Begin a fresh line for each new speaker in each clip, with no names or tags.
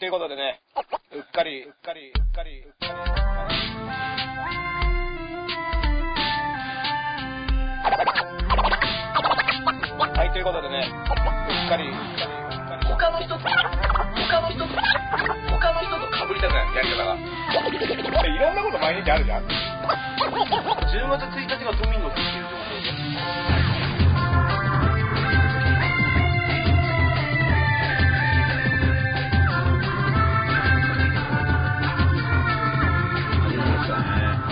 ということでね、うっかり、うっかり、うっかり、うっかり。はい、ということでね、うっかり、うっかり、うっか
他の人と、他の人と、他の人と被りたくない、やり方が。
り。いろんなこと毎日あるじゃん。
10月1日が都民の日っていう情報です。
はい、ちょっ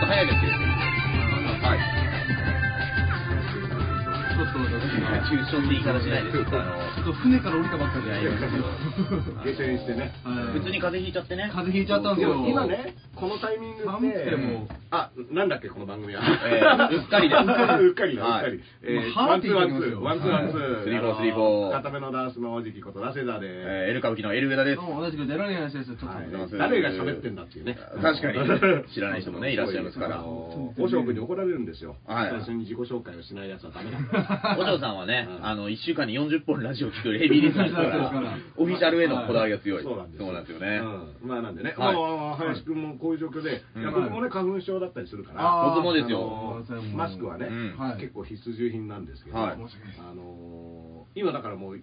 と早いですけどね。はい。
ちょっと、
抽象的かもしれないですけど、あの、
ちょっと船から降りたばっかじゃないですけど、
下車にしてね。
はい
普通に風邪ひいちゃってね。
風邪ひいちゃったんですよ。
今ね、このタイミング
寒
で
くてもう、
あ、なんだっけ、この番組は。
えーうっかりです
うっかり、うっかりだ、うっ
は
か
い
り。え
もう
ー
ハ
ワ
ー
ン
テ
ツ
ィー
ー
に
ワ
なり
ン
ますよ
ツー、ワンツーワンツー。
スリーフォースリーフォー
片目のダンスのおじきこと、ラセダーです。
えーエル歌舞伎のエルウェダです
ど。うも同じくデラリアン先生、ちょっと、
はい誰が喋ってんだっていうね
確か に知らない人もねいらっしゃいますか
あ
らお
の和尚君に怒られるんですよ。
はい
最初に自己紹介をしないやつはダメだ。
嬢さんはね
うん
あの1週間に40本ラジオを聴くヘビーリスナーですか
そうですからら
オフィシャルへのこだわりが強い
そうなんです
なんですよね
うんまあなんでね、
はい
まあ林くんもこういう状況で、
うん
いや僕もね花粉症だったりするから、
あー
僕もです
あ
よ
のマスクはね、
うん
はい
結構必需品なんですけど、
はい
申し訳ない
あのー今だからもう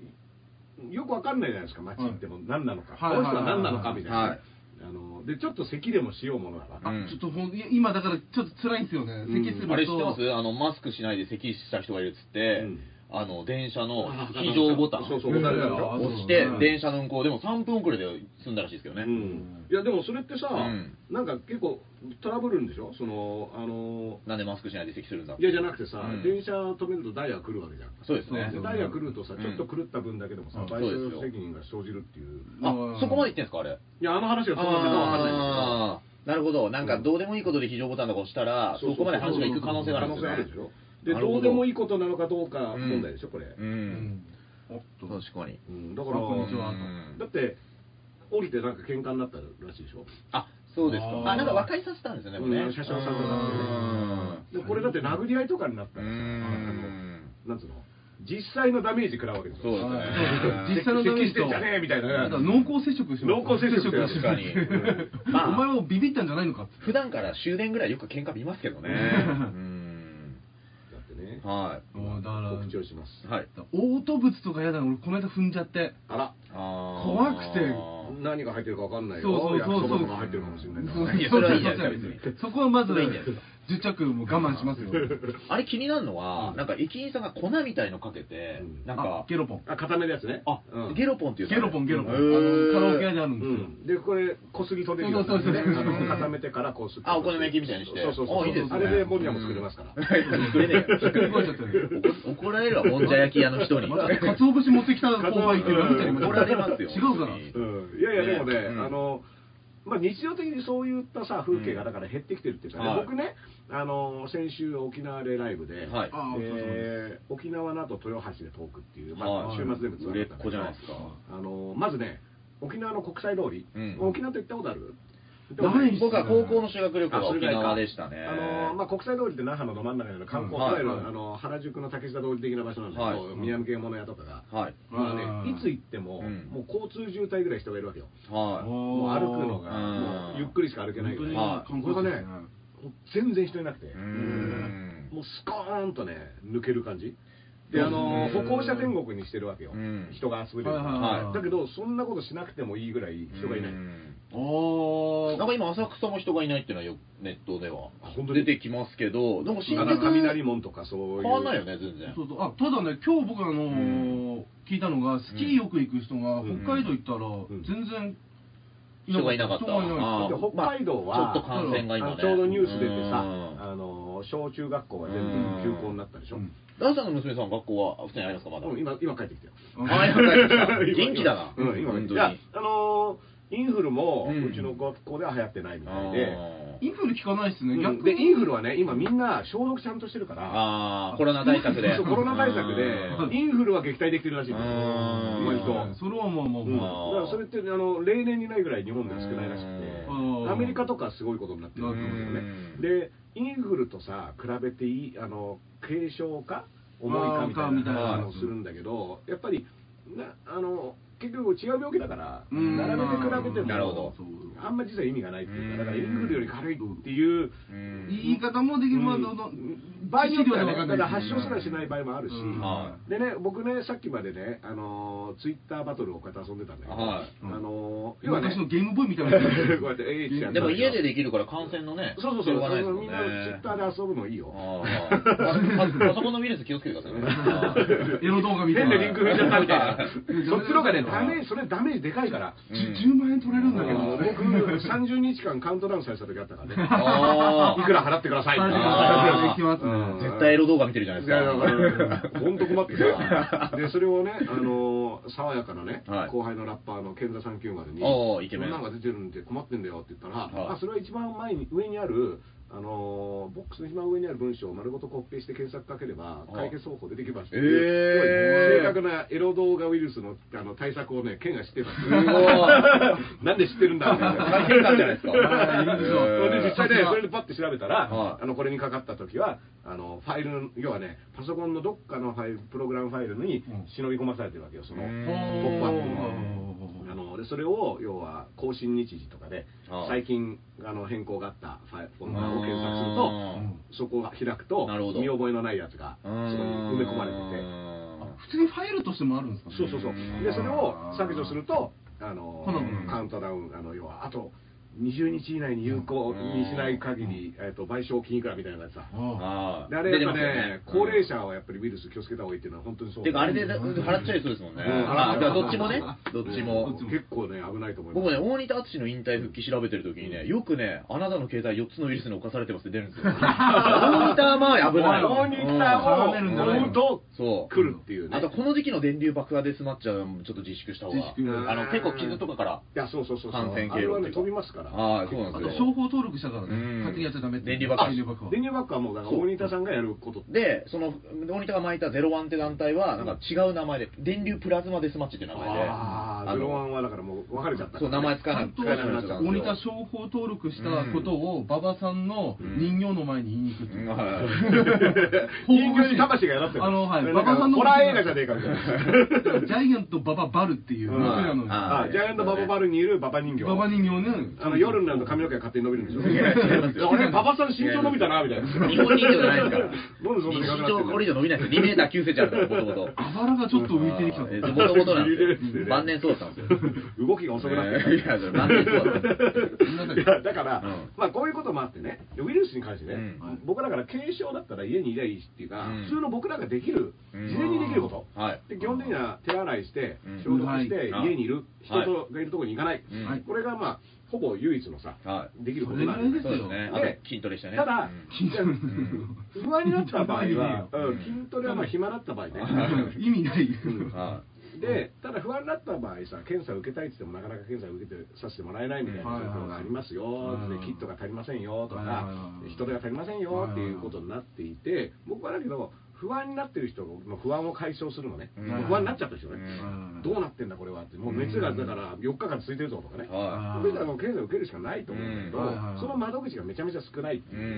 よくわかんないじゃないですか街行っても何なのか、
はい
この人は何なのかみたいな、
はい
あのーでちょっと咳でもしようものなら、
う
あ
ん
ちょっとほん今だからちょっと辛いんですよね、
うん
咳すると
あれ知ってますあのマスクしないで咳した人がいるっつって、
うん
あの電車の
あ
非常ボタン
そうそう
うん
ボタンでしょ
あそう
押して
うん
電車の運行でも3分遅れで済んだらしいですけどね、
うんいやでもそれってさ、
うん
なんか結構トラブルんでしょそのあの
なんでマスクしないで咳するんだ
いやじゃなくてさ、
うん
電車止めるとダイヤ来るわけじゃん
そうですね
でダイヤ狂うとさ、
うん
ちょっと狂った分だけでもさ、
うん
賠償責任が生じるっていう、
あそこまで言ってんですかあれ
いや、あの話がそうなのかわかんないんだ
あーなるほどなんかどうでもいいことで非常ボタンとか押したら
けど、
そこまで話が行く可能性があるんですよ
可
ね
能性あるでしょで
なるほ
ど
ど
うでもいいことなのかどうか問題でしょ、これ、
う
うんん、おっと
確かに
うんだから、
あこんにちは
うん
だって、降りてなんか喧嘩になったらしいでしょ、
あそうですか
あー
あなんか和解させたんですねもう
う
ね
ん車掌さんとかねでこれだって殴り合いとかになった
う
らさ、
ん
あのなんつうの、実際のダメージ食らうわけです
そうですね
はい
うん
実際のダメージ
咳して
と
んじゃねえみたいなね
だから濃厚接触してます
濃厚接触だよ
接してます
確かにまあ
お前もビビったんじゃないのかっつって
普段から終電ぐらいよく喧嘩見ますけどねうん
だってね、
は
もうだから
告知をします。
いはい
嘔吐物とか嫌だな俺この間踏んじゃって
あら、
怖
怖くて
何が入ってるかわかんないよ。
そうそうそうそう
焼きそばとか入ってるかもしれないから
そう
ね
いやそれはいいじゃないですか別に
そこはまず
それはいいじゃないで
10着も我慢しますよ
あれ気になるのは、
うん
なんか駅員さんが粉みたいのかけて、
うん
なんか
あゲロポン
あ、固めのやつね。
あ、
うん
ゲロポンっていう
ゲロポンゲロポンあ
へー
のカラオケ屋であるん
う
ですよ
ん、でこれこすり取れるようになって
そ
ね
うそう
あ
そう
の固めてからこうすって
あお好み焼きみたいにして
そうそうそう
あいいですね
あれでモニャも作れますから、
作れねえよ
ひっくり返っちゃってる
怒怒られるわもんじゃ焼き屋の人に
また鰹節持ってきた後輩いて殴っちゃいま
怒られますよ
違うか
本
ら
うん、いやいやでもね、
ねうん
あのまあ、日常的にそういったさ風景がだから減ってきてるっていうかね、
はい
僕ねあの先週沖縄でライブで、
はい
あーお疲れ様です
えー沖縄の後豊橋でトークっていう、まあ
はい
週末でもツア
売
ー
れ
だ
っ
った
子
んだけど
じゃないですか
あのまずね沖縄の国際通り、
うん
沖縄と行ったことある
ないです
僕は高校の修学旅行が沖縄でしたね
あのまあ、国際通りって那覇のど真ん中にある観光、
はい
いわゆる、
はい
あの原宿の竹下通り的な場所なんですけど、
はい
宮向物屋とかが、
はい
まあね、
うん
いつ行って
う
も、
ん
もう交通渋滞ぐらい人がいるわけよ、
は
もう歩くのが、
うん
もうゆっくりしか歩けないぐらい、
本
当に
これがね、もう全然人いなくて、
いうん
もうスコーンとね、抜ける感じ。であの
うん
歩行者天国にしてるわけよ、
うん
人が遊べる、
はいはいはい
だけど、そんなことしなくてもいいぐらい人がいない、
うん
おー
なんか今浅草も人がいないっていうのはよネットでは
あ本当に
出てきますけどでも新
あ
宿
の雷門とかそういう、
変わんないよね全然
そうそうあただね今日僕あのー
うん
聞いたのがスキーよく行く人が
うん
北海道行ったら
ん
全然
人がいなかった
人がいな
あ
か
ー
っ
で北海道は
まあちょっと感染が
あ
今
の
ね
ちょうどニュース出てさ、
うん
あの小中学校が全部休校になったでしょ、
うん
ダンさんの娘さん学校は普通にありますかまだ
うん今今帰ってきたよ
たうん
あやばい
今
元気だな
うん、 今帰ってきたいや
本
あのーインフルも
うん
うちの学校では流行ってないみ
当
たい
に
で、
インフル効かないですね
うん
逆
でインフ
ル
ルはね今みんな消毒ちゃんとしてるから
あーあーコロナ対策で
そうコロナ対策
うん
でインフルは撃退できてるらしいんですよ
うん
今人
それはまあまあ
うん、だ
まあ
からそれってあの例年にないぐらい日本では少ないらしく
うん
てアメリカとかすごいことになってるんですよね
うん
でインフルとさ比べていいあの軽症か重いかみた
あーかみ
い
た
ない
な
話もするんだけどやっぱりなあの結局違う病気だから
うん
並べて比べても
なるほど
そう
あんま実は意味がないっていう
うん
かだからインフルより軽いっていう
うん
言い方もできる、まあ、
うん
どの
場合によっては
資料
ね
でわか
た
んな
だ
いで
発
すけ
症
ど
すらしない場合もあるし
うん
は
でね僕ねさっきまでねあのツイッターバトルをこうやって遊んでたんだけど
はい
あの要はね
昔のゲームボーイみたいな
こうやって A ちゃん
でも家でできるから感染のね、
そうそうそう
しょがないですも
み
ん
ん
ね
なツイッターで遊ぶのいいよ
あーパパソコンのウイルス気をつけてくださいね。あー
エロ動画みたい
変
な
なリンク踏んじゃったみたいな そっちの方がねダメージそれダメージでかいから
じゅ10万円取れるんだ
だ
け
けど
ど
僕30日間カウントダウンされた時あったからね
あ
いくら払ってください
あ
ー
できますね
うん
ー絶対エロ動画見てるじゃない
い
ですか
やだから。本当困ってたでそれをねあのー爽やかなね、
はい
後輩のラッパーの健太3級までに
おーイケメン
こんなんが出てるんで困ってんだよって言ったら、
はい
あそれは一番前に上にあるあのーボックスの一番上にある文章を丸ごとコピペして検索かければ
はい
解決方法出てきます
えー
正確なエロ動画ウイルスのあの対策をね県が知ってた
すごい。は
なんで知ってる んだみたいな
大変なんじゃないです か
はい
いいです
よ
で実際ね、それでパッて調べたら、
はい
あのこれにかかった時は、あのファイルの、要はね、パソコンのどっかのファイル、プログラムファイルに
うん
忍び込まされてるわけよ、その、
う
ポ
ん
ッ
おー
プアップの。あのでそれを要は更新日時とかで
ああ
最近あの変更があったファイフォルダを検索するとそこが開くと
なるほど
見覚えのないやつがそこに埋め込まれてて
あ普通にファイルとしてもあるんですかね
そうそうそう。で、それを削除すると、あの
ほなほな、
カウントダウン、あの、要は、あと、20日以内に有効にしない限り、えっと、賠償金いくらみたいなやつさ。
あ
あ
で
ー
あれや
出
っぱ
てますよ
ね、高齢者はやっぱりウイルス気をつけた方がいいっていうのは本当にそう。
てかあれで払っちゃいそうですもんね。
うん
あだからどっちもね、どっち
うん
も。
結構ね、危ないと思います。
僕ね、大仁田淳の引退復帰調べてる時にね、よくね、あなたの携帯4つのウイルスに侵されてますって出るん ですよ。大仁田はまあ危ない。
モニター
を絡
を
めるんじゃない
追うと、
そう。
来るっていうね。
あとこの時期の電流爆破デスマッチはちょっと自粛した方が
自
粛
あの結構傷とかから
いや、そうそうそうそう。
感染経路
あれは
ってい
ね、
うか
飛びますから。
ああそうなん
と
です
商
よ
法登録したからね
うん
勝手にやっちゃダメって
電流爆破
電流爆破
電流バックはもう、だから、大仁田さんがやることって。
でその大仁田が巻いた「ゼロワンって団体はなんか違う名前で電流プラズマデスマッチっていう名前で
ああ、ゼロワンはだからもう、別れちゃったからね。
そう名前 使
ち
わ
ゃ
なんく
と
使えなくなっちゃったん
モ
です
ニタ
よ
ー商法登録したことを馬場さんの人形の前に言いに行くって
う
い
ん
う
はい
人形に魂がやらって
あのはい
バ
馬場さんの
ホラー映画じゃねえかみた い
だから ジャイアント馬場バルっていう
うん
僕
あ
らの馬
なあジャイアントバババルにいるババ人形
場人形ね
あの夜になると髪の毛が勝手に伸びるんでしょ
い や違いますよ
あれババさん身長伸びたなみたいな
日本人じゃないですから
どんどんそんな
身
でかくなってん
長
の
これ以上伸びないです2メーター9センチあるからもともと
あばらがちょっと浮いてきた
えもともとなんですよ晩年そうだったんですよ
動きが遅くなって
いやそれ晩年そうだったんですよ
いやだから、
うん
まあこういうこともあってね、ウイルスに関してね、
うん
僕らから軽症だったら家にいりゃいいしっていうか、
うん
普通の僕らができる、
うん
事前にできること、
はい
で基本的には手洗いして
うん、
消毒して、
うん
家にいる、
はい
人とがいるところに行かない、
うん
はい
これがまあ、ほぼ唯一のさ、
はい
できることなん
それぐらいで
でね
そうですねあと筋トレしたね
ただ
うん、
筋トレ
ん
不安になった場合は、
ん
うん筋トレはまあ暇だった場合ね。
う
意味ない
うん
は
でただ不安になった場合さ検査を受けたいって言ってもなかなか検査を受けてさせてもらえないみたいな状況がありますよ、
はいはいはい
でキットが足りませんよとか、
はいはいはい
人手が足りませんよっていうことになっていて僕はだけど不安になってる人の不安を解消するのね、
うん
不安になっちゃった人ね、
うん
どうなってんだこれはってもう熱がだから4日間続いてるぞとかね、
いは
そういう人はもう検査を受けるしかないと思うんだけど、
うんはいはいはい
その窓口がめちゃめちゃ少ないって
い、う
いう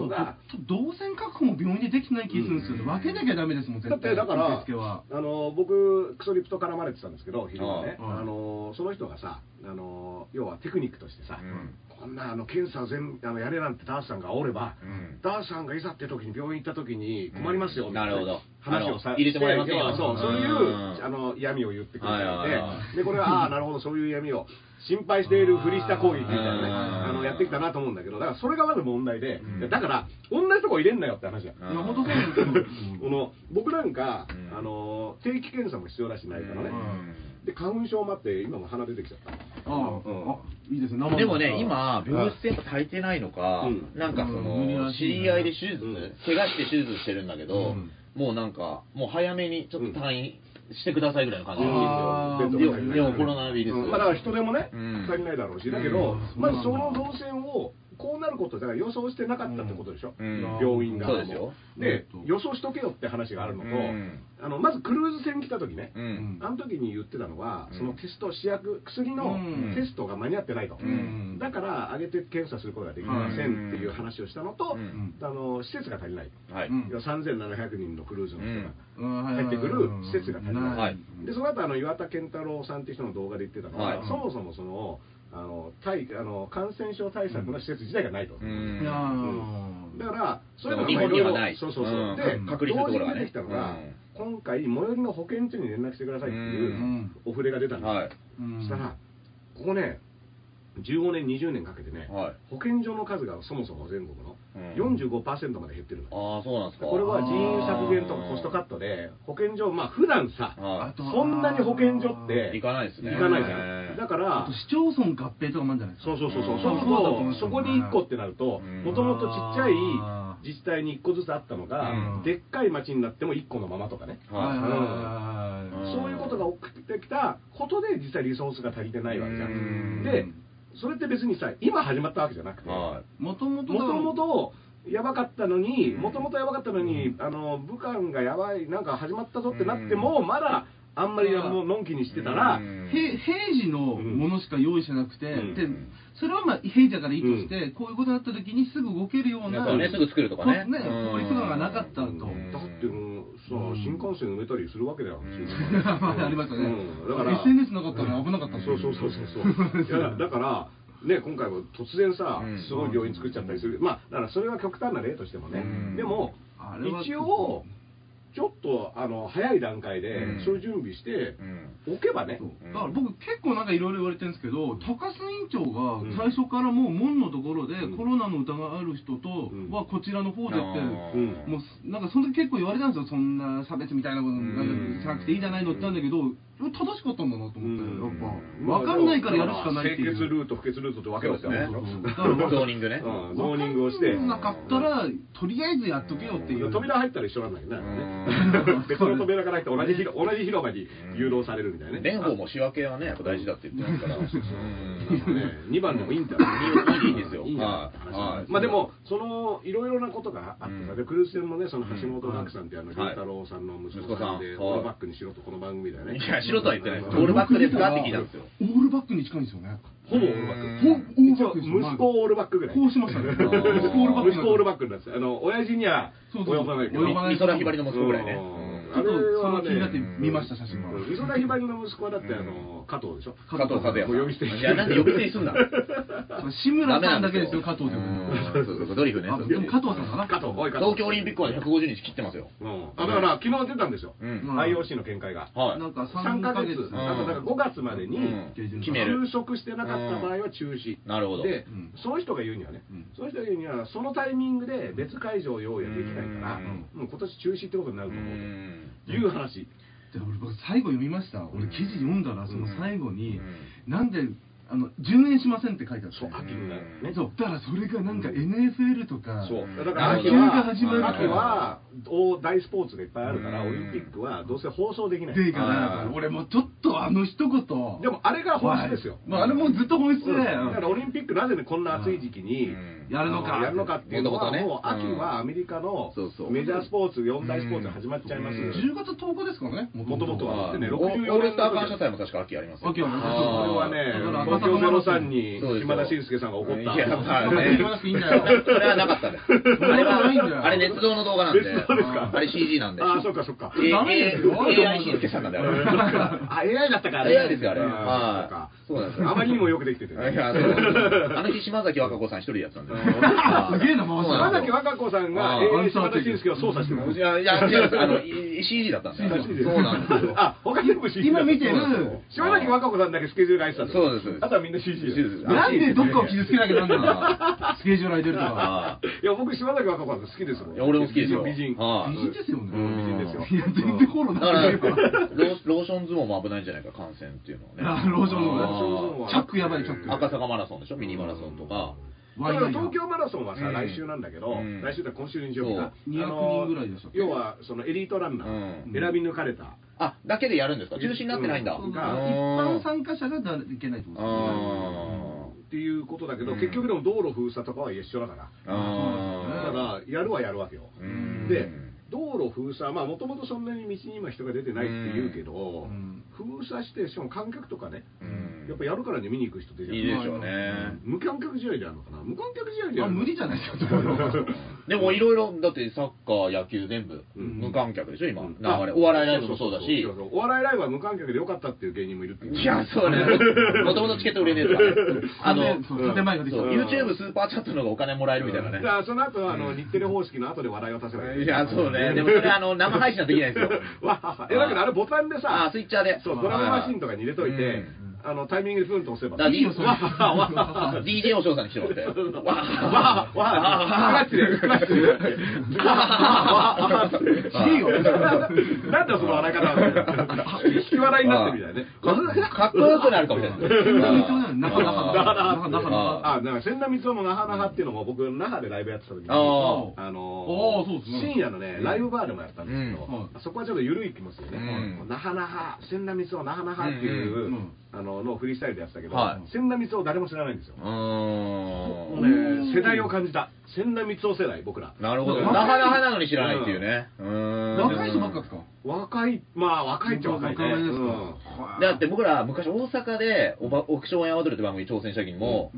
んのが、
ちょっと動線確保も病院でできてない気がするんですよね、
うん
分けなきゃダメですもん
だ
絶
っ
対
てだから、
受付は
あの僕、クソリプと絡まれてたんですけど、昼間ね、
ああ
あのその人がさあの、要はテクニックとしてさ、
うん
こんなあの検査を全あのやれなんてダースさんがおれば、
うん
ダースさんがいざって時に病院行った時に困りますよ、
うん
みたい
なるほど
話を
あ
さ
の入れてもらえませんよ
要はそうそういう
うん
あの闇を言ってくれた
は
の
い
で
はいは、
でこれは、ああ、なるほど、そういう闇を心配しているふりした攻撃みたいなね、
うん
あのやってきたなと思うんだけど、だからそれがまず問題で、だから、同じとこ入れんなよって話だよ。
いや本当そうなんですよ、
この僕なんか、
うん
あの定期検査も必要だしないからね、で花粉症もあって今も鼻出てきちゃった
ああ、
うん
あいいですね生
うん
の
でもね、今、病室やっぱ足りてないのか、
うん
なんかそ
うん
の、知り合いで手術、
うん
怪我して手術してるんだけど、
うん
もうなんか、もう早めにちょっと退院してくださいぐらいの感じ
あー
なんですよ。でもコロナウイルス。
うんまあ、だから人手もね、
うん
足りないだろうしだけど、まずその動線をこうなることだから予想してなかったってことでしょ、
うん
病院側も
そうですよ
で
うん
予想しとけよって話があるのと、
うん
あのまずクルーズ船来た時ね、
うん
あの時に言ってたのは、
うん
そのテスト、試薬、薬の
うん
テストが間に合ってないと、
ん
だから上げて検査することができませんっていう話をしたのと、
うん
あの施設が足りない、
はい
うん
要は3700人のクルーズの人が。
入
入ってくる施設が足りない、
はい
でその後あの岩田健太郎さんっていう人の動画で言ってたのは、
はい
そもそもそのあの対あの感染症対策の施設自体がないと、
うん
いやー
だから、そういうのが
日本にはない
そうそうそう。
うん
で、
隔離するところがね
同時に出てきたのが、
うん
今回、最寄りの保健所に連絡してくださいっていううんお触れが出たんです、
はい
うん
したら、ここね、15年、20年かけてね、
はい
保健所の数がそもそも全国の
うん
45%まで減ってるの、
ああそうなんですか
これは人員削減とかコストカットで、保健所、まあ普段さ、
は
あと
そんなに保健所って
い行かないですね
行かないじ
ね
ゃん。だか
あ
ら
と、市町村合併とかもあるんじゃないですか
そうそうそうそう、
うん
そう
そう
する
だと思うん
と
ですよ
そこに1個ってなると
うん
もともとちっちゃ
あ
い自治体に1個ずつあったの
う
が、
ん
でっかい町になっても1個のままとかね、
はい
は
はいはいはい
ん
そういうことが起きてきたことで実際リソースが足りてないわけじゃ、
うんん
でそれって別にさ今始まったわけじゃな
い
くても
は
もとも
と
と
もとやばかったのに
うん
もともとやばかったのに、あの武漢がやばいなんか始まったぞってなっても、まだあんまりもうのんきに
い
してたら、
うん
平平時のものしか用意してなくて、
うん
でそれはまあ平時だからいいとして、こういうことになった時にすぐ動けるような
そうねすぐ作るとかね
こね
うん
効率とかがなかったと、
うん
だってもうさ、
うん
新幹線埋めたりするわけだよ、
ん
新幹線
ま あありましたね、
うんだから
SNS なかったら危なかったもんね
そうそうそうそうそういやだ からね今回も突然さ
うん
すごい病院作っちゃったりする、まあだからそれは極端な例としてもね、
うん
でも
あれは
一応ちょっとあの早い段階で
うん
そういう準備して
うん
おけばね、
そう
うん
だから僕結構なんかいろいろ言われてるんですけど高須院長が
うん
最初からもう門のところで
うん
コロナの疑いある人と
うん
はこちらの方でって
う
うん
もうすなんかその時結構言われたんですよそんな差別みたいなことなんかしなくていいじゃないのって言ったんだけど正しかったんだなと思ってやっぱ
まあ
分かんないからやるしかないってい
清潔
う。
ルート不潔ルートってわけですよ
そう
ね
です
ね
うん
だから
ゾーニングね
うんゾーニングをして
分かんなかったら、とりあえずやっとけよっていう。
扉入ったら一緒なんだけど
う
ね別の扉から入って同じ広同じ広場に誘導されるみたいなね
蓮舫も仕分けはねやっぱ大事だって言ってますからうん
2番でもいいんだよ
いいいいんですよ
いいんだよ
はいはい
まあでも、そのいろいろなことがあって
う
さ、
ん
でクルーズ船もね、その橋本岳さんって、あ
う
の、
ん
龍太郎さんの息子さんで、
息子さんはい
オールバックにしろと、この番組だよね。
いや素人は言ってないですオー
オール
ル
バ
バ
ッ
ッ
ク。
クですかって聞いたんですよ
オールバックに近いんですよね。
ほぼオールバッ
ほ
うん
オール
ク。
バックですよ
一応息子オールバックぐらい。
こうしましたね。息子オールバック。
息子オールバックになってたあの、親父には
そうそう
及ばないけど。
及ばない
美空ひばりの息子ぐらいね
うん
ちょっとその気になって
う
見ました、写真は。
ん美空ひばりの息子はだって、あの、加藤でしょ。
加藤和也さ
もう呼び捨て
んいやなんで呼び捨てにすんだ
そう志村さんだけですよ、加藤でも。
うんそうそうそうドリフね
あでも加藤さんかな。
加藤、おい加藤。
東京オリンピックは150日切ってますよ
うんあだから、昨日出たんですよ。
う
うんん
IOC の見解が。
はい
なんか
3
3
ヶ
ヶ
月
月。、
あとなんか5月までに
うん
決
休
める
職してなかった場合は中止、
なるほど
で
うん、
その人が言うにはね
うん、
その人が言うには、そのタイミングで別会場用意はできないから、
うん
もう今年中止ってことにな
う
ると思う
ー
という話、
で俺僕最後読みました。俺記事読んだら、その最後に
うん、
なんで、あの、順延しませんって書いてあった
そう、秋になるね。
そう、だからそれがなんか NFL とか、
そうだから秋
野球が始まる
は、
から
秋は大大スポーツがいっぱいあるから、
うん
オリンピックはどうせ放送できない。
で
で
から
あー
俺もちょっとあの一言
も、あれが本質ですよ。
まあ、あれもうずっと本質で、
うんだからオリンピックなぜねこんな暑い時期に
うん
やるのか
やるのかっていうのは
元々ね
もう秋
うん
はアメリカの
そうそう
メジャースポーツ4大スポーツが始まっちゃいます
うん
10月10日ですからね々
元々は
はい
でね
オ
64
オールスター感謝祭も確か秋ありますよ
秋あります
これは
だ
ね
から、
東京ゼロ三に
そうですよ
島田紳介さんが怒った。
いや、ま あ
そんなこと
ね。
言わなくていいんだよ
それはなかったんだよ。あれ
ないんだよ
は、あれ、捏造の動画なんで。
捏造ですか
あれ CG なんで。
あー、そっかそっか。
え
ダメですよ
AI しんすけさんなんだよ。あれ
あ、AI だったか
AI ですよ、あれ。はい。そうなんですよ。
あまりにもよくできててね。
いや、そうあ の日、島崎和歌子さん一人でやってたんだよ。はい
すげえな回し
島崎和歌子さんが
あー
AI 島田紳介を操作してる。
いや、いや、違うんですあの、い CG だったんだよ。
らしいです
そうなんですよ。
あ、他全部 CG
今見てる
そうなんですよ島崎和歌子さんだけスケジュールが入ってたんよ
そうですそうです
あとはみんな CG
そうです
なんでどっかを
い
傷つけなきゃなんだ よスケジュール空いてるとか
あ
や、僕島崎和歌子さん好きですもん。
いや俺も好きですよ
美人。
はい
美人ですよね
うん美人です
い
よ。
や全然フォロー
あだか
なく
ら、
て
ロ
いいわ
ーローション相撲も危ないんじゃないか、感染っていうのは
あ
ね。
ローション相撲
ローション相撲は
チャックやばいチャック
赤坂マラソンでしょ、ミニマラソンとか。
だから東京マラソンはさ、
うん
来週なんだけど、
うん
来週って今週日曜日か
そう
あ
200
の
人ぐらいでしょ
要はそのエリートランナー、
うん
選び抜かれた、
あ、だけでやるんですか中止になってないんだ。
う
一
ん
あー
般参加者がだいけないってこと
あ
ですね
っ
ー
てっていうことだけど、
うん
結局でも道路封鎖とかは一緒だから、
うん
だか
あ
らやるはやるわけよ、
うん
で道路封鎖まあもともとそんなに道に今人が出てないって言うけど、
ん
封鎖してしかも観客とかね
ーうん
やっぱやるからね見に行く人出て
いいでしょうね。
無観客試合であるのかな無観客試合で
あ
やるの
無理じゃないですか それは
でもいろいろ、だってサッカー、野球全部、
うん
無観客でしょ、今。
うん
流れ。お笑いライブもそうだし
そ。うそうお笑いライブは無観客でよかったっていう芸人もいるっていう
いや、それ、もともとチケット売れねえからね。あの、
そう建前ができた
そう YouTube スーパーチャットの方がお金もらえるみたいなね。
じゃあその後はあの日テレ方式の後で笑いをさせない
いや、そうね。でもそれ、あの、生配信はできないですよ。
わははえだけどあれボタンで
あ
さ
ー、スイッチャーで。
そうドラムマシンとかに入れといて、
うん
あのタイミングでフンと押せば
だから
いいよそれ
わっはっはっは DJ おしょうさんにしてもらって。わっはっはっは
わははスクラッチでスクラッチでわはは
違えよ
なんだよその笑い方は引き笑いになってるみたいなね
かかっこよくなるかもしれないですね。
なかなか
だから
なかなか
あだから千田光雄の那覇那覇っていうのも僕那覇でライブやってた時に
あー
あ
あ
の
ーそうですね
深夜のねライブバーでもやったんですけ
うんはい
どそこはちょっと緩い気持ちでね
うん
那覇那覇千田光雄那覇那覇っていううんあののをフリースタイルでやってたけど
はい
千田光雄誰も知らないんですよ
うーん。
ね世代を感じた千田光雄世代僕ら
なるほど。
うん
なかなかなのに知らないっていうね。うーん。
若い人ばっかですか
若いまあ若いっちゃ若いね
若ですか
うん
だって僕ら昔大阪でオバオクションエアドルって番組に挑戦した時にも、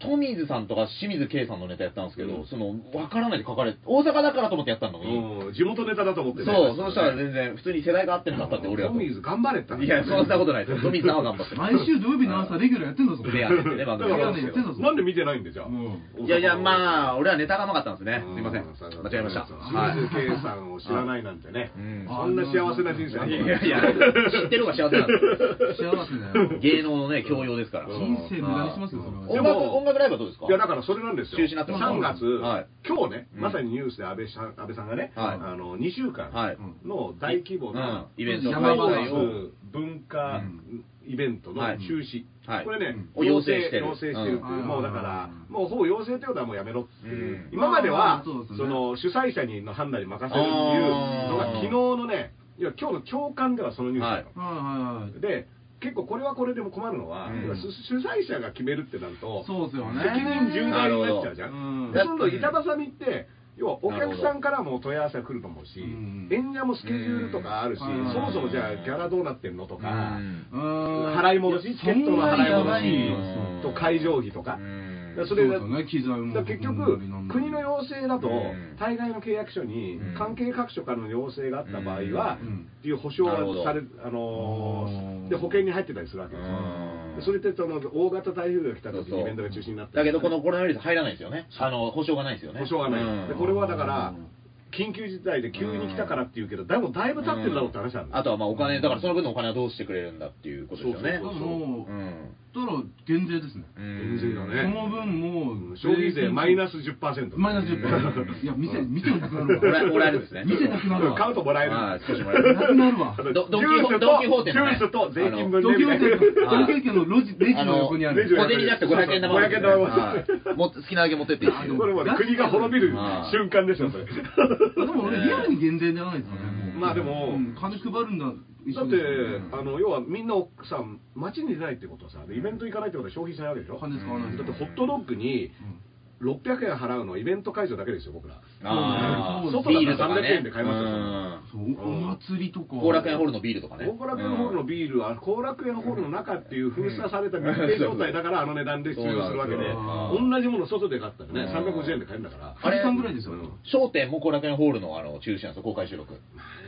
トミーズさんとか清水圭さんのネタやったんですけど、
うん
その、わからないで書かれて、大阪だからと思ってやったのに、
うん地元ネタだと思って
そう、
ね
その人は全然、普通に世代が合ってなかったって俺ら
ト
と。
ミーズ頑張れって話
いや、そんなことないですよ。トミーズさんは頑張ってます
毎週土曜日の朝レギュラーやってん だぞ
でやっててね、番
だか
組
ら
は
ねやってんだぞ
なんで見てないんでじゃあ
うん
いやいや、ま
あ
あ、俺はネタが甘かったんですね。すいません。間違えました。は
清水
い。
圭さんを知らないなんてね
うん
そんな幸せな人生あ
い
るの
やいや、知ってる方が幸せなんですよ
幸せだよ
芸能のね、教養ですから。
うん
人生無駄にしますよそれは
音
で
楽、
も
音楽ライブはどうですか
いやだからそれなんですよ
中止になってます
3月
はい
今日ね
うん
まさにニュースで安倍さん安倍さんがね
はい
あの2週間
はい。
うん
の大規模な
うんイベント
スポ
山場
ー
内
を
ツ文化イベントの
はい
中止、
はい
これね、
うん要請してる
要請してるっていう、
うん
もうだから、もうほぼ要請ってことはもうやめろっていう、
うん
今まで
あ
は、
ーそうですね
その主催者にの判断に任せるっていうのが、
あー
昨日のね、いや今日の朝刊ではそのニュースだったの
はいはいはい
で、結構これはこれでも困るのは、
うん
要は主主催者が決めるってなると、
そうですよね
責任重大になっちゃうじゃん。
うん
で今度板挟みって要はお客さんからも問い合わせが来ると思うし、
うん
演者もスケジュールとかあるし、
うん
そもそもじゃあギャラどうなってんのと
う
か、
ん
うん
払い戻し、チケットの払い
そんなにやばい
戻しと会場費とか、だからそれが
そうですよね機材も
だから結局
うん、
国の要請だと
うん、
大概の契約書に
うん
関係各所からの要請があった場合は
う、ん
っていう保証
なるほど
がされあの
うん
ーで保険に入ってたりするわけですよ
うん
でそれってその大型台風が来た時
そうそう
にイベントが中止になった
だ
り
けど、このコロナウイルス入らないですよね。あの、保証がないですよね。
保証が
う
なんい、でこれはだから
うん、
緊急事態で急に来たからっていうけど、でもだいぶ経ってるだろうって話なん
うん
です
あとはまあお金、だからその分のお金はどうしてくれるんだっていうことですよね。
そうそう
もう
うん
だから減税ですね
うん
全然だね
その分も
うん
う
消費税マイナ
ス
ス10%。
マイナス
うん
10%いや店店なくなる
もらえ
わ
もらえるんですね。
店なくなるわ
買うともらえる
まあ少しもらえる。
なくな るわ
あの
ドドン
ジ
キ
ュー
ホ
スと
ドンキホーテのね
ジュースと税金分で
東
み
京
たい
駅
な
の東京駅の路地レジの横にあ
あ
る
レジ
の小銭だって500円玉
500円玉
はいもう好きなだけ持ってっていいですよ。
これもう国が滅びる瞬間ですよ、それ。
でも俺リアルに減税じゃないですよね
うん
もう
まあでも
うん金配るんだ一
だ
緒
って
ですよね、
あの要はみんな奥さん、街に出ないってことはさ、でイベント行かないってことは消費しないわけでしょ。だ
金使わない
っ
で
てホットドッグに600円払うのはイベント会場だけですよ、僕ら。
あー
そう
ビールとか
300
ね
円で買います
そ
よ
うお祭りとか
後楽園ホールのビールとかね。
後楽園ホールのビールは後楽園ホールの中っていう封鎖された密閉状態だからあの値段で出場するわ
そ
けで
うなんですよ
同じもの外で買ったらね
うん
350円で買えるんだから
あれ
さんぐらいですよ
うん
商店も後楽園ホールのあの中止なんですよ、公開収録。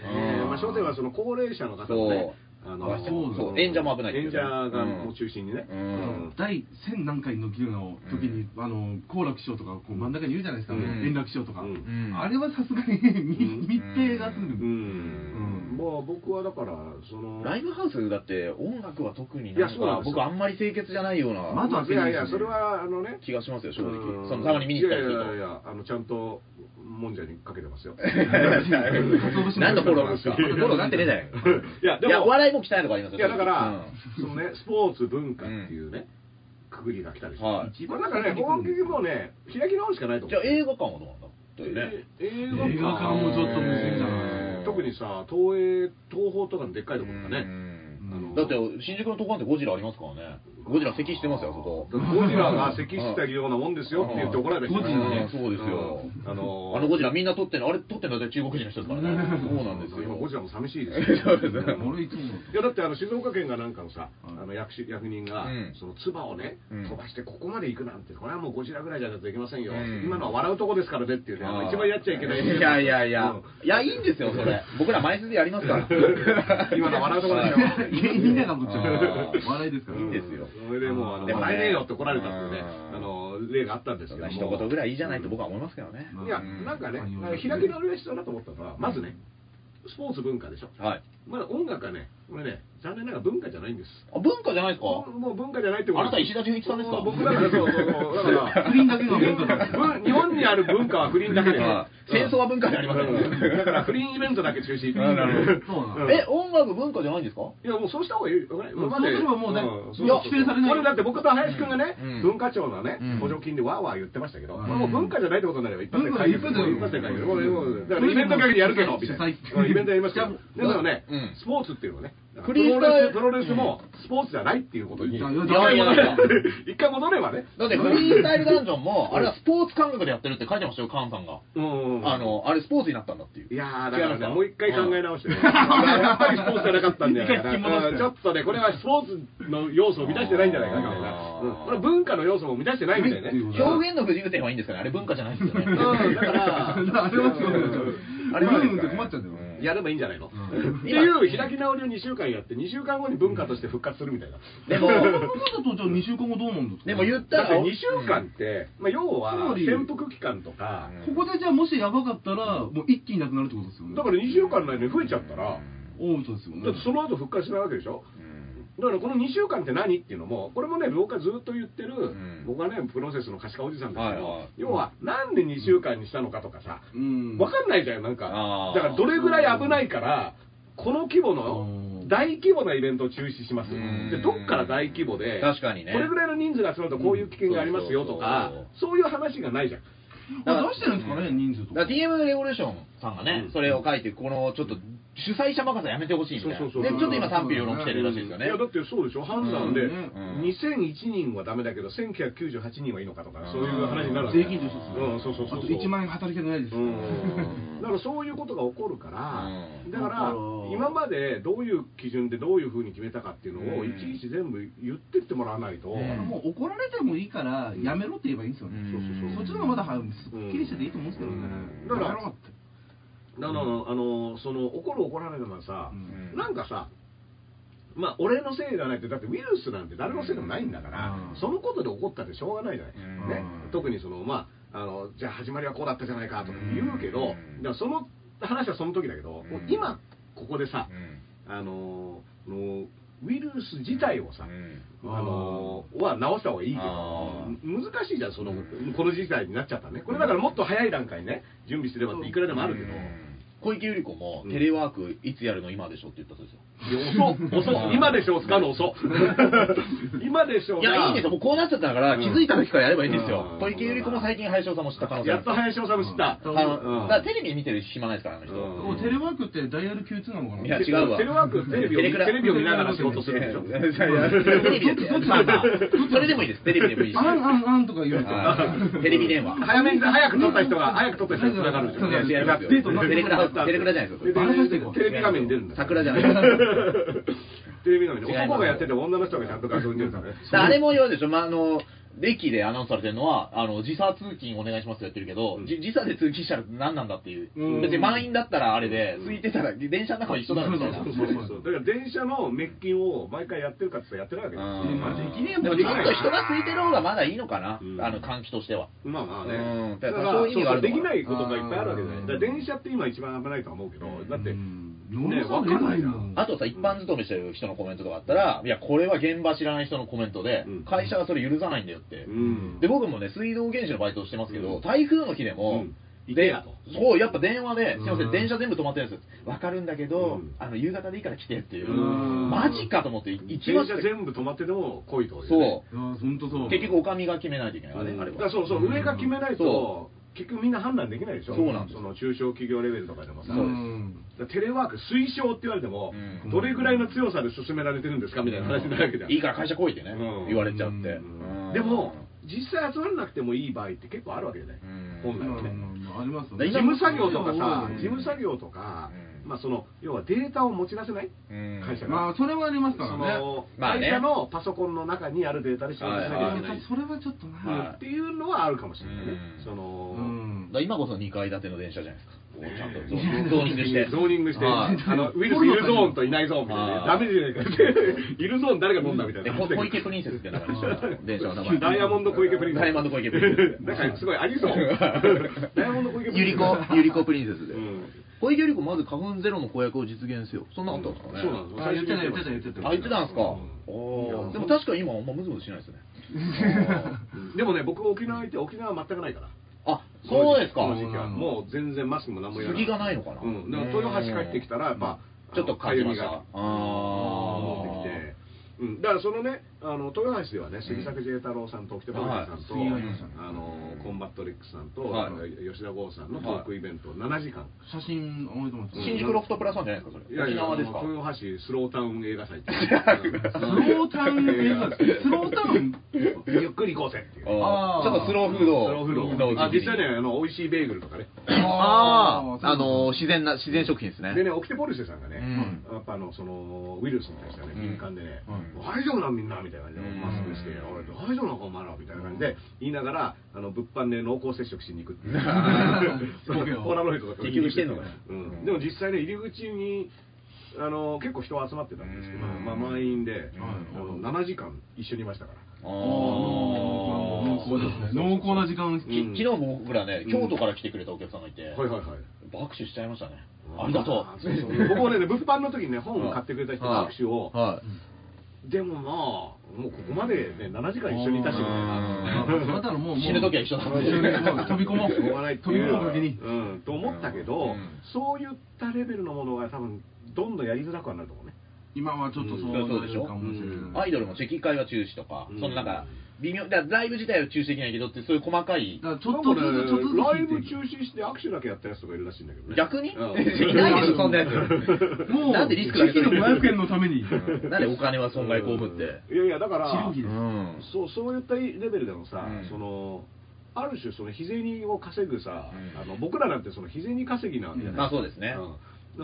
えーまあ商店はその高齢者の方のねあの
そう
そう
演者も危ない
演
です
者
よね
が
うん
もう中心にね
う
あ
ん
の第1000何回の議論の時に、あの好楽師匠とかこう真ん中にいるじゃないですか、
うん
円楽師匠とか、
うん
ん
あれはさすがに
ん
密密閉がすぐ、
う
うんん
まあ僕はだからその
ライブハウスだって音楽は特に
い
な
や
ん
そうなん
か
ですよ
僕あんまり清潔じゃないような
まだ
いやいやそれはあのね
気がしますよ正
うん
直そのたまに見に行ったりする
いやいやい
と
やあのちゃんともんじゃにかけ てますよ
何のフォローですかフォローなってねえじゃない
いや
い
で
や
も
お笑いも汚いとこありますよ
いやだから、
うん
そのね、スポーツ文化っていうね、くぐりが来たりして、
はい
一番だからね、本気もうね、開き直るしかないと
じ
思
ゃあ
う。
映画館はどうなんだというね
え映画
映画館
館
もちょっとむずいんじゃない
うん
特にさ、東映、東宝とかのでっかいところとか
う
ね、
ん
あの
だって新宿のとこなんてゴジラありますからねゴジラ咳してますよ、あそこ。
ゴジラが咳したようなもんですよって言って怒られて
ゴジラね
うんそうですよ。
あのー
あのゴジラみんな撮ってんの、あれ撮ってんのは中国人の人ですからね。そうなんです
今ゴジ
よ。
ラも寂しいですよ
俺いつも
いやだってあの静岡県がなんかのさ、あの役し役人が、
うん
その唾をね、
うん
飛ばしてここまで行くなんて、これはもうゴジラぐらいじゃできませんよ、
うん
今のは笑うとこですからねっていうね、あの一番やっちゃいけない、
いやいやいや
うん、
いや、いいんですよ、それ。僕ら毎週でやりますから。
今の笑うとこですよ
は
芸人だからもちろ
あ
ん
ー
笑いですから
いいんですよ
それでもう、あの
でもね
笑えねえよって怒られたっていうね、
うん
あの例があったんです
そ
け
ん
ど
な
も、
一言ぐらいいいじゃないと僕は思いますけどね。
いや、
うん
なんかね、
うん
開き直りが必要だと思ったのは、まずね、スポーツ文化でしょ、
はい。
まだ音楽はね、これね、残念ながら文化じゃないんです。
あ、文化じゃないですか
もうもう文化じゃないってこと
あなた石田純一さんですか
もう僕だからそうそうそう。だから、
不倫だけが文化だ
うん日本にある文化は不倫だけで
あ。戦争は文化じゃありませんよね
うんだから不倫イベントだけ中止。
あなる
ほどそうな
うん
え、音楽文化じゃないんですか
いや、もうそうした方がいいよね。
うんそうすればもうね
ん
いや規制されない
これだって僕と林くんがね
うん、
文化庁のね
うん、
補助金でわーわー言ってましたけど、
うん
これもう文化じゃないってことになれば一発で
文化
解決。
一発で
一発で解決。もうもうだからイベントだけやるけど、みたいな。
うん
うんイベントやりますけど。
い
だ
や
からね
うん、
スポーツっていうのはね、
フ
プ
リー
ロ
スタイ
レ
ル
スプロレスもスポーツじゃないっていうことに、
い
一
や
回
いや
戻
いやいやい
れ 一回戻ればね。
だってフリースタイルダンジョンも、あれはスポーツ感覚でやってるって書いてましたよ、カンさんが。
うん
あの、あれスポーツになったんだっていう。
いやー、だから
違いま
ね、
す
もう一回考え直してね。やっぱりスポーツじゃなかったんだよ
一回引き戻して
ちょっとね、これはスポーツの要素を満たしてないんじゃないかみたいな。
あー
うんこれは文化の要素も満たしてないみたいなね。うん
表現の不自由点はいいんですかね、あれ文化じゃないですよね。
だか
あ
ら、
れはすごい
あ
あ
れ
れ
は
は
です
うん
か
っ
ね
て困っちゃうんだよ
うん
やればいいんじゃないのって
うん
いう開き直りを2週間やって、2週間後に文化として復活するみたいな。
で
この
も、
ままだとじゃあ2週間後どうなんですか
でも言った
だって
ら、
2週間って、まあ要は潜伏期間とか、
うん
ここでじゃあもしやばかったらもう一気になくなるってことですよね
だから2週間の間に増えちゃったら、
おうそうですよね
だってその後復活しないわけでしょ
うん
だからこの2週間って何っていうのも、これもね、僕はずっと言ってる、
ん
僕はね、プロセスの可視化おじさんですけど、
はいはい
要は、なんで2週間にしたのかとかさ、
うん
わかんないじゃん、なん
あ
か
ー、
だからどれぐらい危ないから、この規模
う
の
ん
大規模なイベントを中止します、
うん
でどっから大規模で、
確かにね
これぐらいの人数が集まるとこういう危険がありますよとか、
うん
そういう話がないじゃん。
あ出してるんですかね人数と
だ
か
から DM レボリューションさんがね、
うん
それを書いて、このちょっと主催者任せやめてほしいみたいな、
そうそうそう
でちょっと今、賛否両論来てるらしいですよね。
いやだってそうでしょ、判断で、
うん
うん
2001人はダメだけど、1998人はいいのかとか、そういう話になるわけ
税金と一緒ですね
うん、そうそうそう
あ
そ
と
う。
1万円働きたくないです
うんだからそういうことが起こるから、
うん
だから
だから
今までどういう基準でどういうふうに決めたかっていうのを
うん
いちいち全部言ってってもらわないと、
うん
もう怒られてもいいからやめろって言えばいいんですよね
うん
そっちの方がまだはいすっきりしてていいと思うんですけど
うん
ね
だから
やめろって
だからあのその怒る怒られるのはさ、
うん
なんかさまあ俺のせいじゃないってだってウイルスなんて誰のせいでもないんだから、
うん
そのことで怒ったってしょうがないじゃない、
うん
ね
うん
特にそのまああのじゃあ始まりはこうだったじゃないかとか言うけど、
うん
だからその話はその時だけど、
うん
今ここでさ、
うん
あののウイルス自体をさ、
うん
あのは直した方がいいけど
あ
難しいじゃんそのこの事態になっちゃったねこれだからもっと早い段階にね準備すればっていくらでもあるけど、
小池百合子も、テレワークいつやるの今でしょって言ったそうですよ。
いや遅っ遅っ今でしょ使うの遅 っ今でしょ
いや、いいんですよ。もうこうなっちゃったから、
うん
気づいた時からやればいいんですよ
う。ん
小池百合子も最近、林さんも知った可能性あ
や
る
っと林修知った、
う
あ
ん
の、
う
だ
ん
からテレビ見てる暇ないですから、あの人。
も
うん
うテレワークってダイヤル Q2 なのかない
や違うわ
テレワークテレビを
テレクラ
テレビを見ながら仕事するでしょ
いやいやいやテレビですよまあまあそれでもいいです。テレビでもいいし。
あんあんあんとか言うと
はいテレビ電話。
早めに早く撮った人が早く撮った人に繋がるでしょ
いや違いますよ
デートになっ
テレクラテレクラじゃないですよ
テレビテレビ画面に出るんだ
桜じゃないです
テレビ画面に
違います
男がやってて女の人がちゃんと画像に出るからね
あれも言われるでしょ、まあ、あの、駅でアナウンスされてるのは、あの、時差通勤お願いしますってやってるけど、
うん
じ時差で通勤したら何なんだっていうう。
ん
別に満員だったらあれで、空いてたら電車の中は一緒だろみたいな。
そう
そうそうそうだから電車の滅菌を毎回やってるかって言ったらやってないわけ
ん
ですよマジできねえ
で
も
も
ん
ちょっと人が空いてる方がまだいいのかな、
うん
あの換気としては。
まあまあ
う
ね
んだ
だ
か
からら
そういう意味があるのかな
そうそうできないことがいっぱいあるわけじゃないだから電車って今一番危ないとは思うけどだってねわかんないじゃん
あとさ、一般勤めしてる人のコメントとかあったら、いや、これは現場知らない人のコメントで
うん、
会社がそれ許さないんだよって
う。ん
で、僕もね、水道原子のバイトをしてますけ
う
ど、
ん
台風の日で
う
も
ん、
で
行けやと、
そう、やっぱ電話で、すいませ、
うんん
電車全部止まってるんですよ。わかるんだけ
う
ど
ん、
あの、夕方でいいから来てっていう。
うん
マジかと思って、行き
電
まし
車
た
全部止まってても来いと
そう
本当そう
結局、おかみが決めないといけない、あれ
だ
あれ
から
は。
そうそう上が決めないと結局みんな判断できないでしょ
そうなんです
その中小企業レベルとかでもさ、
そうです
ん
だからテレワーク推奨って言われても、
うん
どれぐらいの強さで進められてるんですかみたいな話になるわけじゃん、
いいから会社来いってね、
うん
言われちゃって、
うん
うん
でも実際集まらなくてもいい場合って結構あるわけじゃない、
うん
本来はね、
まあありますよ
うん
ね。
事務作業とかさ、
うん
事務作業とか、
うん
まあ、その要はデータを持ち出せない、
うん
会社が
まあそれはありますか
そ
らね。
の
まあね
会社のパソコンの中にあるデータで仕事しなきゃいけない、
それはちょっとな。
はいはい
っていうのはあるかもしれないね、
うん
その、
うん
だから今こそ2階建ての電車じゃないですか、こうちゃんとゾーニングして、
ゾーニングして、
は
あ
い
のウイルスいるゾーンといないゾーンみたいなね、
は
ダ
い
メじゃないかって、いるゾーン誰が飲んだみたい
で
な。
小小池プリンセスって名前に した電車の名前
ダイヤモンド小池プリンセ
ダ
ス。
イヤモンド小池プリン セス
なんかすごいあり そう。ダイヤモンド小 池プ
ゆり
リンセス。
こゆりこプリンセスで、
うん
小池ゆり子まず花粉ゼロの公約を実現せよそんなのあったんですかね、
そうなんです
あ言ってた言ってた言ってた
あ言ってたんですか、
うん
お
うん
ーでも確かに今あんまムズムズしないです ね
でもね、僕沖縄行って沖縄は全くないから。
あそうですか
この時期はもう全然マスクも何もいらない。
杉がないのかな
うん。だから豊橋帰ってきたら、やっぱ、
ちょっと感じました
あの
ああ
痒みが持ってきて、うん、だからそのねあの豊橋ではね杉作 J 太郎さんと沖田真さんと、
はい杉浦さん
あのコンバットレックスさんと、
はい
あの吉田剛さんのトークイベント7時間、
写真多いと思って
新宿ロフトプラさんじゃないですかそれ沖縄ですか
あの豊橋スロータウン映画祭っていう
スロータウン映画ですねスロータウン
ゆっくり行こうぜっていうね
あ
あー
ーちょっとスローフードを
スローフードをあ実際ねあの美味しいベーグルとかね
あ
ー
ああのー自然な自然食品ですね
でね沖手ポルシェさんがね、
うん
やっぱあのそのウイルスに対してはね
うん
敏感でね、
うん
大丈夫なんみんなみたいな感じで
うん
マスクして、おい大丈夫なのお前らみたいな感じで言いながらあの物販で濃厚接触しに行くっていうそのポラロイドとか
結局してんのかよ
うん、でも実際ね入り口にあの結構人集まってたんですけど、
うん
まあ、満員で、
ん
あの7時間一緒にいましたから。
あ
あー
ー
濃厚ですね濃厚な時間
うん
き昨日も僕らね京都から来てくれたお客さんがいて、
はいはいはい
握手しちゃいましたねありがとう
そうそう 僕もね物販の時にね本を買ってくれた人の握手を、
はい
でもまあ、もうここまでね、7時間一緒にいたしみたいな、
あなたのもうもう
死ぬ時は一緒だ
もう飛び込もう
しょうがないって
飛び
い
込む先に
う、うん、と思ったけど、
うん
そういったレベルのものが、多分どんどんやりづらくはなると思うね。
今はちょっとそうなるかもしれ
うん
ない
アイドルもチェキ会は中止とか、
うん
そのなんか微妙だからライブ自体は中止できないけどってそういう細かい
だからちょっとず
なんかね
つちょっとずつ
ライブ
引いてい
中止して握手だけやったやつとかいるらしいんだけどね。
逆に、
うん
ないでしょそんなやつ
くもう
なんでリスクだけ取
地域
る
の500円のために
なんでお金は損害被って、
うんいやいや、だから、
治療費
う
うん
ん
そうそういったレベルでもさ、
うん
そのある種その日銭を稼ぐさ、
うん
あの僕らなんてその日銭稼ぎなわけじゃ
ま
な
あ
い、
そうですね、
うん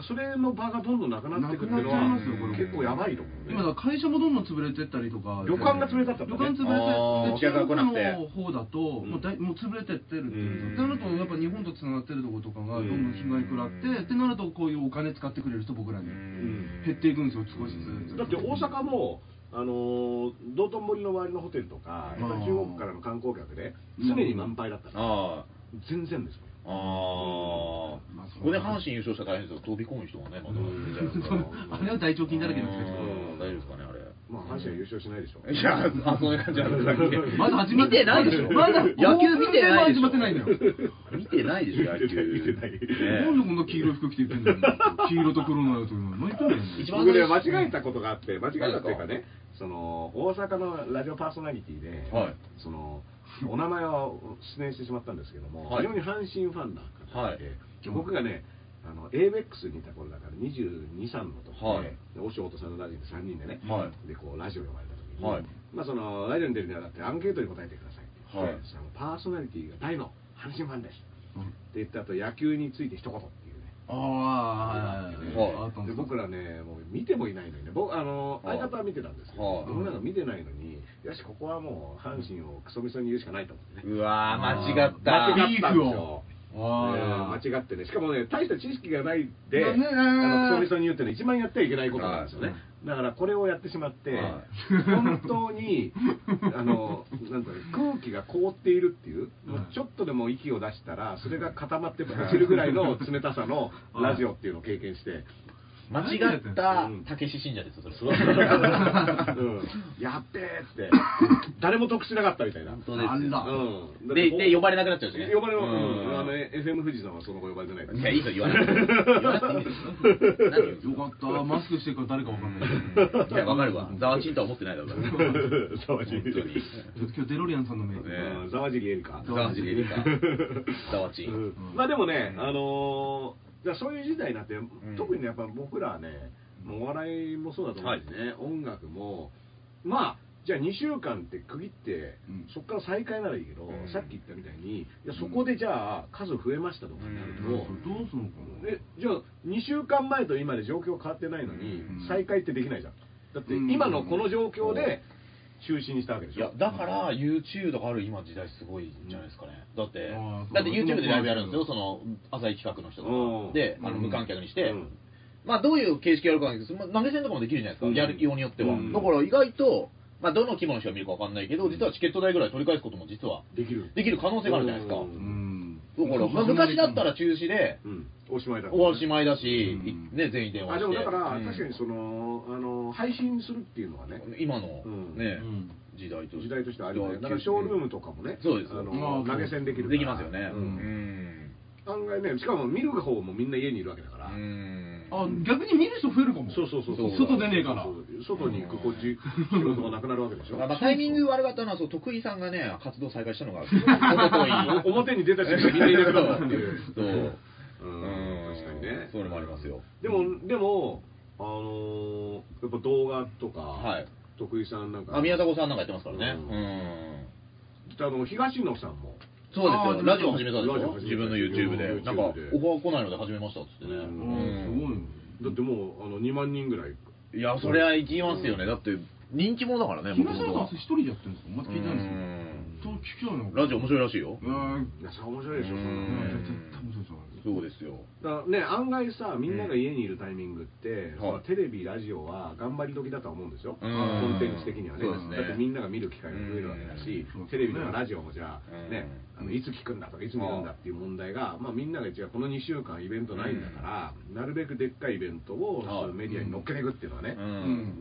それの場がどんどんなくなってくっていうのは
なくなっちゃいますよこれ
結構やばいと思う ね
今だから会社もどんどん潰れてったりとか
旅館が潰れたってこと
旅
ね
館潰れて
あーお
で
客が来なくて
中国の方だともうだいもう潰れてってるっていう
うん
ってなるとやっぱ日本とつながってるとことかがどんどん被害食らってってなるとこういうお金使ってくれる人僕らに
ん
減っていくんですよ少しずつ
だって大 阪もあのー道頓堀の周りのホテルとかやっぱり中国からの観光客で
うん
常に満杯だったから、
あ
全然ですよ
あああ
まあそう
ここで阪神優勝したら大変ですよ飛び込む人がねまだ出ちゃいますから
あれは大腸菌だらけですけど
うん大丈夫ですかねあれ
まあ阪神は優勝しないでしょ
いや、あ、そういう感じなんだっけ。
まだ始まっ
見てないでしょ。
まだ
野球見てないでしょ。
興奮も始まってないんだよ。
見てないでしょ、野球。
見てない見てない
ね
なんでこんな黄色い服着て言ってんだよ黄色と黒のやつ今何言ってんだよ
一番
僕ね間違えたことがあって間違えたっていうか
何で
ねその大阪のラジオパーソナリティで、
はい
そのお名前を失念してしまったんですけども、
はい
非常に阪神ファンな方がいて、
はい
で僕がねあの ABEX にいた頃だから22、3の時で、
はい
でお仕事さんのラジオで3人でね、
は
でこうラジオ呼ばれた時に、
はい
まあ、そのラジオに出るにあたってアンケートに答えてくださいって言って、
はい
そのパーソナリティが大の阪神ファンです
うん
って言った後野球について一言っていうね
ああはいはいはいあったん
で
です
僕らね、もう見てもいないのにね、僕あの
はい
相方は見てたんですけ
は
ど、
い
僕なんか見てないのに、よし、ここはもう阪神をクソみそに言うしかないと思って
い。
ね、
うわー、間違った。
間違ったん
ビ
で
ー
す
フ
よ
を、
ね
あ
間違ってね、しかもね、大した知識がないで、
だね
あ
あー
のクソみそに言うってのは一番やってはいけないことなんですよね、だからこれをやってしまって
は、
本当にあのなんだろう空気が凍っているっていう、もうちょっとでも息を出したら、それが固まって落ちるぐらいの冷たさのラジオっていうのを経験して。
間違った
うん
たけし信者ですよ、それ。
うんやっべえって誰も得しなかったみたいな。
当ですよ
あんだ
うん
で、で、呼ばれなくなっちゃうしね。
呼ばれは、
う
うん、あの
ん
FM 富士さんはその後呼ばれてないから
いや、いいと言わなくて。言わなくていいんですよ。何言うんです
よかった、マスクしてるから誰かわかんない。
か いや、わかるわ。ざわちんとは思ってないだろうから。
ざわじり
本当に。
今日デロリアンさんの目。
ね
うんざわじりエリカ
ざわちんエリ カ。ざわち。
うんんまあでもね、あのーじゃあそういう時代になって、特にねやっぱ僕らはねもうお笑いもそうだと思うんですね、音楽もまあじゃあ2週間って区切って、
うん
そこから再開ならいいけど、
うん
さっき言ったみたいにいやそこでじゃあ数増えましたとかになる
う
と、
ん
どうすんのかな
えじゃあ2週間前と今で状況変わってないのに、
うん
再開ってできないじゃんだって
うん
今のこの状況で中止にしたわけでし
いや
ょ、
だから YouTube とかある今時代すごいんじゃないですかね。だって
あーそう、
だって YouTube でライブやるんですよ、その、浅い企画の人
う
と
ん
か。で、あの、
うん
無観客にし
う
て、
ん
まあ、どういう形式やるかなんですけど、まあ投げ銭とかもできるじゃないですか、
うん
やるようによっては。
うん
だから意外と、まあ、どの規模の人が見るかわかんないけど、実はチケット代ぐらい取り返すことも実は
できる
できる可能性があるじゃないですか。
うん
ん
だから、まあ、昔だったら中止で、
うんおしまいだから
おしまいだし、
うん
ね、全員電話
あ
して。
でもだから、
うん
確かにそのあの配信するっていうのはね
今の
うん
う
ね、
ん
時代と
時代としてあるよねだからショールームとかもね
そうです
あ
あ
の
ー
投げ銭できるから
できますよね。
う
うんん。
案外ねしかも見る方もみんな家にいるわけだから、
うん
あ、逆に見る人増えるかも。
そうそうそうそう
外出ねえから
そうそう外に行くこっち仕事がなくなるわけでしょ
まあまあ、タイミング悪かったのは、そう、徳井さんがね、活動再開した のが、おととい。
お表に出た瞬間みんないなくなったっていう。
そう。
う、
うん
確かにね。
そういうのもありますよ。
でも、でも、あのーやっぱ動画とか、
はい
徳井さんなんか、
あ、宮迫さんなんかやってますからね。
う
うんん。
あの東野さんも、
そうです
あーで
よ。
も
ラジオ始めたでし
ラジオ
ょ
始
自
めた
分の YouTube
うん
で。なんか、オ
YouTube で
ファー来ないので始めましたっつってね。
う
うん
うん
ん
だってもうあの2万人ぐらい、
いや、そりゃ行きますよね。だって、人気者だからね、
すごいよ。東
元
野
々
さん
は
って一人でやってるんですかまだ聞いてないんですよ。
うん
そう聞きたいの。
ラジオ面白いらしいよ。
うわー
いや、それ面白いでしょ、
うん
そん
い
なの
や
ね
絶対面白いですよ
そうですよ。
だからね、案外さ、みんなが家にいるタイミングって、
ん
そ
は
の
い
テレビ、ラジオは頑張り時だとは思うんですよ、
うん
コンテンツ的にはね
そうですね
だってみんなが見る機会が増えるわけだし、
うん
テレビとかラジオもじゃ
う
あ、
ん
ね、あのいつ聞くんだとか、いつ見るんだっていう問題が、まあ、みんなが一応、この2週間イベントないんだから、なるべくでっかいイベントを
はい
そういうメディアに乗っけていくっていうのはね
う、
ん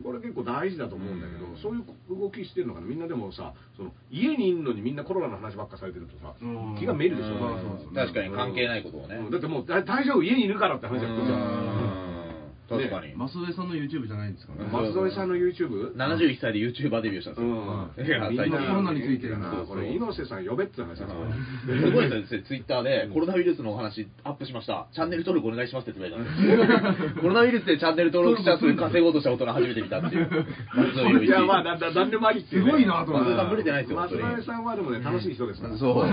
ん。
これ結構大事だと思うんだけど、
うん
そういう動きしてるのかな、みんなでもさ、その家にいるのにみんなコロナの話ばっかされてるとさ、
うん
気がめるでしょ、
うん
なんか
そう
確かに関係ないことをね。
うんだってもうだ大丈夫家にいるからって話だったじゃん
うん確かに。
マスオさんの YouTube じゃないんですかね。
松添さんの YouTube?
71歳で YouTuber デビューしたんですよ。いや
みん
最近
な
コロナ
についてるな
そうそうこれ猪瀬さん呼べって話ですよ
すごいですね、ツイッターで、コロナウイルスのお話アップしました、チャンネル登録お願いしますって言われたん ですよコロナウイルスでチャンネル登録者数稼ごうとした大人初めて見たっていう、松尾
いや
雄一
まあなななんでもありっていうね
すごいなと思って
松尾さん、ぶれてないですよ、
松
本当
添
に
さんはでもね楽しい人ですから
そう、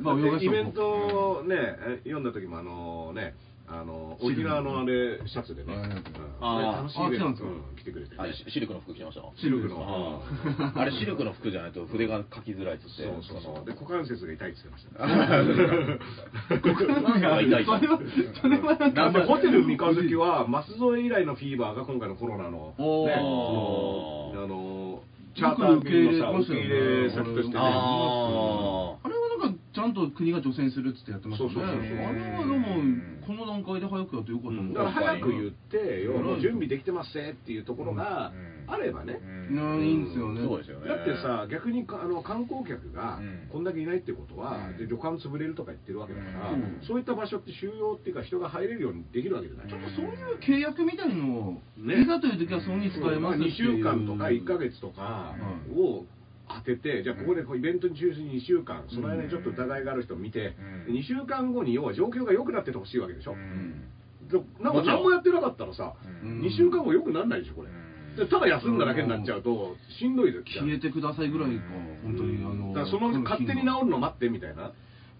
まあ泳が
だっ
してて
イ
も
ベントをねえ読んだ時もあのねあの沖縄のあれシャツでね
うん
うん
あ
楽しいイベント
あ来たんですか
うん来てくれてね
あれシシルクの服着てました
シルクの
あーあれ、シルクの服じゃないと筆が書きづらいっつって、
そうそうそう
の
で股関節が痛いって言ってま した
なんか痛いじゃん
それはそれはなん
だ
か
ってホテル三日月は舛添以来のフィーバーが今回のコロナの、ね、
おー
そのあのチャ
よ
ータ
く
ー
受け
便
入
の
れ
さ
てまし
受
たよね
け入れ先としてね
あ
あれはなんかちゃんと国が除染するっつってやってますよね。
そうそうそう
あれはでもこの段階で早くやってよかった
うん
ん
だから早く言っ
う。
て、要はもう準備できてますぜっていうところが
うん
あればね、
ー
ない
うん
いんですよね。
そうですよね。
だってさ、逆にかあの観光客が
うん
こんだけいないってことは、
うん
で旅館潰れるとか言ってるわけだから、
うん
そういった場所って収容っていうか、人が入れるようにできるわけじゃない。
ちょっとそういう契約みたいのを、
ね
いざという時はそうに使えますってい
2
う。
週間とか1ヶ月とかを当てて、じゃあここでこうイベントに中止に2週間、その間にちょっと疑いがある人を見て、
うん
2週間後に要は状況が良くなっててほしいわけでしょ、
うん
でなんか
もちろん
何もやってなかったらさ、
うん
2週間後良くならないでしょ、これ、
うん
でただ休んだだけになっちゃうと、しんどいです
消えてくださいぐらいか、
う
本
ん
当にあの。
だからその勝手に治るの待ってみたいな。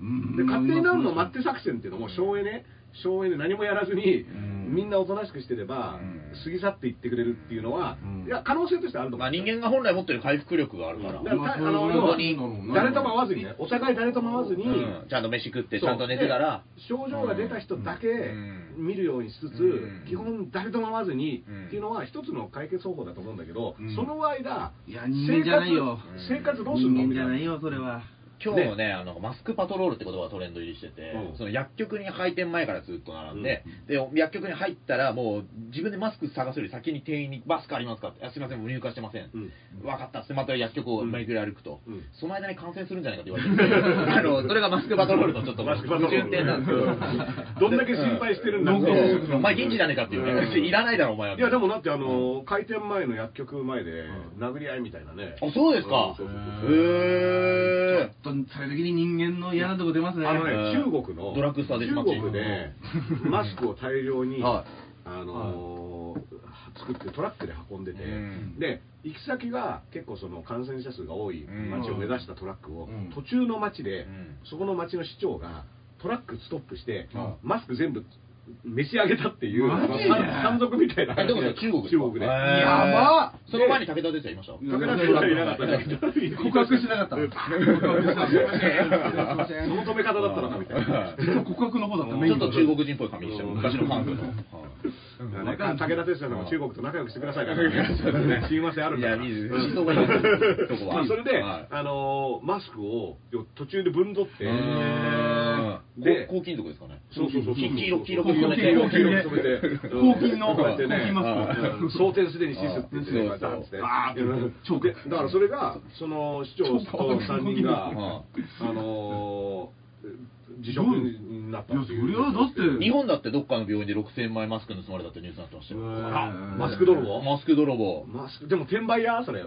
うん。
で勝手になるのを待って作戦っていうのも省エネ省エネ何もやらずに
ん
みんなおとなしくしてれば
うん
過ぎ去っていってくれるっていうのは
うん
いや可能性としてあると思う
まあ人間が本来持ってる回復力があるから、
だからたあ
まあ
の
それ
要
は
は
何だろうな
誰とも会わずにねお互い誰とも会わずに
うんちゃんと飯食って、ちゃんと寝てから、
そうで症状が出た人だけ
うん
見るようにしつつ、
うん
基本誰とも会わずに
うん
っていうのは一つの解決方法だと思うんだけど、
うん
その間
いや人間じゃないよ
生活生活どうするの
人間
み
じ
た
ゃないいよ、それは。
今日のね、あのマスクパトロールって言葉がトレンド入りしてて、
うん
その薬局に開店前からずっと並んで、で薬局に入ったら、もう自分でマスク探すより先に店員にマスクありますかって、あすみません、もう入荷してません、
うん
分かったっつって、また薬局を
うん
巡り歩くと、
うん
その間に感染するんじゃないかって 言われてるあのそれがマスクパトロールとちょっと
マスクパトロ
矛
ール
盾点なんですけど、
どんだけ心配してるんだ
う
っていう
そうお前、元気じゃねえかっていうね、
うん
いらないだろ、お前は。
いやでもだってあのー開店前の薬局前で殴り合いみたいなね
あそうですか
んそうそうそう
へー
ちょっとそれだけに人間の嫌なとこ出ますね
あのね
うん
中国の
ドラッグストアでしま
中
って
国でマスクを大量に
は
あ
い
のー作ってトラックで運んでて
うん
で行き先が結構その感染者数が多い町を目指したトラックを
うん
途中の町で
うん
そこの町の市長がトラックストップして
うん
マスク全部召し上げたっていう
マジで
単独みたいな
あでもね中国です
中
か
国で
へー
やばっ
その前に武田哲也いました
武田哲也いなか ったね
告白しなかった
うんその止め方だったのかみたいな。
告白の方だった
ちょっと中国人っぽい髪してる昔の韓国の。
武田鉄矢さんが中国と仲良くしてくださ いね。親和性あるん
い
だ
や、
から。
いいです
うん
思想がいいですそこ
ま
は。
あ、それで、
はい
あのーマスクを途中でぶんどって、
うん
で
こう、高金属ですかね。
そうそうそうそう
き黄色、黄色、
黄色
めて
黄色黄
黄色
色黄色
黄金の
こうやってね
黄金マスク
うん蒼天すでにシスって言ってね
うん
こうやって貼って
あー
うん
超
でだからそれがその市長と3人があのー辞職になったっていう
いやそれはだって
日本だってどっかの病院で6000枚マスク盗まれたってニュースになってましたよ。
あマスク泥棒
マスク泥棒。
マスクでも転売屋それ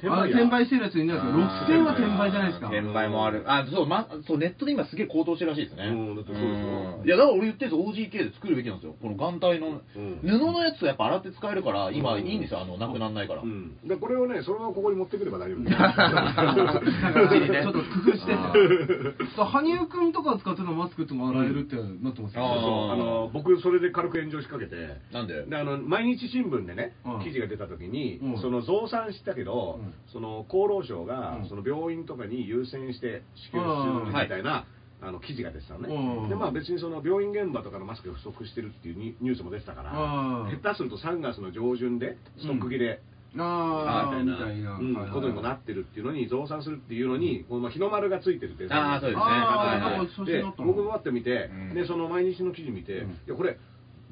転
あ
売
の
屋
転売してるやついないですよ6000は転売じゃない ですか
転売もある。あ、そう、ま、そう、ネットで今すげえ高騰してるらしいですね。
うんだってそうですよ
うんいや、だから俺言ってるんですよ OGK で作るべきなんですよ。この眼帯の、
うん
布のやつはやっぱ洗って使えるから、今
うん
いいんですよ。あの、なくならないから。
うん、でこれをねそのままここに持ってくれば大丈 夫
ちょっと工夫して
あ
羽生くんとか使ってるのマスクとか洗えるってなってます
そう
あー
よ
あの僕それで軽く炎上しかけて
なんで
であの毎日新聞でね
うん
記事が出た時に、
うん
その増産したけど、
うん
その厚労省が、
うん
その病院とかに優先して支給するみたいな、あの記事が出てたのね、
うん
でまあ、別にその病院現場とかのマスクが不足してるっていうニニュースも出てたから、
うん
下手すると3月の上旬でストック切れ、
ああ
み
み
た
た
い
い
な
な
うんことにもなってるっていうのに増産するっていうのに、この日の丸がついてるデザイン
あーそうですね
あー
はいはいはい
そう
で
そうそう
僕もあって見て、
うん
でその毎日の記事見て、
うん
いやこれ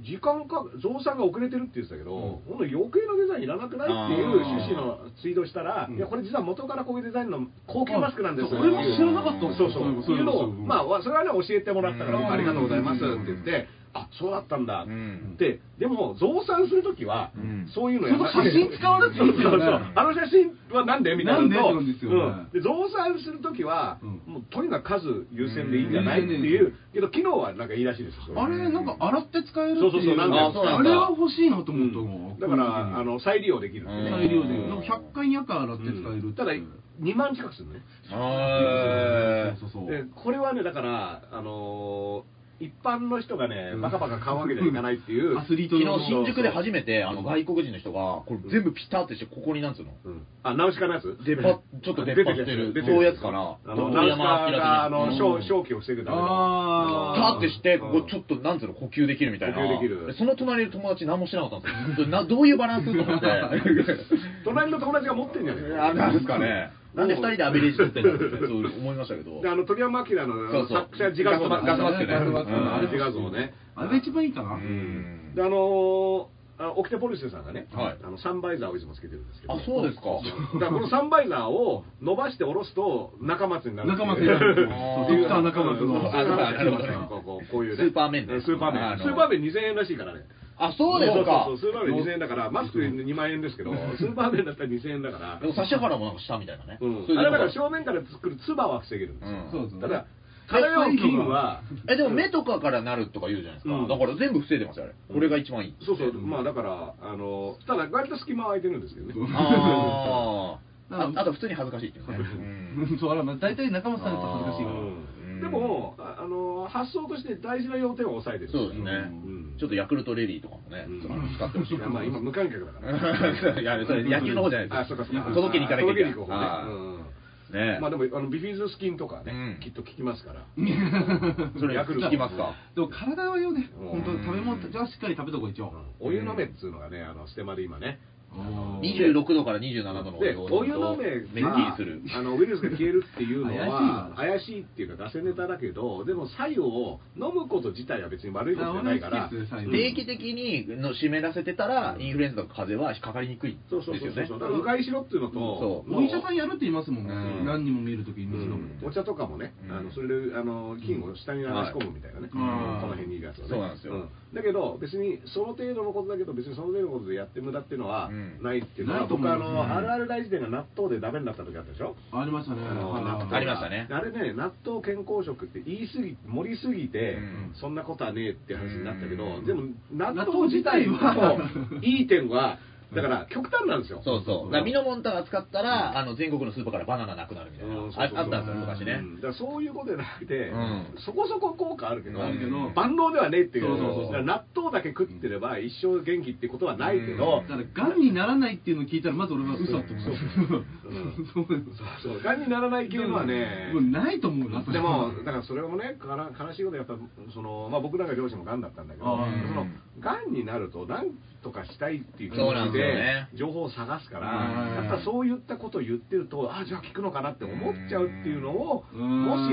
時間か増産が遅れてるって言ってたけど、ほんと余計なデザインいらなくないっていう趣旨のツイートをしたら、
うん
いやこれ実は元からこういうデザインの高級マスクなんです
あそれは知らなかった
うんそうそう
そ
そうう
い
いうう
の
の
う
を、
ん
まあ、それはね教えてもらったから、
うん
僕ありがとうございますって言って、あそうだったんだ、
うん
ででも増産するときは、
うん
そういうの
その写真使われてた
そ
ん
う
です
そ
よ
う
ね
そうあの写真はなんでみたいなのと
なんでってことですよね
うんで増産するときは、
うん
もうとにかく数優先でいいんじゃないっていう、けど、昨日はなんか言い出しいですよ、
あれなんか洗って使えるって
そうそうそうなんか
ああれは欲しいなと
う
思った
んだからあの再利用できるんでね、
材料で
うん
なんか100回200回洗って使える
ただ、2万近くするのね、
あー
そうそうそう
でこれはね、だから、あのー一般の人がね、バカバカ買うわけにはいかないっていう、
アスリート
昨
の
日新宿で初めてあの外国人の人がこれ全部ピタってしてここになんつうの
うんあナウシカのやつ
出っ張ちょっと出っ張ってる
出
そういうやつかな
あの
遠
ナウシカ
山明
があの
的な
正正気を防ぐための
あ
あの
パーってして、
うん
こうちょっと、なんつうの、呼吸できるみたいな。
呼吸できる
その隣の友達何もしなかったんですよ本当にな。どういうバランスと思っ て。
隣の友達が持ってんじゃない
あ、なんですかね。なんで二人でアベレージ取ってんだろうって、そう思いましたけど
で。あの鳥山明の
そうそう
作者自画像
ガスガスマスクね
あの
ガスマスクね
あれ自画像ね。
あれが一番いいかな
うん
であのーあオキテポリスさんがね、
はい
あのサンバイザーをいつもつけてるんですけど。
あ、そうですか。
だからこのサンバイザーを伸ばして下ろすと中松になるっていう。
中松になる
っていう
あー
そう
ドクター
中松の
そう
あなるほど
こうこうこういうね。
スーパーメンね
スーパーメ
あ
ン。
の
スーパーメン2000円らしいからね。
あ、そうですか
そ。うそうスーパーメン2000円だから、マスク2万円ですけど、スーパーメンだったら2000円だから
で。も、指原もなんかしたみたいなね。
うん
それ
あ
で
れだから正面から作るツバは防げるんですよ。
う
そ
ん
うそう
ただ、漂う菌は、
え、でも目とかからなるとか言うじゃないですか。
うん
だから全部防いでますよ、あれ。これが一番いい。
そうそう、まあだから、あの、ただ割と隙間は空いてるんですけどね。
あーあ。
うん
あと、普通に恥ずかしいっていうね。うん
そうあらまあ大体中松さんだと恥ずかしいか
う
ら
んでも、ああの、発想として大事な要点を抑えてる。
そうですね。
うん
ちょっとヤクルトレディーとかもね、
うん
ちょっとあの使ってほしい
いやまあ今無観客だから。
いや、それ野球の方じゃないです
あ、そうかそうか。
届けに行かなきゃいけない。
届けに行こうね
あ
うん
ーねえ
まあでも、あのビフィズス菌とかね
うん、
きっと効きますから。
それヤクルト聞きますか。
でも体はよね
うん
本当食べ物じゃあしっかり食べとこう一応
お湯飲めっつうのがね、あのステマで今ね、
おー
26度から27度の
で、お湯飲め
メッキにする。
あのウイルスが消えるっていうのは
怪
怪しいっていうか出せネタだけどでも作用を飲むこと自体は別に悪いことじゃないから
あ俺好きです白湯
定期的にの湿らせてたら、インフルエンザとか風邪はかかりにくいです
そ
よ
うそうそうそう、
ね。
だからうがいしろっていうのと、
そう
も
お医者さんやるって言いますもんね、
うん
何人も見るときに水飲むって、
お茶とかもね、
うん
あのそれであの菌を下に流し込むみたいなね、
はい
この辺にいるやつをね
そうなんですよ
だけど別にその程度のことだけど別にその程度のことでやって無駄っていうのは
うん
ないっていうのは、
ないと思い
僕あ
ます
の、あるある大事典が納豆でダメになった時あったでしょ
ありましたね、
あの納豆が
ありましたね
あれね納豆健康食って言い過ぎ盛りすぎて、
うん
そんなことはねえって話になったけど、
うん
でも納豆自体は
納豆自体
いい点はだから極端なんですよ
そうそう。だからミノモンタが使ったら、あの、全国のスーパーからバナナなくなるみたいな。
うん
あ
そうそうそう
あったんですよ、昔
う
ね。
んだからそういうことじゃなくて、
うん
そこそこ効果あるけど、
あるけ
ど
万能ではねえっていう
そうそうそう
だから納豆だけ食ってれば一生元気ってことはないけど、
だから、がんにならないっていうのを聞いたら、まず俺は嘘って思います。 そう
そうそうがんにならない系のはね、
もうないと思うな、それ
でも、だからそれもね、から悲しいことやっぱその、まあ、僕なんか両親もがんだったんだけど、
あ
ー
そのがんになると、なんとかしたいっていう気
そう
持
なんで
ち
すよ
で
ね、
情報を探すか
う
ら、
ん
やっぱそういったことを言ってると、あじゃあ聞くのかなって思っちゃうっていうのを、
うん
もし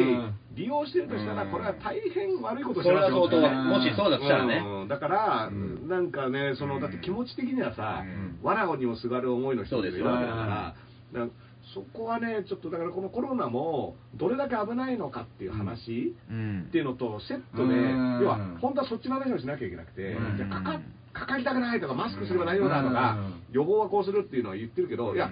利用してるとしたら、
うん
これは大変悪いことをし
そ
て
れ
ます
は相
よ
当、
うん
もしそうだったらね。
うんだから、
うん
なんかねそのだって気持ち的にはさ、
うん
わらをにもすがる思いの人
そうです
いる
よ
わけだからだからそこはねちょっとだからこのコロナもどれだけ危ないのかっていう話
うん
っていうのとセットで、
うん
要は本当はそっちの話をしなきゃいけなくて、
うん
いやかかかかりたくないとかマスクすれば大丈夫だとか、
うん
予防はこうするっていうのは言ってるけど、いや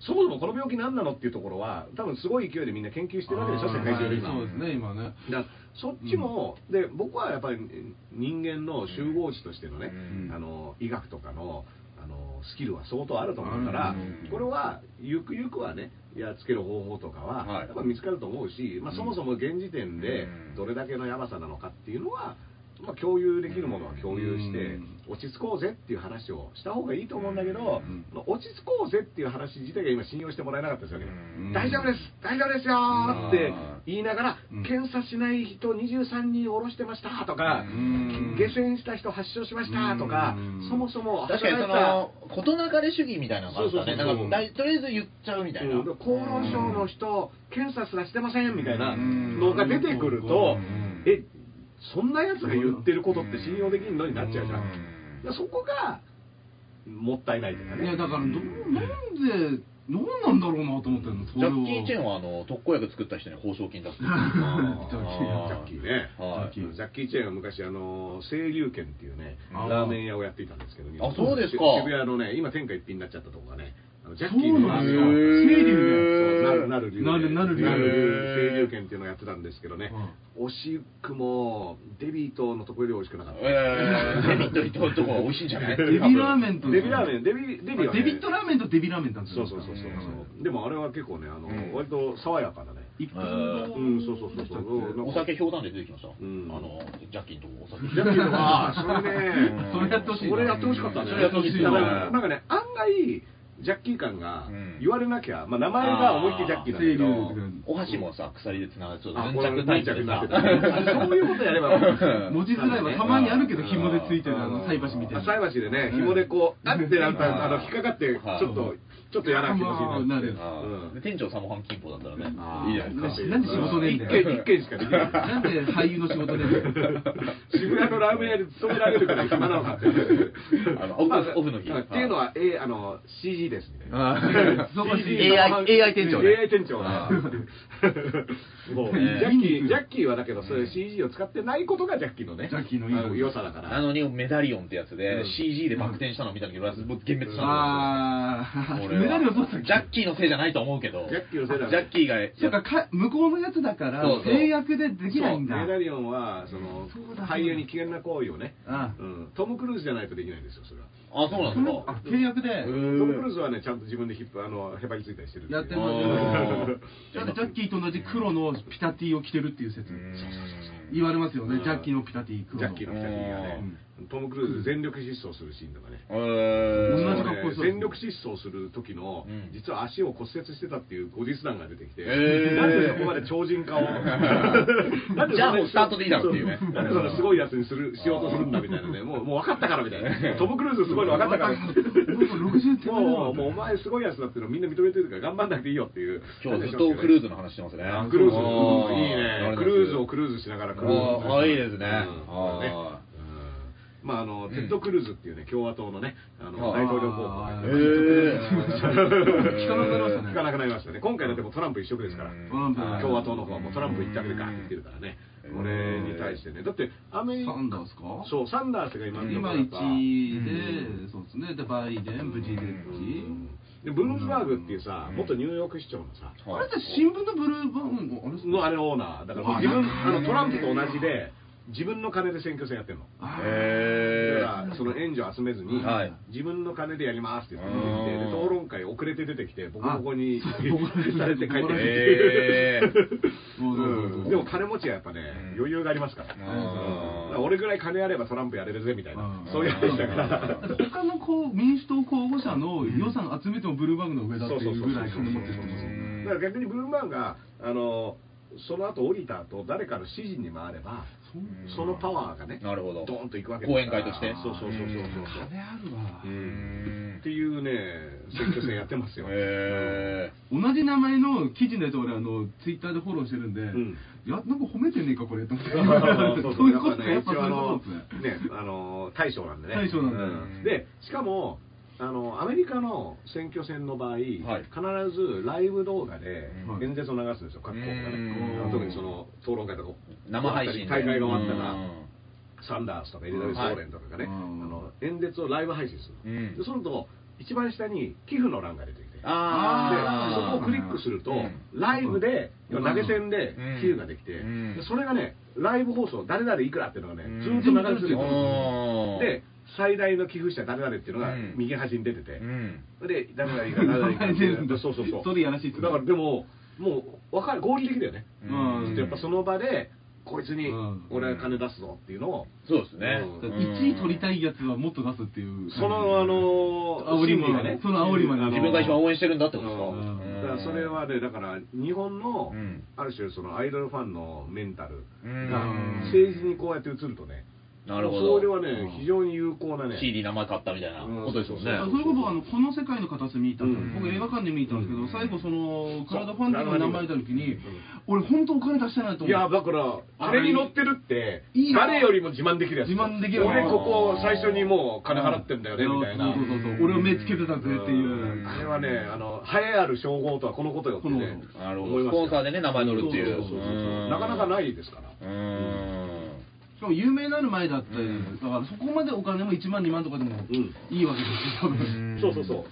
そもそもこの病気何なのっていうところは多分すごい勢いでみんな研究してるわけでしょ世界中で今。
そうですね、今ね。
だそっちも、で僕はやっぱり人間の集合値としてのね、
うん
あの医学とかのあのスキルは相当あると思うから、
うん
これはゆくゆくはねやっつける方法とかは、
はい
やっぱ見つかると思うし、まあ、そもそも現時点で
うん
どれだけのやばさなのかっていうのは、まあ、共有できるものは共有して、
う
落ち着こうぜっていう話をした方がいいと思うんだけど、
うん
まあ落ち着こうぜっていう話自体が今信用してもらえなかったですよね。
うん
大丈夫です、大丈夫ですよーって言いながら
うん、
検査しない人23人下ろしてましたとか
うん、
下船した人発症しましたとか
うん、
そもそも
確かにその、事なかれ主義みたいなのがあったね。な
そうそうそうん
か、だいとりあえず言っちゃうみたいな。
うん厚労省の人、検査すらしてませんみたいな
うん
のが出てくると
うん、
え、そんなやつが言ってることって信用できるのになっちゃうじゃん
う。
だからそこがもったいないというか
いや、
ね。
だから、ど、なんで、何なんだろうなと思ってるの、そ
ジ
れ
ャ
は
ッキー・チェンはあの特効薬作った人に報奨金出す。
あ
ジャッキ
ージャッキーね。
はい
ジャッキー・チェーンは昔、あの清流軒っていうね、
あー
ラーメン屋をやっていたんですけど、
あそうですか
し渋谷のね、今、天下一品になっちゃったとこがね、あのジャッキーの
なん
あ
で
の
す
そ
よ
う
清流
そうな
ね
るなる流
なるなる流
な
へ
る
ー
清流軒っていうのをやってたんですけどね、惜しくもデビートのとこより美味しくなかった。
えー、デビット伊藤のとこが美味しいんじゃない
デビラーメンと
デビラーメン、デビデビはね
デビットラーメンとデビラーメンだったん
そうそうそうそうそう。でもあれは結構ね、あの、
うん
割と爽やかなね。
一品堂
うんそうそうそうそう
でしたっ
お酒氷んで出てきました。
ん
あのジャッキーのとこお酒。
ジャッキーのは、それね
け、それやってほしいな。
それやってほしかったね。
それやってほしいな
だからなんかね、案外、ジャッキー感が
うん
言われなきゃ、まあ名前が思いっきりジャッキーなんだけど
あー清流
お箸もさ鎖で繋がってそう
あ
で
これ
粘着タイプで
粘着に
さ
なってた。そういうことやれば。
持ちづらいはたまにあるけど紐でついてるあの菜箸みたいな
あ菜箸でね、紐でこう、あってなんか、あの、引っかかって、ち
はい
ょっと、ちょっと嫌な気持ちになって
ま。
あー
うん
で店長サモハン金庫だったらね
あー
いいじゃないですか。
なんで仕事ねえんだよ
一件、一件しかできない。
なんで俳優の仕事 で
渋谷のラーメン屋で勤められるから暇なのかって。
あのオフオフの日
まあっていうのは、えーあの、CG ですみたいな。
そこ
AI AI 店長ね
AI 店長だ
あー
もうジ
ね
ャッキー、ジャッキーはだけど、それ CG を使ってないことがジャッキーのね、
ジャッキーのいいとこ
あ良さだから。
なのにメダリオンってやつで、
うん
CG でバク転したの見た時私僕幻滅したん
あ
です
あ
よ。
メダルを取った
ジャッキーのせいじゃないと思うけど。
ジャッキーのせいだね
ジャッキーがやっ
そうかか向こうのやつだから
そうそう
制約でできないんだ
そうメダリオンは、その
そうだ、
俳優に危険な行為をね、
あ
うんトム・クルーズじゃないとできないんですよ、それは。
あそうな
あ
んですか。
あ契約で
へ
トム・クルー
ー
ズはね、ちゃんと自分でヒップ、あの、へばりついたりしてるんで
やって
あ
ま
ー
すだってジャッキーと同じ黒のピタティを着てるっていう説
うん
言われますよねジャッキーのピタティ黒
ジ
の
ャッキーの二人がね
うん、
トム・クルーズ全力疾走するシーンとかね、
同じ
え
格好してる
全力疾走する時の、
うん
実は足を骨折してたっていう後日談が出てきて、
へー
なんでそこまで超人 化をなんでそれ
じゃあもうスタートでいいだろうっていうね
そなんでそのすごいやつにするしようとするんだみたいなねもうもう分かったからみたいなトム・クルーズすごいの分かったから
60点
もうもうお前すごいやつだってのみんな認めてるから頑張んなくていいよっていう
今日ずっとクルーズの話してますね
あクルーズ
あ
いいねクルーズをクルーズしながらクルーズ
ああいいですね
うん
ああ
ねうんまああのテッド・クルーズっていうね共和党のねあの
ああ
大統領候補が
へ
ね
え
聞 かなくなりましたね
聞かなくなりましたね今回だってもうトランプ一色ですから
うん
トランプ
うん共和党の方はもうトランプ一択でガーって来てるからね
うん
これに対してねだってアメリカ
サンダースか
そうサンダースが今のとこ
今
ろやっぱ
1位で、
うん
そうですねでバイデンブジデッチ
でブルームバーグっていうさ
うん
元ニューヨーク市長のさ
あれって新聞のブルーバーンあれっすね
のあれのオーナーだから自
う
分
わ
あのトランプと同じで自分の金で選挙戦やってるの
あ
へえ
だからその援助を集めずに、
はい
自分の金でやりますって言って出てきてで
うん
討論会遅れて出てきてボコボコに
あボコボコに
されて帰ってきて、
へ
そうそうそうそう
うんでも金持ちはやっぱね
うん
余裕がありますから,、
うん
だから俺ぐらい金あればトランプやれるぜみたいな、
うん
そういう話だから、
だから他のこう民主党候補者の予算集めてもブルーバーグの上だっていうぐらい金持ってると思
う
う
ん
だから逆にブルームバーンがあのその後降りた後誰かの指示に回れば
そん
そのパワーがね
なるほど
ドーンといくわけ
講演会として
そうそうそうそうそうそう
金あるわ
うん
っていうね選挙戦やってますよ
へえ
同じ名前の記事のやつ俺あのツイッターでフォローしてるんで、
ん
いやなんか褒めてねえかこれと思って
そうそうそう
いうことかや
やっ
っぱ
ぱ
そういう
ね、の
ことですね
ね、あの大将なんでね。
大将なんで
うで、しかもあのアメリカの選挙戦の場合、必ずライブ動画で
はい
演説を流すんですよ、各国が
う
ね
ん。
特にその討論会とか
生配信で
大会が終わったら
うん。
サンダースとかエリザベス・ウォーレンとかがね、
はい
あの演説をライブ配信する、
うん
でそのと一番下に寄付の欄が出てきてで
あ
そ
あ
こをクリックすると、
うん
ライブで、
うん
投げ銭で
うん
寄付ができて、
うん
でそれがね、ライブ放送、誰々いくらっていうのがね、
うん
ずーっと流れてる
うん
で、最大の寄付者誰々っていうのが
うん
右端に出てて
う、ん
で、誰々いくら、誰々いくらっていう のが、そうそうそう。
それやらしいっすね
だからでも、もう分かる、合理的だよね。
うん
やっぱその場で、こいつに
うん
俺は金出すぞっていうのを、
そうですね
うん
1位取りた
い
いやつはもっと出すっていう
その、あの
煽りも
心理がね、
その煽りまで
あの
自分が一番応援してるんだってことですか
うん
うん
だからそれはね、だから日本の、
うん
ある種、そのアイドルファンのメンタルが
うん
政治にこうやって映るとね、
なるほど
それはね、非常に有効なね、
CD 名前買ったみたいなことですもんね
うん
あそれこそあのこの世界の片隅見たの、
うん
僕映画館で見たんですけど、最後そのクラウドファンディングの名前出た時に、
うん
俺本当お金出してないと思う
いやだから、あれに乗ってるって
いい、な
誰よりも自慢できるやつ、
自慢できる
俺、ここ、最初にもう金払ってんだよねみたいな
そう。そうそうそう俺を目つけてたぜっていう、
んあれはね、あの栄えある称号とはこのことよってね
こ、
なるほ
思
ど
いま
ス
すよ
ポンサーでね名前乗るっていう
そうそうそうそう
うん
なかなかないですから。
うん
しかも有名になる前だって、
うん
だからそこまでお金も1万2万とかでも
ん
いいわけですよ多分、
そうそうそう。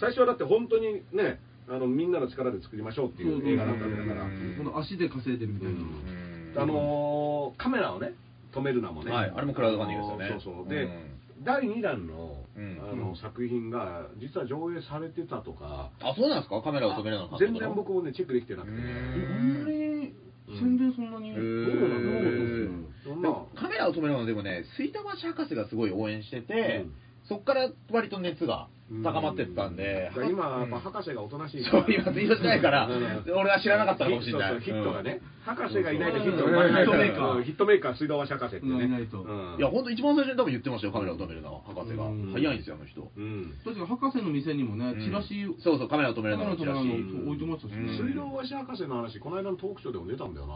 最初はだって本当にね、あのみんなの力で作りましょうっていう映画だったわけだから。
ん
この足で稼いでるみたいな、
うん
うん
あのーカメラをね、止めるなもね。
はいあれもクラウドファンディングですよね
そうそう。で、
うん
第2弾の、
うん
あの作品が実は上映されてたとか、
あそうなんですかカメラを止めるのか
全然僕もねチェックできてなくてね。
えあんまり宣伝そんなに、
へ
そうなんだ
ー
そん
で
な
もカメラを止めるのでもね水田橋博士がすごい応援してて、
うん
そこから割と熱が高まってったんで、
だから今やっぱ
うん
博士がおとなしい
そう今ツイートしてないから
うん
俺は知らなかったのかもしれない
そうそうヒットがね、博士がいないとヒットが生まれない
ヒットメーカー
ヒットメーカー水道橋博士ってね
いないと
うん
いや本当一番最初に多分言ってましたよカメラを止めるのは博士が、
うん
早いんですよあの人、
うん
確か博士の店にもねチラシ、
うんそうそうカメラを止めるののチラシ
カメラを止めるの置いてましたしね
うん
水道橋博士の話この間のトークショーでも出たんだよな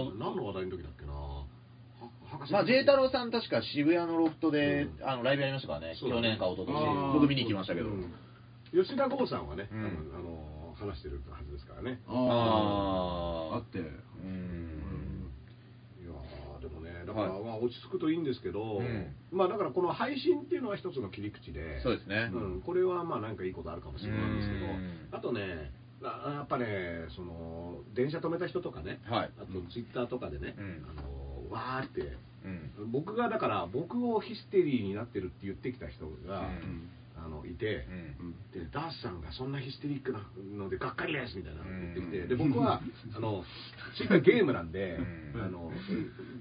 あ
何の話題の時だっけなは博士
まあ、J 太郎さん、確か渋谷のロフトで、
うん
あのライブやりましたからね、
そうだ
去
ね
年か一昨
あ
年
ー
僕見に行きましたけど、
うん吉田剛さんはね、
うん
あのあの話してるはずですからね
ああ
あ
って
ーうん、
いやーでもねだから、
はい
まあ、落ち着くといいんですけど、
うん
まあだからこの配信っていうのは一つの切り口で
そうですね、
うん、これはまあなんかいいことあるかもしれないんですけど
うん
あとねあやっぱねその電車止めた人とかね、
はい
あとツイッターとかでね、
うん
あのわーって
うん
僕がだから僕をヒステリーになってるって言ってきた人が、
うん
あのいて
う、ん
でダースさんがそんなヒステリックなのでがっかりですみたいなの言ってきて、
うん
で僕はあのツイッターゲームなんで、
うん
あの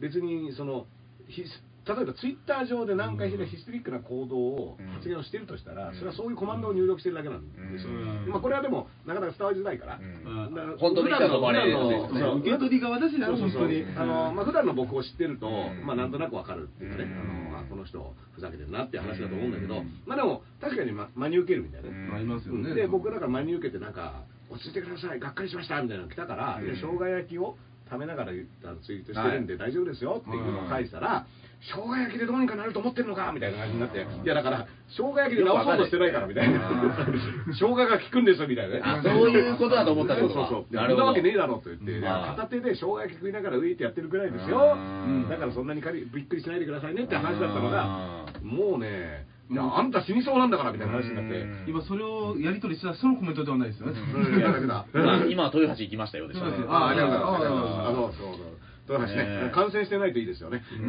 別にそのヒス例えばツイッター上で何回かヒステリックな行動を
うん
発言をしてるとしたら、
うん
それはそういうコマンドを入力してるだけなんですよ、
うん
まあ、これはでもなかなか伝わりづらいから、
うん
だから
本当の人だと思われるやつですね
普段のそう
受け取り側だしな
そうそうそう
本当に
あのまあ普段の僕を知ってると、
うん
まあ、なんとなくわかるっていうかね、
うん
あのあこの人ふざけてるなって話だと思うんだけど、
うん
まあでも確かに、ま、真に受けるみたいなね、
うん
ありますよね
で僕だから真に受けてなんか落ち着いてくださいがっかりしましたみたいなの来たから、
うん
いや生姜焼きを食べながら言ったツイートしてるんで大丈夫ですよっていうのを返したら、生姜焼きでどうにかなると思ってるのかみたいな感じになって、いやだから生姜焼きで直そうとしてないからみたいな生姜が効くんですよみたいなね
あそういうことだと思ったって
そう
こと
そ
か
うそう。
な
な
る
る
ほど
わけねえだろと言って、
まあ
片手で生姜焼き食いながらウィーってやってるぐらいですよ。
うん
だからそんなにかりびっくりしないでくださいねって話だったのが、
う
もうね、
う
い
ん
やあんた死にそうなんだからみたいな話になって。
うん
今それをやり取りしたそのコメントではないですよね
うん、いやだけだ。
今今は豊橋行きましたよでしょ
そうですよ
ああ、ありがとうございます。ありがとうございますあ
あ
そうそうそう。豊橋
ね
ね、感染してないといいですよね。
い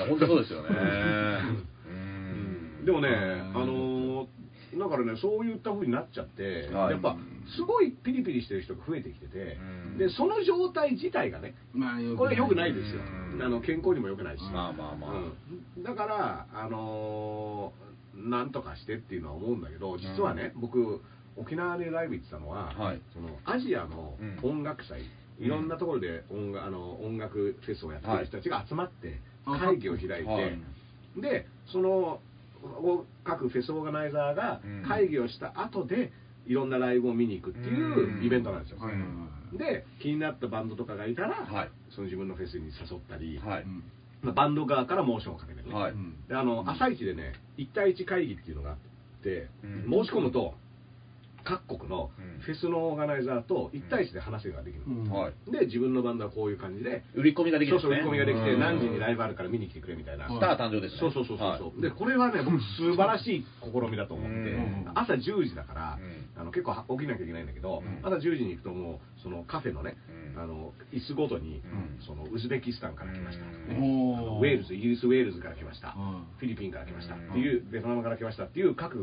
や本当そうですよ ね
でもね、あのーだからね、そういった風になっちゃって、
はい
やっぱ、すごいピリピリしてる人が増えてきてて
うん、
で、その状態自体がね、
まあ
これは良くないですよ
うん。
あの健康にも良くないし。
まあまあまあ
うんだからあのーなんとかしてっていうのは思うんだけど、実はね、僕沖縄でライブ行ってたのは、
はい
そのアジアの
うん
音楽祭、
うん
いろんなところで音楽あの音楽フェスをやってる人たちが集まって
はい
会議を開いて、
はい
でそのお各フェスオーガナイザーが
うん
会議をした後でいろんなライブを見に行くって
う
い
ん
うイベントなんですよ。
はいはいはい
で気になったバンドとかがいたら、
はい
その自分のフェスに誘ったり、
はい
うん
まあバンド側からモーションをかけてね、
はい
うん
であの朝一でね1対1会議っていうのがあって、
うん
申し込むと各国の
うん
フェスのオーガナイザーと1対1で話ができる、
うん
はい
で自分のバンドはこういう感じで
売り込みができ
そ
る
うそう売り込みができて
うん
何時にライブあるから見に来てくれみたいな、
スター誕生ですね
そうそうそうそう、
はい
でこれはね僕素晴らしい試みだと思って、
うん
朝10時だから、
う
あの結構は起きなきゃいけないんだけど、
うん
朝10時に行くともうそのカフェのね、
うん
あの椅子ごと
う
に、
ん
そのウズベキスタンから来ましたとかね、あの
お
ウェールズイギリスウェールズから来ました、
うん
フィリピンから来ました、
ん
っていうベトナムから来ましたっていう各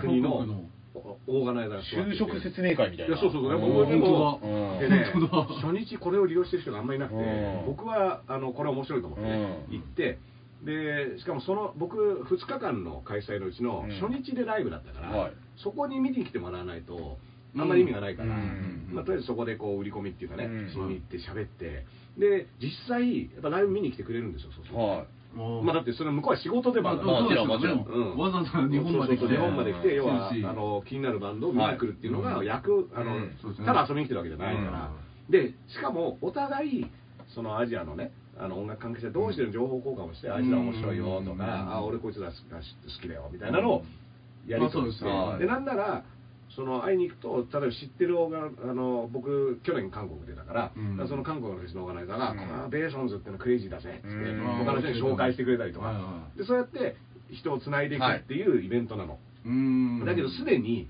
国
う
の
ん
おオーガナイザーが座って
就
て
職説明会みたい
い
な
やそうそうそうやっぱ
ん
僕でも
うん
でね
本当だ
初日これを利用してる人があんまりいなくて
うん
僕はあのこれは面白いと思ってね
うん
行ってでしかもその僕2日間の開催のうちの
うん
初日でライブだったか
は
ら
い
そこに見に来てもらわないとあんまり意味がないから、
うん
まあ、とりあえずそこでこう売り込みっていうかね、
うん
しに行って喋ってで実際やっぱライブ見に来てくれるんですよそうそう、
はい
おー
まあ、だってそれは向こうは仕事で
ま
バ
あ
ンド
まあ
そうですよね
もちろんも
ちろんうん
わざわざ日本まで来て
そうそうそう日本まで来て要はあ
うん
の気になるバンドを見に来るっていうのが
はい
役あの、
うん
そうですね
ただ遊びに来てるわけじゃないから、でしかもお互いそのアジアのねあの音楽関係者同士での情報交換をして、あいつら面白いよとか、あ俺こいつら好きだ好きだよみたいなのをやり取りして、
まあそうですね
でなんならその会いに行くと例えば知ってるオーガあの僕去年韓国でだから、
うん
だからその韓国のフェスのオーガナイザーが「
うん
このベーションズっていうのクレイジーだぜ」っつって、
うん
他の人に紹介してくれたりとか、
はいはい
でそうやって人をつないでいくっていうイベントなの、
うん
だけどすでに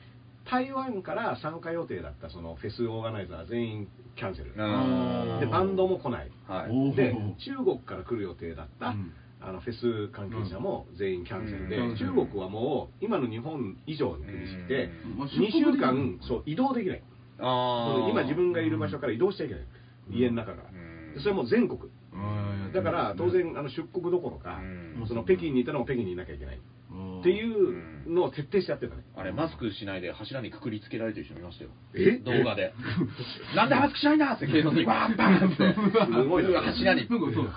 台湾から参加予定だったそのフェスオーガナイザー全員キャンセル、
うん
でバンドも来ない
はい
おー
で中国から来る予定だった、
うん
あのフェス関係者も全員キャンセルで、
うん
中国はもう今の日本以上に厳しくて、
まあ出
2
国
週
できない
間そう移動できない
あー
今自分がいる場所から移動しちゃいけない家の中から
うん
でそれも全国
うん
だから当然あの出国どころか
うん
その北京にいたのも北京にいなきゃいけないっていうのを徹底してやってるのね
あれマスクしないで柱にくくりつけられてる人見ましたよ
え
動画で なんでマスクしないんだって警察にバーンバーンって
すごいな
柱に
なんかそう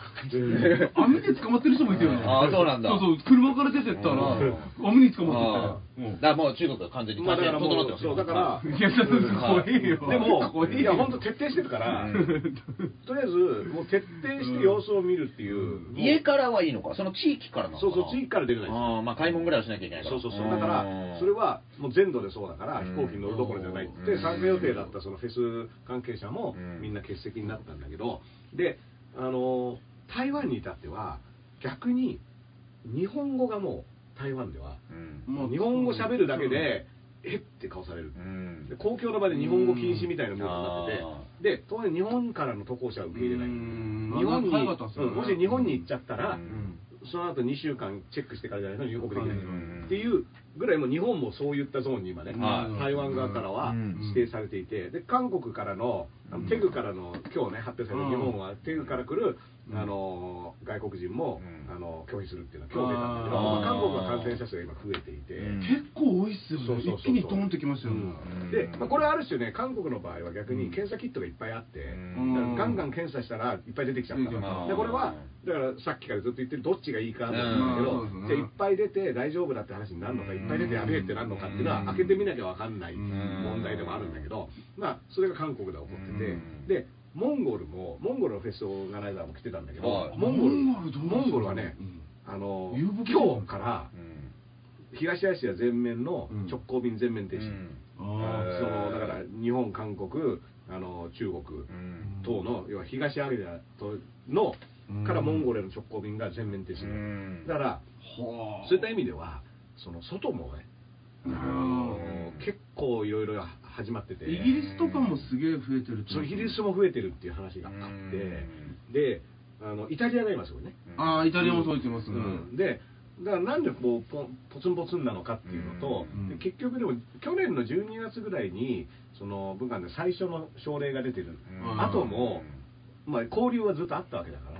網で捕まってる人もいたよね
あーそうなんだ
そうそう車から出てったら
うん
網に捕
あ
まって
ーだから
たよ
もう中国が完全に
まあだからも
整って
う
ます
そう
よ
だから
うんいやそうそう怖いよ
で
怖
も
いよ
いや本当徹底してるから
う
とりあえずもう徹底して様子を見るっていうもう
家からはいいのかその地域からなのか
そ
な
うそう地域から出れないんですよ
あーまあ買い物ぐらいはしなきゃいけないから
そうそうそうだからそれはもう全土でそうだから
うん
飛行機に乗るどころじゃないって
うん
参加予定だったそのフェス関係者も
うん
みんな欠席になったんだけどであの台湾に至っては逆に日本語がもう台湾では
うん
もう
日本語喋るだけでえって顔される
うん
で公共の場で日本語禁止みたいなムードになっててで当然日本からの渡航者は受け入れない
うん
日本に
まあなんか海外だったんですよね
うんもし日本に行っちゃった
う
ら
ん
その後2週間チェックしてからじゃないと入国できない
うん
っていうぐらいもう日本もそういったゾーンに今ね、
はい
台湾側からは
うん
指定されていて、で韓国からのあのテグからの今日ね発表された日本はテグから来るあの外国人も
うん
あの拒否するっていうのは今日出たんだけど、
あー
まあ韓国は感染者数が今増えていて。
うん
結構多いっすよ
そう
ね
そうそうそ
一気
う
にドーンってきましたよね
うんで、まあ、これはある種ね韓国の場合は逆に検査キットがいっぱいあって、
うん
だからガンガン検査したらいっぱい出てきちゃった、
出てきちゃった
でこれはだからさっきからずっと言ってるどっちがいいかなんだけど、
うんまあそうで
じ
すね
ゃあいっぱい出て大丈夫だって話になるのか、いっぱい出てやべえってなるのかっていうの
う
は
ん
開けてみなきゃわかんない
うん
問題でもあるんだけど、まあ、それが韓国では起こってて、
うん
でモンゴルもモンゴルのフェスオーガナイザーも来てたんだけど、
はい
モンゴル
モンゴルどうする
モンゴルはねあの
遊牧
今日から東アジア全面の直行便全面停止、
あ
そのだから日本、韓国、あの中国等の要は東アジアとの
うん
からモンゴルへの直行便が全面停止になるだから
はあ
そういった意味ではその外もね
うん
結構いろいろ始まってて
イギリスとかもすげえ増えてるって
そうイギリスも増えてるっていう話があってであのイタリアが今すごいね
ああイタリアもそう言ってますね
うん、でだからなんでこうポンポツンポツンなのかっていうのと、
うん
で結局でも去年の12月ぐらいにその武漢で最初の症例が出てる、
うん
あとも、まあ、交流はずっとあったわけだから、
だ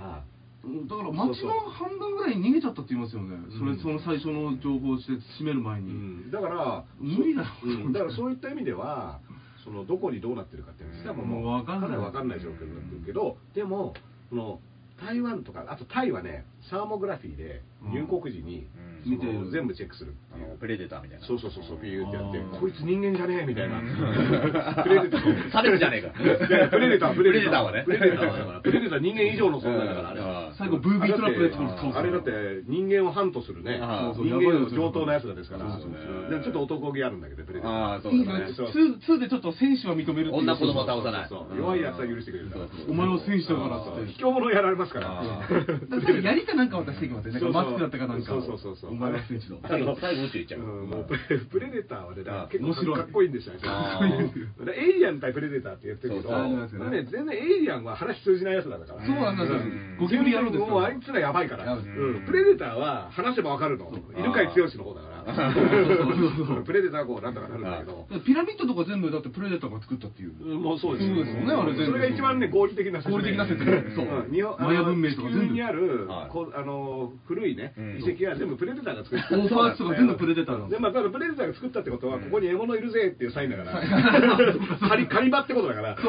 から街の半分ぐらい逃げちゃったって言いますよねそれ
うん
その最初の情報をして閉める前
う
に
んだから
無理だよ
うんだからそういった意味ではそのどこにどうなってるかっていうのは実はもう
もう分かんない
かなり分かんない状況になってるけどでもその台湾とかあとタイはねサーモグラフィーで入国時に、
うん
その
見てる
全部チェックするって
あ
いう
のプレデターみたいな
そうそうそうそうビューってやって
あー
こいつ人間じゃねえみたいな
うん
プレデター
サルじゃねえか
いやプレデター
プレデターはね
プレデターはだからプレデター人間以上の存在だからあれは
うん
最後ブービートラップで倒
す
あれだって人間をハントするね
あー
人間の上等なやつらですから
そうそうそう
うんでもちょっと男気あるんだけどプレデター
ああそう
いい
だ
ね
ね
そう
2 2でちょっと戦士は認めるっていう
女子供は倒さない
そうそうそう弱い奴は許してくれるから
そうそう
お前は戦士だから
そ
っ
うそう
て
卑怯者やられますから
あ
だからやりかなんか渡してきますよねなんかマスクだったかなんか
そうそうそうそう
お前は戦士だ
最後最後宇宙行っちゃう
うんもうプレ プレデターはね、だから
あ
結
面白
構
い
かっこいいんですよね。
あ
かっこいいですだからエイリアン対プレデターって言ってるけど、
そうそうあり
ますよね
ね全然エイリアンは話通じないやつらだから。
そうなんですよ
うん
ゴキブリ野郎ですよ
もうあいつらやばいから。
やば
う
い
んプレデターは話せばわかるの。犬飼剛の方だから。うん プレデターはこうなんとかなるんだけど。
ピラミッドとか全部だってプレデターが作ったっていう
うんもうそうです
そうですよねあれ全部
それが一番ね合理的な説明
合理的な説明そう
うん日本あの
マヤ文明とか全部
地球にある
はい
こうあの古いね
うん
遺跡は全部プレデターが作った
オーファースとか全部プレデターなんで
ですまあ、ただプレデターが作ったってことは、ここに獲物いるぜっていうサインだから、 狩り狩り場ってことだから、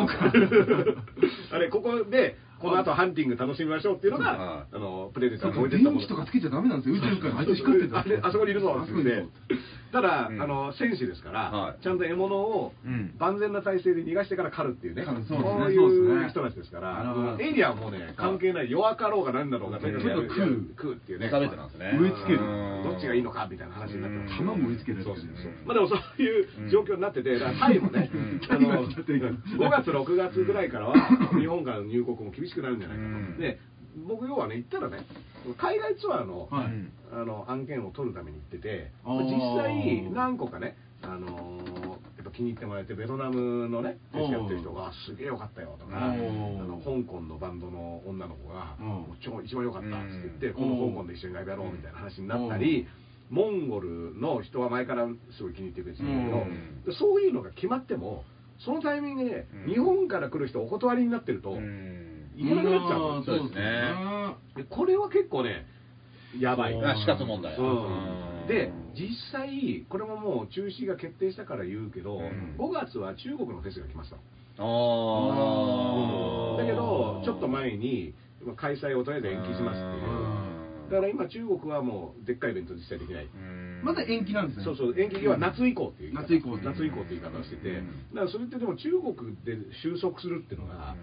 あれ、ここで、この後ハンティング楽しみましょうっていうのが、あのプレデタ
そう
ーが
か
置いてった
電
もの
気とかつけちゃダメなんですよ宇宙からあいつ光ってた
あれあそこにいるぞ
あそ
って
こ
言っ
にいる
て
ぞ
ただ、
うん
あの戦士ですから、
はい
ちゃんと獲物を
うん
万全な体制で逃がしてから狩るっていうね、
狩る
そ
そううですねそう
い
で
う
すね
人たちですから、
あの
エイリアンはもうね、関係ない、弱かろうが何だろうが、とにかくやる
とにかく食う
食うっていうね、
食べてなんですね
植え付ける
うん
どっちがいいのかみたいな話になってます
卵植え付けるやつ
そうそうそうまあでもそういう状況になってて、だからタイもね、あの5月、6月ぐらいからは、日本からの入国も厳しくなるんじゃないか
うん
と。で、僕、要はね、行ったらね、海外ツアーの
はい
うん
あの案件を取るために行ってて、
あー
実際、何個かね、あのーやっぱ気に入ってもらえて、ベトナムのね、フェスやってる人が、すげえよかったよとか、あ
おー
の香港のバンドの女の子が、
うん
もう超一番よかったって言って、
うん
今度香港で一緒にライブやろうみたいな話になったり、モンゴルの人は前からすごい気に入ってくれてたんだけど、
うん
でそういうのが決まっても、そのタイミングで、
うん
日本から来る人お断りになってると、
うん
行けなくなっちゃうの
ん
そうですね
でこれは結構ね、やばい。
あ死活問題
うん
うん
で実際、これももう中止が決定したから言うけど、
ん
5月は中国のフェスが来ました
あ
の
あ
だけど、ちょっと前にまあ開催をとりあえず延期しますっていう、だから今、中国はもうでっかいイベント実際できない、
まだ延期なんですね
そうそう延期は夏以降っていう言い方
夏以降
夏以降っていう言い方をしてて、
うん
だからそれってでも中国で収束するっていうのが、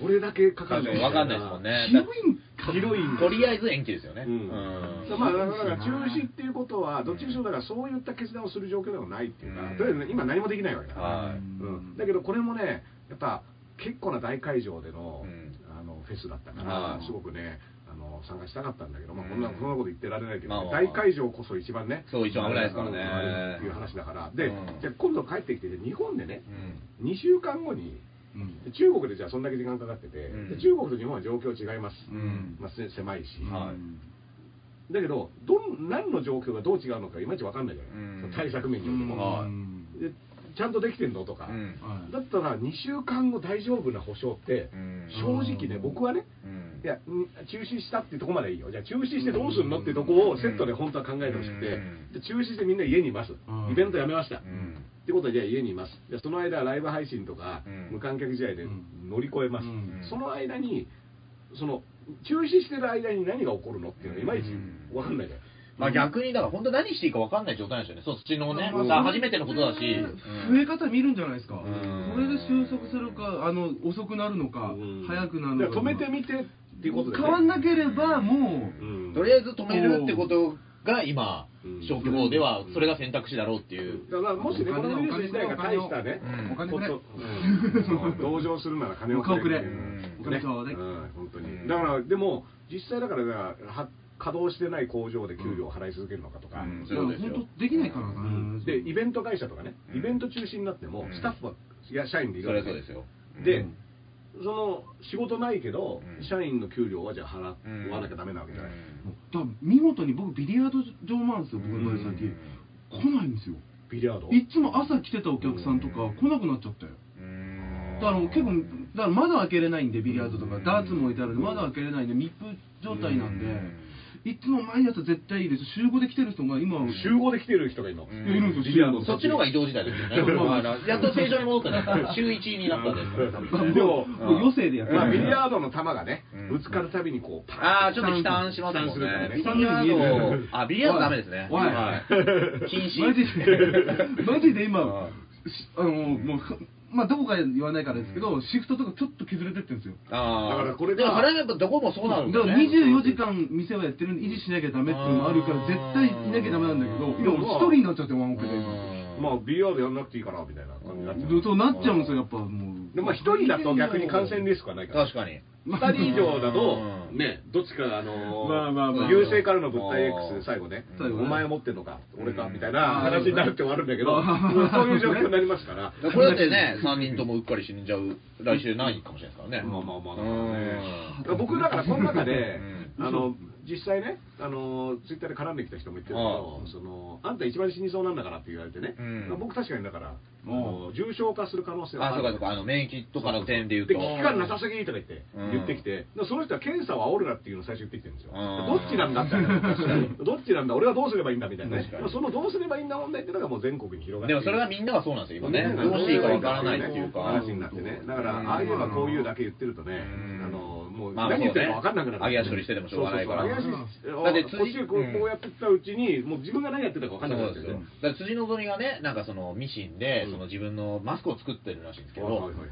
どれだけかかる
分かんないですもんね
ヒロインか
広い
とりあえず延期ですよね
う
うんん
まあ、だから中止っていうことは、どっちにしろだからそういった決断をする状況ではないっていうか、
うん
とりあえずね今、何もできないわけだから、
は
うん、だけどこれもね、やっぱ結構な大会場での,、
うん
あのフェスだったから、
はい
すごくね、あの参加したかったんだけど、まあ、
うん
こんなこんなこと言ってられないけど、
まあまあ
大会場こそ一番ね、
そう一番危ないですからね
あのっていう話だから、で、
うん
じゃあ今度帰ってきて、日本でね、
うん
2週間後に、
うん
で中国でじゃあそんだけ時間かかってて、
うん
で中国と日本は状況違います、
うん
まあ、せ狭いし。
はい
だけどどん何の状況がどう違うのかいまいち分かんないじゃない、
うん
対策面によっても、
はい
うん
でちゃんとできてんのとか、
うん
はい
だったら2週間後大丈夫な保証って、
うん
正直ね、僕はね、
うん
いや、ん中止したってとこまでいいよ、じゃあ中止してどうするのってとこをセットで本当は考えてほしくて
うん、
で中止してみんな家にいます
う、ん
イベントやめました、
ん
ってことで、じゃあ家にいます、じゃあその間、ライブ配信とか、
うん
無観客試合で乗り越えます、
うん
その間に、その中止してる間に何が起こるのっていうのがいまいち
うん
分かんないじゃん。
まあ逆にだから本当何していいか分かんない状態なんですよね、そっちのね、さあ初めてのことだし、
増え方見るんじゃないですか、
ん
これで収束するかあの遅くなるのか、
うん
早くなるの
だ
か
から止めてみてっていうことで、
変わんなければも
う
う、
ん
とりあえず止めるってことが今
うん、
消去法ではそれが選択肢だろうっていう、
だからもしね、このウイルス自体が大したね、
うん
お金くれ
ことうんそう同情するなら金をくれ。
お金をくれ
うん
お金ちょうだい
うん本当
うん
に。だから、でも、実際だからね、は稼働してない工場で給料を払い続けるのかとか、
うん
そういうこと
い
で
や
すよ
本当できないからな、
うんで、イベント会社とかね、イベント中止になっても
う、ん
スタッフは、いや、社員でい
そ
るわ
れ
け
はそうですよ。
で
うん
その仕事ないけど
うん、
社員の給料はじゃあ
うん
払わなきゃダメなわけじゃない。
だから見事に僕ビリヤード場なんですよ僕の場合最近来ないんですよ
ビリヤード。
いつも朝来てたお客さんとか来なくなっちゃったよ
うん
だから結構だから窓開けれないんでビリヤードとか
うん
ダーツも置いてあるんで窓開けれないんで密封状態なん
う
でいつも毎朝絶対いいです集合で来てる人が今
集合で来てる人がいるの。
うん
いるんですよ
ビリヤード
そっちの方が移動時代ですよね。まあやっと正常に戻ったね。週1になったんです多分ね。
でも
もう余生でやってる
まあ、ビリヤードの球がね
うん、
ぶつかるたびにこう、
ああ、ちょっと悲嘆しますもんね。ビ
悲
嘆
リヤ
するからね
ード、あ、ビリヤードダメですね。
おいおい
はい禁止。
マジでマジで今
あ
しあのもうまあどこか言わないからですけどシフトとかちょっと削れてってるんですよ
ああ。
だからこれ
で
が
もそれはやっぱどこもそうなるんだ
だ
よ
か
ね。
ら24時間店はやってるんで維持しなきゃダメっていうのもあるから絶対いなきゃダメなんだけど今もう一人になっちゃってワンオペで
まあ、ビリヤードやんなくていいかな、みたいな感じになっちゃう。
そうなっちゃうんですよやっぱもう
でもまあ一人だと逆に感染リスクはないから。
確かに。
二人以上だと
う、ん
ね、どっちか、あのー、
まあまあまあ
優勢からの物体 X で最後ね、
最後ね
お前持ってんのか、俺か、
うん
みたいな話になるって終わるんだけど、
あー
もうそういう状況になりますから。
だからこれだってね、3人ともうっかり死んじゃう、来週ないかもしれないですからね。
まあまあまあ
うん
ね、僕だからこの中で、
う
あの実際ねあのツイッターで絡んできた人も言ってるけど
ああ
そのあんた一番死にそうなんだからって言われてね、
うん
僕確かにだからあの重症化する可能性
あ、そうかそう
か
か、あの、免疫とかの点で言うと。
で危機感なさすぎとか言って、
うん
言ってきてでその人は検査を煽るなっていうのを最初言ってきてるんですよ
うん
どっちなんだって 話どっちなんだ俺はどうすればいいんだみたいなね
確かに
まあそのどうすればいいんだ問題っていうのがもう全国に広がって
で
い
も
る
それはみんながそうなんですよ、今ね。
みんな
ど
が
うしていいかわからないっていうか。
話になってねだか
うん
らああいうはこういうだけ言ってるとね
うん
あのもう
まあ
何言ってるか分かんなくなる
そうね揚げ足取りしてでもしょうがないから
そうそうそう
だ
揚
っ
げ
て
足
辻
こっちこう
うん
こうやってたうちにもう自分が何やってたか分かんなくな
そうで
っ
す
ちゃう
よ
ね
だから辻希美がね、なんかそのミシンで、
うん
その自分のマスクを作ってるらしいんですけど、
はいはいはい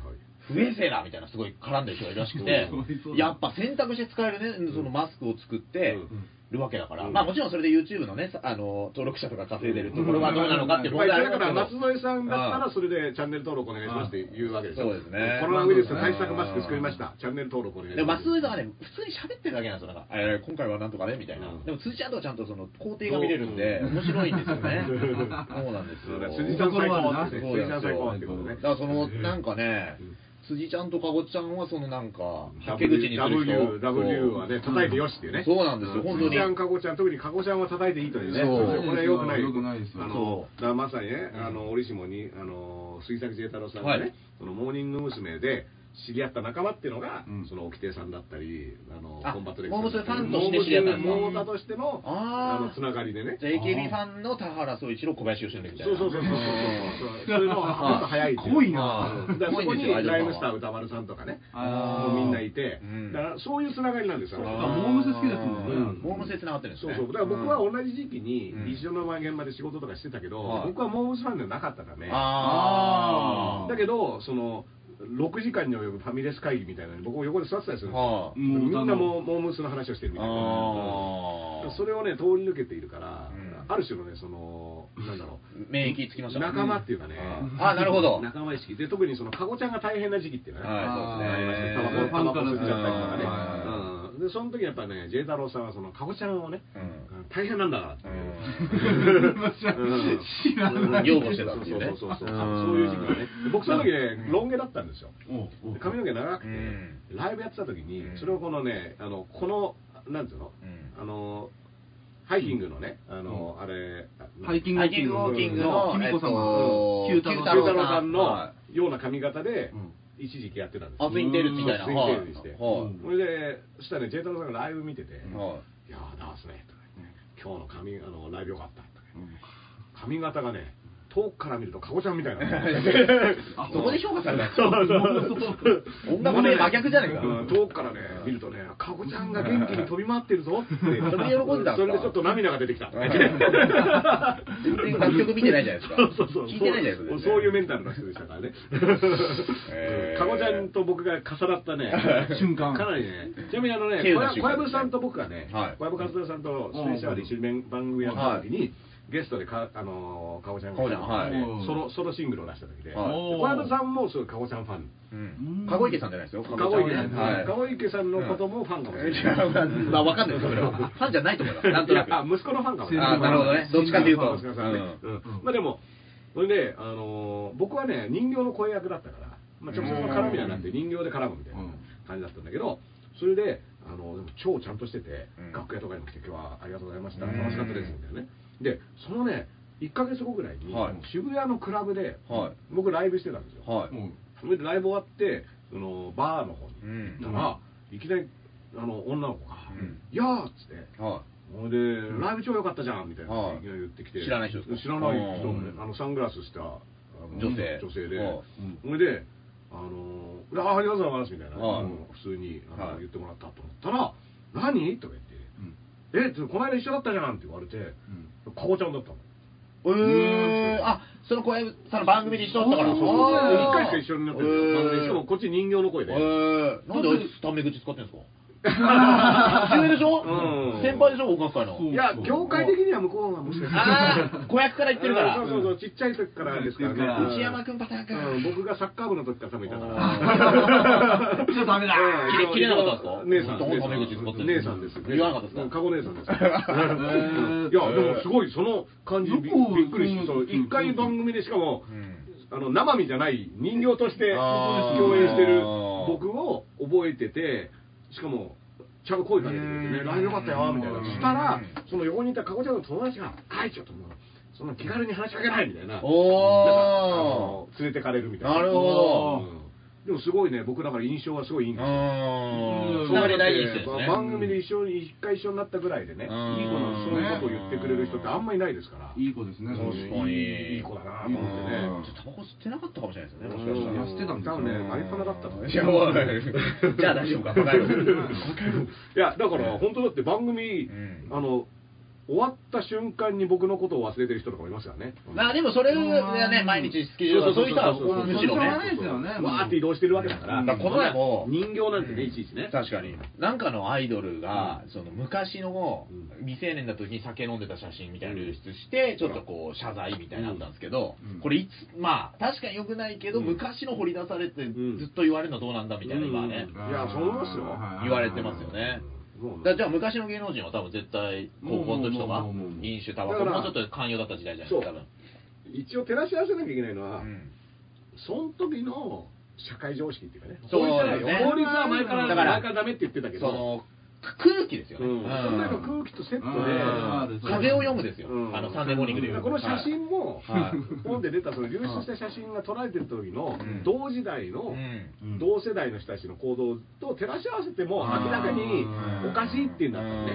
不衛生だみたいなすごい絡んでる人がいるらしくて
かわいそう、だ
やっぱ選択して使えるね、そのマスクを作って
うん
るわけだから、
うん
まあもちろんそれで YouTube のね、さあの、登録者とか稼いでるところはどうなのかっていう
まあ
問題あり
だ
ま
から
す
松
けど。
添さんだったらそれでチャンネル登録お願いしますって言うわけでしょ
そうですね
コロナウイルス対策マスク作りましたチャンネル登録お願いし
でも
ます
松上さんがね、普通に喋ってるだけなんですよ、なんか、えー今回はなんとかねみたいな、
うん
でも辻ちゃんとはちゃんとその工程が見れるんで、面白いんですよ ね、そうなんです
そう
よ
だ、辻さん最高ってね
そう
辻
な
さ
んですよ
ん最高ってことね
だからそのなんかね
うん、
辻ちゃんとかごちゃんはそのなんか、竹口にする人
W, w はね、叩いてよしっていうね。
そうなんですよ本当に
ちゃん、かごちゃん、特にかごちゃんは叩いていいというね。
そう
これは良くない。
良くないですよ
あ
そ
の、
う
だからまさにね、あの、折しもに、あの、杉崎清太郎さんがね、
はい
そのモーニング娘。で、知り合った仲間っていうのが、
うん
その沖亭さんだったり、あの、
あ
コンバットレ
モー娘ファンとして知り合ったんですか
モータとしての、
あー
の、つながりでね。
じゃあ AKB ファンの田原総一郎、小林由伸みたいな。
そうそうそうそうそうそう。そういうのは、もっと早いってう
濃い
な
うんだからそこ
濃いんで
に
すよ
ライブスター歌丸さんとかね、
あー
もうみんないて
うん、
だからそういうつながりなんですよ。
そう
あ
か
ー
モー娘好きですもんね
うんモー娘つながってるんです
そう
ね。
そうだから僕は同じ時期に
うん
一緒の現場で仕事とかしてたけど、
はい
僕はモームスファンではなかったため
あー
だけどその6時間に及ぶファミレス会議みたいなのに僕も横で座ってたりするんですよ、
はあ
みんなもうモームスの話をしてるみたいな、
あー
うんそれをね通り抜けているから、
うん
ある種のねそのなんだろう
免疫つきました。
仲間っていうかね、
あーなるほど。
仲間意識で特にそのカゴちゃんが大変な時期っていうのはね、
はい
タバ
そうですね
コタバコ吸っちゃったりとかね
うん、
うんでその時やっぱね J 太郎さんはそのカゴちゃんをね
うん
大変なんだからっていう
知らない
擁護してたっていうね
そうそうそうそううんそういう時期がね僕その時ねロン毛だったんですよ
おうおう
髪の毛長くて
うん
ライブやってた時に
うん
それをこのねあのこのなんていうの
うん
あのハイキングのね、あの、あれ、あ
ハイキング
ハイキングウォーキングの、
きみこ様
えっと
九太郎
九
さ
太郎さん
は
のような髪型で
うん、
一時期やってたんです
ア
よ
スインテールみたいな。
ツイン
は
テ
い
ールにして。
は
それで、そしたらね、ジェイタロさんがライブ見てて、い
いは
やー、ダースね、とか言って今日の髪、あの、ライブよかった、とか言って髪型がね、遠くから見ると、カゴちゃんみ たいな。
いそこで評価された
そうそうそう
音楽で真逆じゃねえか
うん遠くからね、見るとね、カゴちゃんが元気に飛び回ってるぞって、それ
それで喜んでたんですか
それでちょっと涙が出てきた。
全然楽曲見てないじゃないですか
そうそうそう
聞いてないじゃないです
そ
か
うそういうメンタルな人でしたからね。
へー
カゴちゃんと僕が重な ったね、
瞬間
かなりね、ちなみにあのね、
稀有
小
な瞬間ですね
籔小籔さんと僕がね、
はい
小籔和也さんと出演者で一緒に番組やった時に、ゲストでか、あのー、カゴちゃんが
カゴちゃんはい
ソロソロシングルを出した時で、
はい
小籔さんもすごいカゴちゃんファン。
うん籠池さんじゃないですよ
かごい
ちゃんはい
かごいけさんのこともファンかもしれ
い
ない。
やまあわかんないですそれは ファンじゃないと思い ますなんとなく
いやあ息子のファンかもしれ
あ
な
あ
い。
なるほどねどっちかという
そ
と
うですねうんまあでも、それで、あのー僕はね、人形の声役だったから、まあ、直接の絡みはなくて、人形で絡むみたいな感じだったんだけど、それで、あのーでも超ちゃんとしてて
うん、
楽屋とかにも来て、今日はありがとうございました、
うん
楽しかったですみたいなね。で、そのね、1ヶ月後ぐらいに
はい、
渋谷のクラブで、
は
僕、ライブしてたんですよ。
は
う
い
ん
それでライブ終わって、そのバーの方に
うん
行ったら、いきなりあの女の子が
うん
「いやー」っつって
は
「ほいでライブ超良かったじゃん」みたいな
はい
いきなり言ってきて
知らない人ですか
知らない人
うん
あのサングラスしたあの
女性
女性で
はい
ほいで「あのーあーありがとうございます」みたいな
はい
うん普通にあの
はい
言ってもらったと思ったら「何?」とか言って「えちょっとこの間一緒だったじゃん」って言われてかごちゃんだったの
うーんあその声さんの番組で一緒だったから
そうそうそう
あー
一回しか一緒になってるんだよ
へー
しかもこっち人形の声で
えー、なんであいつタメ口使って んすか年上でしょ、
うん
先輩でしょ音楽界の
いや、業界的には向こうがもしかした
ああ子役から言ってるから
そうそうそう、ちっちゃい時からですから
うん
ね。
内
山君パターンか
うん僕がサッカー部の時から多分いたから。
ちょっとダメだ
うん
キレキレなかったん
姉
です
さ
か
ん。
どうタメ口使ってんの
姉さんです。
言わなかったですか
カゴ姉さん です。うんいや、でもすごい、その感じび
よく
びっくりして、そうの
ん
一回番組でしかも
う、ん
あの生身じゃない人形として
あー
共演してる僕を覚えててしかもちゃんと声かけてくれてね
うん
「ライブよかったよ」みたいなしたら
うん
その横にいたかごちゃんの友達が「あいちょっともうそんな気軽に話しかけない」みたいななんかあ
お
の連れてかれるみたいな
なるほど
うんでもすごいね僕だから印象はすごいいいん
ー
ですよ
あ
う
ー
ん
つながり大事にしてるんです
まあ
ね
番組で一緒に一回一緒になったぐらいでねいい子
うん
のそういうことを言ってくれる人ってあんまりいないですから
いい子ですね。
確かに
いい子だなと思ってね
ちょっとタバコ吸ってなかったかもしれないですよねもしかしたら
痩せてたんですよ
多分ね、マリファナだったと思う
いやおいじゃあ大丈夫かバカ 野郎
いや、だから、本当だって番組、
うん
あの、終わった瞬間に僕のことを忘れてる人とかもいますからね。
まあでもそれはね毎日スケジュールとそういう人は
そうそうそう
むしろね
そうですよね
わーって移動してるわけだか
だ
ら。
からこの前も
人形なんてね、いちいちね。
確かになんかのアイドルが、その昔の
う
未成年だ時に酒飲んでた写真みたいなの流出して、ちょっとこう謝罪みたいなのあったんですけど、
うん
これいつまあ確かに良くないけど、
うん
昔の掘り出されてず
ん
っと言われるのどうなんだみたいな今はね、
うんいや、そう思いますよ。
はい
言われてますよね、
もう
だからじゃあ昔の芸能人は多分絶対高校の時とか
もうもうもうもう
飲酒タバコ
だから
もうちょっと寛容だった時代じゃないですか多分
一応照らし合わせなきゃいけないのは、
うん
その時の社会常識っていうかね。
そうだよね
法律は前から、
だから
前からダメって言ってたけど、
その空気ですよ
う
ね、
ん、その中の
うん
空気とセットで、
うん
風を読むですよ、
うん
あのサンデーモーニングで言う
この写真も、
はい
本で出たその流出した写真が撮られてる時の
うん
同時代の、
うん
うん
同世代の人たちの行動と照らし合わせても明らかにおかしいっていうんだったらね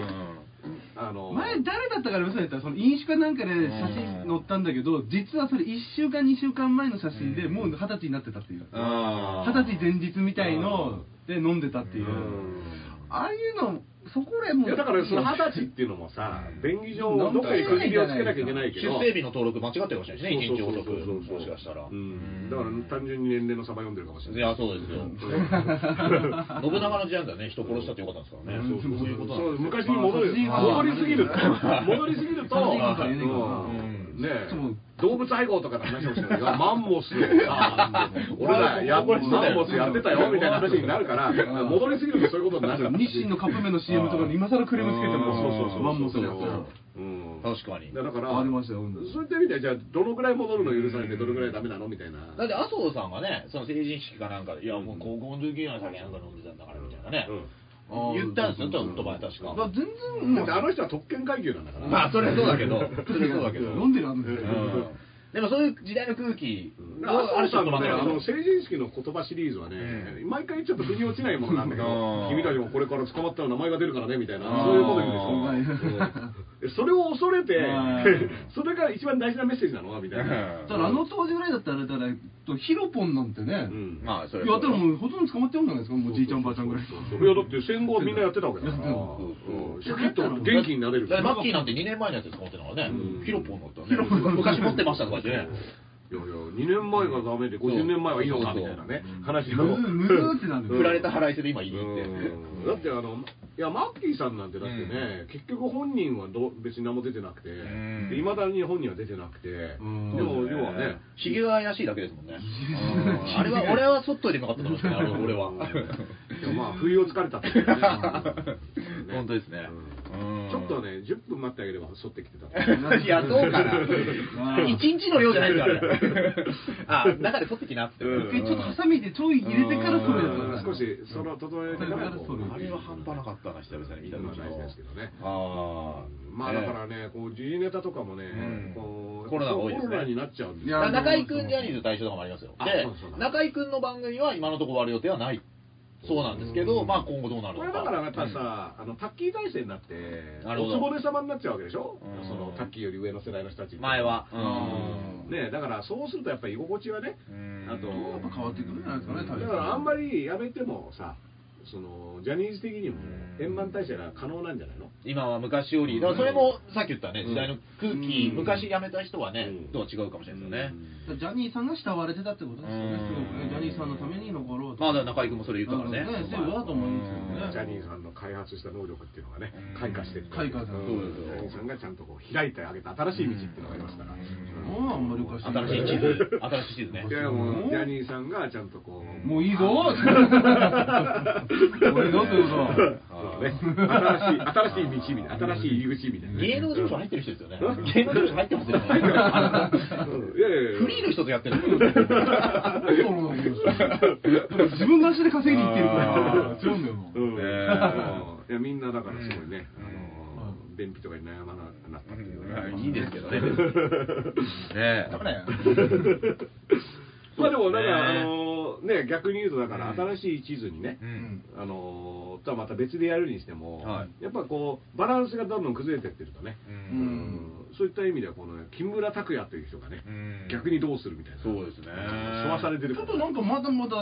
あの
前誰だったかありませんでしたその飲酒かなんかで写真載ったんだけど実はそれ1週間2週間前の写真で
うん
もう二十歳になってたっていう
あ
二十歳前日みたいので飲んでたっていううんああいうのそこらへん
い
も
やだからその二十歳っていうのもさ便宜上どっかに区切りをつけなきゃいけないけ
出
ど
生日の登録間違ってるかもしれないですね、一日
そう
遅
そうそうそう
く、もしかしたら。
うんだから単純に年齢の差ば読んでるかもし
い
れない
や、そうですよ。信長の時代だね、人殺したってよかったんですからね。そういうことなん
そう
ですよ
昔に戻る
まあ
戻りすぎると戻りすぎると
殺人犯とは言えねえけどな
うんねえ
そう
動物愛護とかの話をして るからマンモスをさ俺らやっマ
俺ら
ンモスやってたよみたいな話になるから戻りすぎるとそういうことになるから
日清のカップ麺の CM とかに今更クレームつけても
そうそうそう
マンモスのやつ
うん
確かに。だ
だから
ありましたようん
そういった意味ではじゃあどのぐらい戻るの許されてどのぐらいダメなのみたいな
って麻生さんがね、その成人式かなんかで、いや、もう高校の時は酒なんか飲んでたんだからみたいなね
うん。
あー
言ったんですよ、多分言葉で確
まあ
か。
全然もう
だってあの人は特権階級なんだから。
まあ、それはそうだけど、それはそうだけど。
飲んでるあの人
うんでもそういう時代の空気
う
を
ん
ある
ある
人
さん
とま
のね、
た
あの成人式の言葉シリーズはね、毎回ちょっと腑に落ちないものなんだけ
う
ど
ん、
君たちもこれから捕まったら名前が出るからねみたいな、
うん
そういうこと言うん
うん
でしょ。それを恐れて
うん、
それが一番大事なメッセージなのみたいな。
だからあの当時ぐらいだったらだからとヒロポンなんてね、
うん
まあ、それ
やったらもうほとんど捕まってるんじゃないですかもうじいちゃんばあちゃんぐらい
そうそうそういや、だって戦後はみんなやってたわけだから、シ
そうそう
ャキッと元気になれる。
だってマッキーなんて2年前のやつで使ってたからね
う、ん
ヒロポンだったね。昔持ってましたとか言ってね。
いやいや、2年前がダメで50年前はいいのかみたいなね、話
む
を。
ずむずーってなる
振られた腹いせで今いいって。
うんだってあのいやマッキーさんなんてだってね、結局本人はど別に何も出てなくて
ん
いまだに本人は出てなくて、
ん
でも要はね
ひげが怪しいだけですもんね。うんあれは、俺はそっといてなかったと思うんですけど、あれ俺は。
いやまあ不意をつかれたっていうねね
本当ですね。
ちょっと
ね。
ね10分待ってあげれば剃ってきてた
いや、そうかな。
うん
一日の量じゃないんだ、あ れ。あ、中で取ってきなって。
うん
一回ちょっとハサミでちょい入れてからそれだ
うん少しその整えてからこう
うん
あれは半端なかったな、久々に見た
まあ
時
大事ですけ
の。
どね
あ
まあだからね、こう時事ネタとかもね、
ん
こう
コロナが多いですね
コロナになっちゃうんです
い
よ
や
あ。中井くんジャニーズ対象とかもありますよ。
あ
で
そうそう、
中井くんの番組は今のところ終わる予定はない。そうなんですけど、まあ今後どうなるの
こ
か。
れだからやっぱさ、あのタッキー体制になって
なるほ
お
ど
つぼね様になっちゃうわけでしょ、
うん
そのタッキーより上の世代の人たち
前は。
うん
ねだからそうするとやっぱり居心地はね
うん
あと
やっぱ変わってくるんじゃないですかね
だ
体
か
質
らあんまりやめてもさそのジャニーズ的にも
うん
円満体制が可能なんじゃないの
今は昔より、だからそれもさっき言ったね、
うん
時代の空気、
うん
昔辞めた人は
う
ね
ん、
とは違うかもしれないですよね。
ジャニーさんが慕われてたってことですよね
うん
すごくねジャニーさんのために残ろうと
まあ、だから中居君もそれ言ったからね。
ねそうだと思いますよね
ジャニーさんの開発した能力っていうのがね
うん
開花してって
開花
う
だ
ん
そうそう
ジャニーさんがちゃんとこう開いてあげた新しい道っていうのがありますから、
うんあんまりおかしい
新しい地図、新しい地図ね。
いやいや もうジャニーさんがちゃんとこう
もういいぞ俺のってこ
そうね、新しい新しい道みたいな新しい入り口みたいなね、
芸能事務所入ってる人ですよね。芸能事務所入ってますよね。
うんいやいやいや
フリーの人とやってるんですよ。
とそうなんですよ自分の足で稼ぎに行ってるから
あー
違うんだよな
うん
ね
いやみんなだからすごいね、あの便秘とかに悩まなくなったっていうね、
いいですけどね。ねえ。ダメだよ。
まあでもなんか、
ね
あのね逆に言うとだから
うん
新しい地図にね、
うん。
あのとはまた別でやるにしても、
は
やっぱこうバランスがどんどん崩れてってるとね、
うん
ん
うんそういった意味ではこの、ね、木村拓哉という人がね、
うん
逆にどうするみたいな
そうですね。
そわされてる
ちょっとなんかまだまだ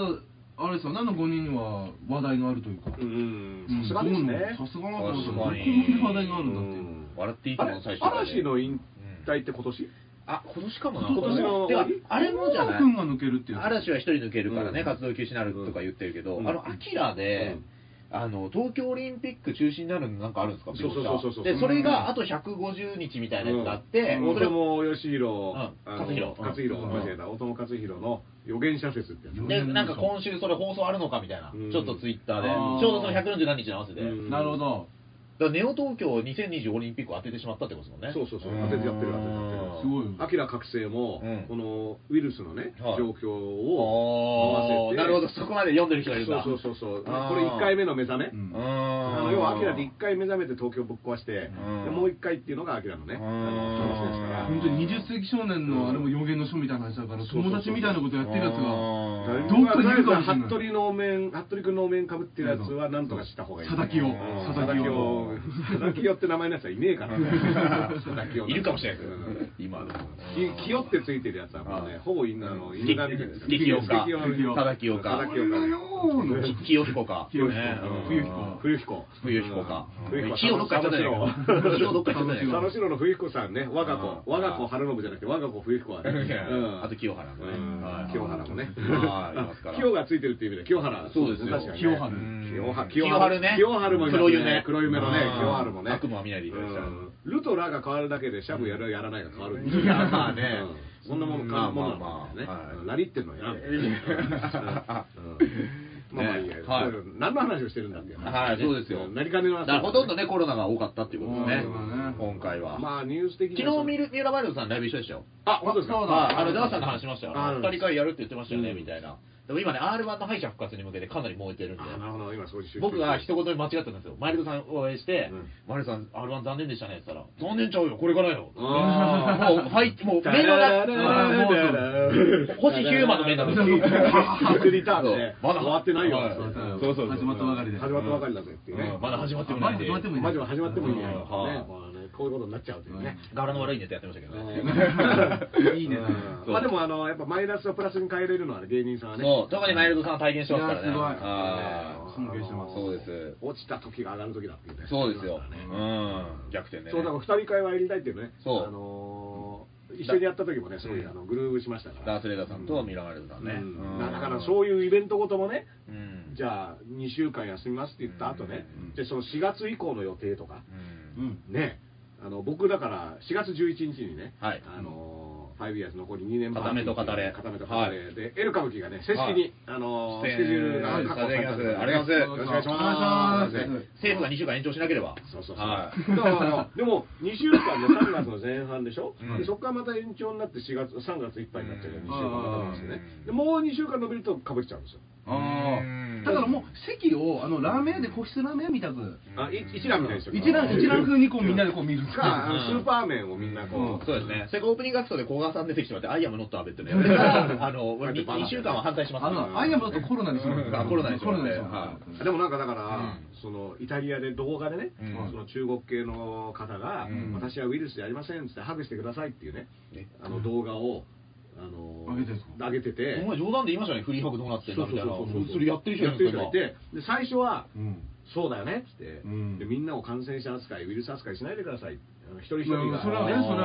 あれですよねあの5人は話題があるというか
うんさすがですね
うんさすがなと思って
確かに
どこまで話題があるんだっていう
笑っていい
あ
と
れ
も最初
嵐の引退って今年
あ、今年かもな。
今年の
ではあれもじゃない
君が抜けるっていう
嵐は一人抜けるからね、
うん
活動休止になるとか言ってるけど、
うん
あの、アキラで、
うん
あの東京オリンピック中止になるのなんかあるんですか
そうそうそうそうそう
でそれがあと150日みたいなやつがあって、
うん大
それも
友義弘、
うん
あの
勝弘
勝弘、
うん
間違えた、大友克弘の予言者説ってやつ、
うん
でなんか今週それ放送あるのかみたいな、
うん
ちょっとツイッターで
あー
ちょうどその140何日に合わせて、
う
だか
ん
なるほど
らネオ東京2020オリンピックを当ててしまったってことですもんね
そうそうそう、当ててやってる、当ててやってる。
すごいよ
アキラ覚醒も、
うん
このウイルスのね、
はい
状況
あ
を合わ
あ
せて、
なるほどそこまで読んでる人がいるんだ
そうそうそうそう、こ
あー
れ1回目の目覚め、
うん
あの要はアキラで1回目覚めて東京ぶっ壊して、
うん
でもう1回っていうのがアキラのね、
うん
話ですから、
本当に20世紀少年のあれも予言の書みたいな話だから友達みたいなことやってるやつが
誰
ど
も
っ
が
かにいるかもしれない
服部のお面、服部君のお面かぶってるやつは、なんとかした方がいい。
佐々木を
うん
佐々木を
佐々木をって名前のやつはいね えからね佐々木 を
いるかもしれないけど
うん
今でも
き清ってついてるやつはもうね
あ
ほぼ犬なの犬神です
激清か
激清
叩き岡
叩き岡
俺だよーの
うん
清彦か
清
清
彦
ねうん
冬彦
冬彦
冬彦か
うん
清
冬彦
どっか行っちゃったよ
佐
清どっか行っちゃった
野
よ
城の冬彦さんね我が
うん
子我が子春信じゃなくて我が子冬彦はねうん
あと清原もね
うん
はい
清原もね
はいいますから
清がついてるっていう意味で清原
そうですよ
確かにね
清原
清春
清春ね
清春もいますね
黒夢
黒夢のね
うん
清春もね
悪魔は見ないでいただきたい
うんルとラが変わるだけでシャブやるやらないが変わる
いやまあね
うんそんなもの変わるもの
まあまあまあ
なんだ
はい
ねうんラリってん のやらないうんうんまあまあいいや
ねはい
これ何の話をしてるんだっていう話
はいそうですよ
何かねの
だ
話
からほとんどねコロナが多かったっていうことですね
うん
今回は
まあニュース的には
昨日見る三浦マイルドさんライブ一緒でしたよ
あ本当ですか
そうだ
ああのダーさんの話しましたよ
あ
二人会やるって言ってましたよねみたいなでも今ね、R1 の敗者復活に向けてかなり燃えてるんで、
あなるほど、今そういう集中
僕が一言目間違ったんですよ。マイルドさん応援して
うん、
マイルドさん R1 残念でしたねって言ったら、残念ちゃうよ、これからよ。も
あ
う入って、もう目の中、もうそう 星ヒューマンの目になって
リターン
そう
で、
まだ
終わってないよ
はい。
そうそう始まったばかりで
始まったばかりだぜっていうね。
まだ始まってもないんで。
まだ始まってもない
マジは始まってもいいね。
うん
ね
はい
まあねこういうことになっちゃうというね。
柄の悪いネタやってましたけどね。
ね
いいね
うんまあでもあのやっぱマイナスをプラスに変えれるのはね芸人さん はね。
そう、特にマイルドさんは体現してますからね。
いやすごい
あ
尊敬してます
そうです
落ちた時が上がる時だっていうね
ーそうですよ。
言
う
ってましたからね
ん。逆転ね。
そうだから二人会はやりたいっていうね。
そう
あのー一緒にやった時もねすごいあのグルーブしましたから。
ダースレーダーさんとミラマイルドさんね。
うんだからそういうイベントごともね、
うん。
じゃあ2週間休みますって言った後ね、
うん
でその4月以降の予定とか、
うん
うん
ね、あの僕だから4月11日にね、
はい
あのー、5イヤーズ残り2年
片目と語れ
固めと語れ、で、エル歌舞伎がね、正式に、
はい
あのー
出演
スケジュールが確保されたので
ありがとうございます
よろしくお願いします。
お願いします
政府が2週間延長しなければ。
そうそうそう。
は
だからあのでも2週間の3月の前半でしょ、
うん
でそこからまた延長になって4月3月いっぱいになっちゃうから2週間かかるんですよね
うん
でもう2週間延びるとかぶっちゃうんですよ
あ
うん
あだからもう席をあのラーメン屋で個室ラーメン屋みたく
あい一覧みたいにして
一覧一覧風にこうみんなでこう見る
か、あ
う
の
ん
スーパー麺をみんなこう、
そうですね。それからオープニングアクトで古賀さん出てきてもらって、アイアムノットアベって ね。だから、あの、2週間は反対します
あのアイアムだとコロナにする
あコロナにしよう
コロナにしよう
は
でもなんかだから、
うん
そのイタリアで動画でね、
うん
その中国系の方が、
うん
私はウイルスじゃありませんっつってハグしてくださいっていうね、
ね
あの動画をあの
上げてんすか
上げてて
お前冗談で言いましたね、フリーハグどうなってんだみたいな。それやってる人
やってる人が
が
いてで最初は、
うん
そうだよねっつって、
うん
でみんなを感染者扱いウイルス扱いしないでくださいあの一人一
いや
人が
それはね
あの
それ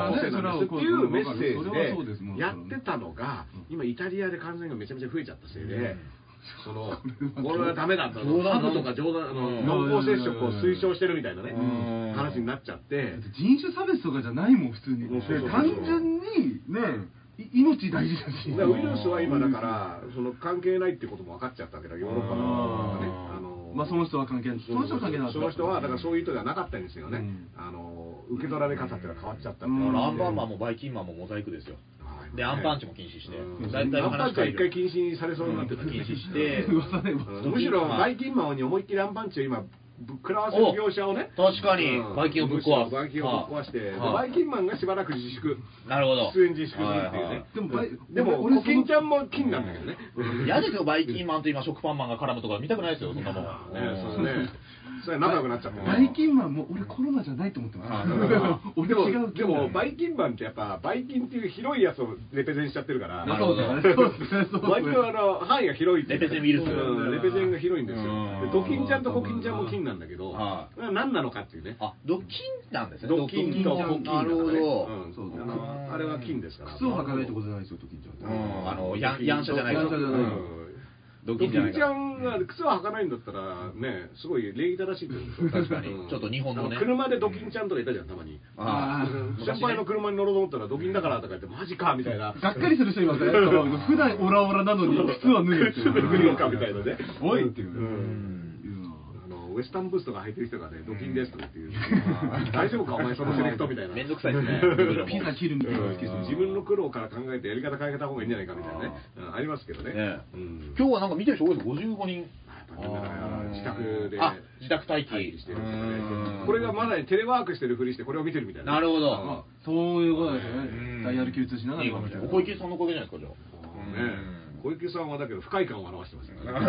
はね
個
それは
性なんですっていうメッセ
それはそう
ー
で
ジ
すもう
でやってたのが今イタリアで感染がめちゃめちゃ増えちゃったせいで、
うん
その
それは
これはダメだと
冗
ハ
談
グとか冗談あの
うん
濃厚接触を推奨してるみたいなね
うん
話になっちゃって
だって人種差別とかじゃないもん普通に
もうそうそう
単純にねい命大事だし
だからウイルスは今だからその関係ないってことも分かっちゃったわけだヨーロッパの方とかね
うん
あの
まあその人は関係ないその人は関係ない
その人はだからそういう人ではなかったんですよね、
うん
あの受け取られ方っていうのは変わっちゃったっていう
うん
の
ア
があっ
ン
て
パンマンもバイキンマンもモザイクですよ。
はい
で、アンパンチも禁止して
うん、
大体
ア
の
ンパ
話
ンチは一回禁止にされそうになってた、
禁止して、
噂では
うんむしろバイキンマンに思いっきりアンパンチを今ぶっ食らわせる業者をね
お確かに
うん
バイキンをぶっ壊す
バイキンをぶっ壊して、
はい
で
はい
バイキンマンがしばらく自粛
なるほど。
出演自粛するっていうね
でもバイ
でも
俺
コキンちゃんも金なんだけどね、
嫌ですよ、バイキンマンと今、食パンマンが絡むとか見たくないですよ、そんなもん。
ねそうねそれ仲良くなっちゃってね
バイキンマンも俺コロナじゃないと思ってま
あ
す
だから
俺
でも
違う
でもバイキンマンってやっぱバイキンっていう広いやつをレペゼンしちゃってるから
なるほど
そうですねそうですね
バイキンはあの範囲が広いっていう
レペゼンウイルス
うんレペゼンが広いんですよ
うん
でドキンちゃんとコキンちゃんも金なんだけど
は
何なのかっていうね
あ、ドッキンなんですね。
ドキンとコキンだか
な
らね
るほど。
うんそう
そう
あのあれは金ですから
靴を履かないってことじゃないですよ時にちゃん
うんあのやんやんしゃじゃない
やんしゃじゃない
うん
ド
ド
キ
キ
ン
ン
じ
ち
ゃないか
ゃんが靴を履かないんだったらねすごい礼儀正しいという
確かに
うん
ちょっと日本のね
あ車でドキンちゃんとかいたじゃんたまに
あ
うん先輩の車に乗ろうと思ったらドキンだからとか言ってマジかみたいな
がっかりする人いますね。普段オラオラなのに靴は脱ぐってい
靴脱
う。
ぐかみたいなね
おいっていう。
う
ーうんん
あのウエスタンブースとか履いてる人がねドキンですとかっていう 大丈夫かお前そのセレクトみたいな
めんどくさいです ね。
ピザ切るみたいなの好きですよ
うん自分の苦労から考えてやり方変えた方がいいんじゃないかみたいなねうんありますけどね
ね
うん
今日はなんか見てる人多いです55人。
やっぱみんなだから自宅で
あ、自宅待
待
機
機してるとか
うん
ねこれがまだテレワークしてるふりしてこれを見てるみたいな
なるほど
うん
そういうことですよ
うん
ね。ダイヤル吸通しなが
い
ら
いかもしれない小池さんのおかげじゃないですか、じ
ね
うん
小池さんはだけど不快感を表してましたから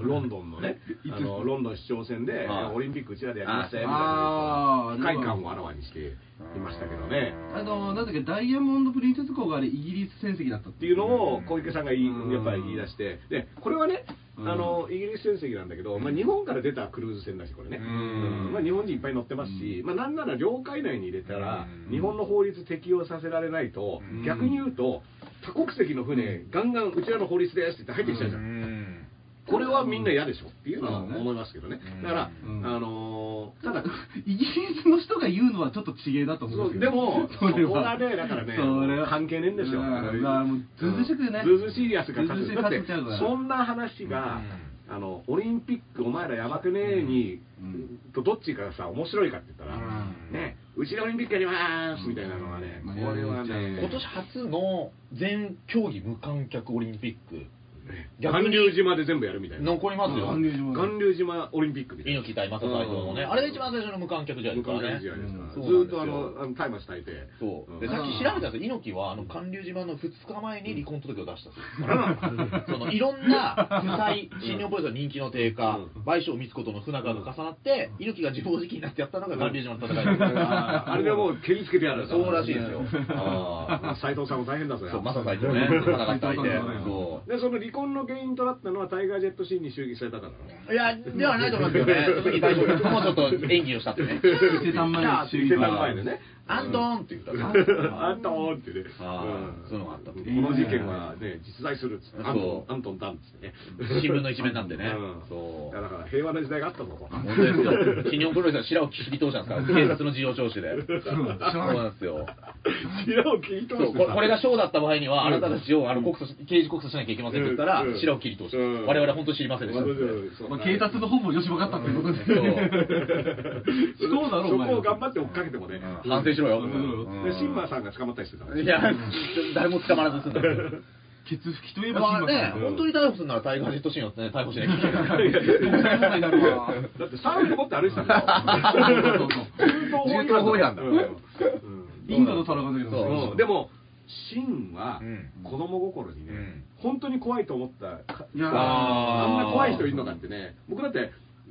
ねロンドンのねあのロンドン市長選で
はい
オリンピックうちらでやりましたよみたい
あ
な
ー
不快感をあらわにしていましたけどね
あの、なんだっけ、ダイヤモンドプリンセス号があれ、イギリス戦績だったっ
ってて
いう。
いうのを小池さんが言い
うん
やっぱり言い出してでこれはね
うん
あのイギリス戦績なんだけど、まあ、日本から出たクルーズ船だしこれね、
うん
うんまあ、日本人いっぱい乗ってますし、まあ、なんなら領海内に入れたら
うん
日本の法律適用させられないと
うん
逆に言うと多国籍の船ガンガンうちらの法律ですって言って入ってきちゃうじゃん
ん。
これはみんな嫌でしょっていうのは思いますけどね
うん。
だから、
うん
あのーただ、
イギリスの人が言うのはちょっと違えだと思
そううでも、そ
それは
こがね、だからね
それ、は
関係ねえんですよ。
うんまあもうずうずうしくね
うんずうずうしいやつが勝
ずうずうし
つ。
い
だって
勝つってやつだね、
そんな話が、あの、オリンピックお前らやばくねえに
うん、
とどっちがさ、面白いかって言ったら、
うん
ね、うちらオリンピックやりまーすみたいなのがね、
まあ
これは
やられちゃう
ね、
今年初の全競技無観客オリンピック
巌流島で全部やるみたいな。
残りますよ
巌流島
巌流島オリンピックみたいな。
猪木対正斎藤のね
うん
あれが一番最初の無観客試合です
無
から
観
ね
客試合ですから。ず
うんそうなんです
ーっ
よ
とあの、あの大麻したいて。
そう
う
で
ん
さっき調べたんですよ猪木はあの巌流島の2日前に離婚届を出したそうですそのいろんな負債診療ポイントの人気の低下
う
賠償を見つことの不仲が重なって猪木が自暴自棄になってやったのが巌流島の戦いだった
ああれでもう、蹴りつけてやる。
そうらしいですよあー
あ。斎藤さんも大変だぞ。
そう正斎とね戦っていてそう
で、その離婚の原因となったのはタイガー・ジェット・シーンに襲撃されたからね。
いや、ではないと思いますよね。次、大将、いつもちょっと演技をしたってね。
伊勢丹前の襲
伊
撃
勢丹前でね。
アンドーンって言ったら、
あったーってね。
あー
ん
そういうのがあった
この事件はね、実在するっつって。アン
そ
ト
う
ンアントン・ダンっつってね。
新聞の一面なんでね
うん。
そ
いうや。だから平和な時代があったぞと。
本当ですよ。新日本プロレスは白を切り通したんですから、警察の事情聴取で。
そう
そうなんですよ。
白を切り通
そう
して
これこれがショーだった場合には、あなたたちをあの告訴し刑事告訴しなきゃいけませんって言ったら
うん、
白を切り通した。
うん
我々は本当に知りませんでしたって。
そう
まあ、警察がほぼよし分かったってことですよね。そ
そ
うだろお前
そこを頑張って追っかけてもね。
反省しろよ。
うん
で、シンマーさんが捕まったりしてたの
いや、誰も捕まらず済んだんですよ。
血拭きといえば
まあ
新
ね、
聞
本当に逮捕するならタイガージェットシーンをね、逮捕しなきゃいけない。
になるわ。
だって、サウル持って歩いてたん だよ。
銃刀法違反だ
うん
インドの戦いだけどね。
うんでも、シンは
うん
子供心にね、
うん
本当に怖いと思ったか
いやー
あんな怖い人いるのかってね、僕だって、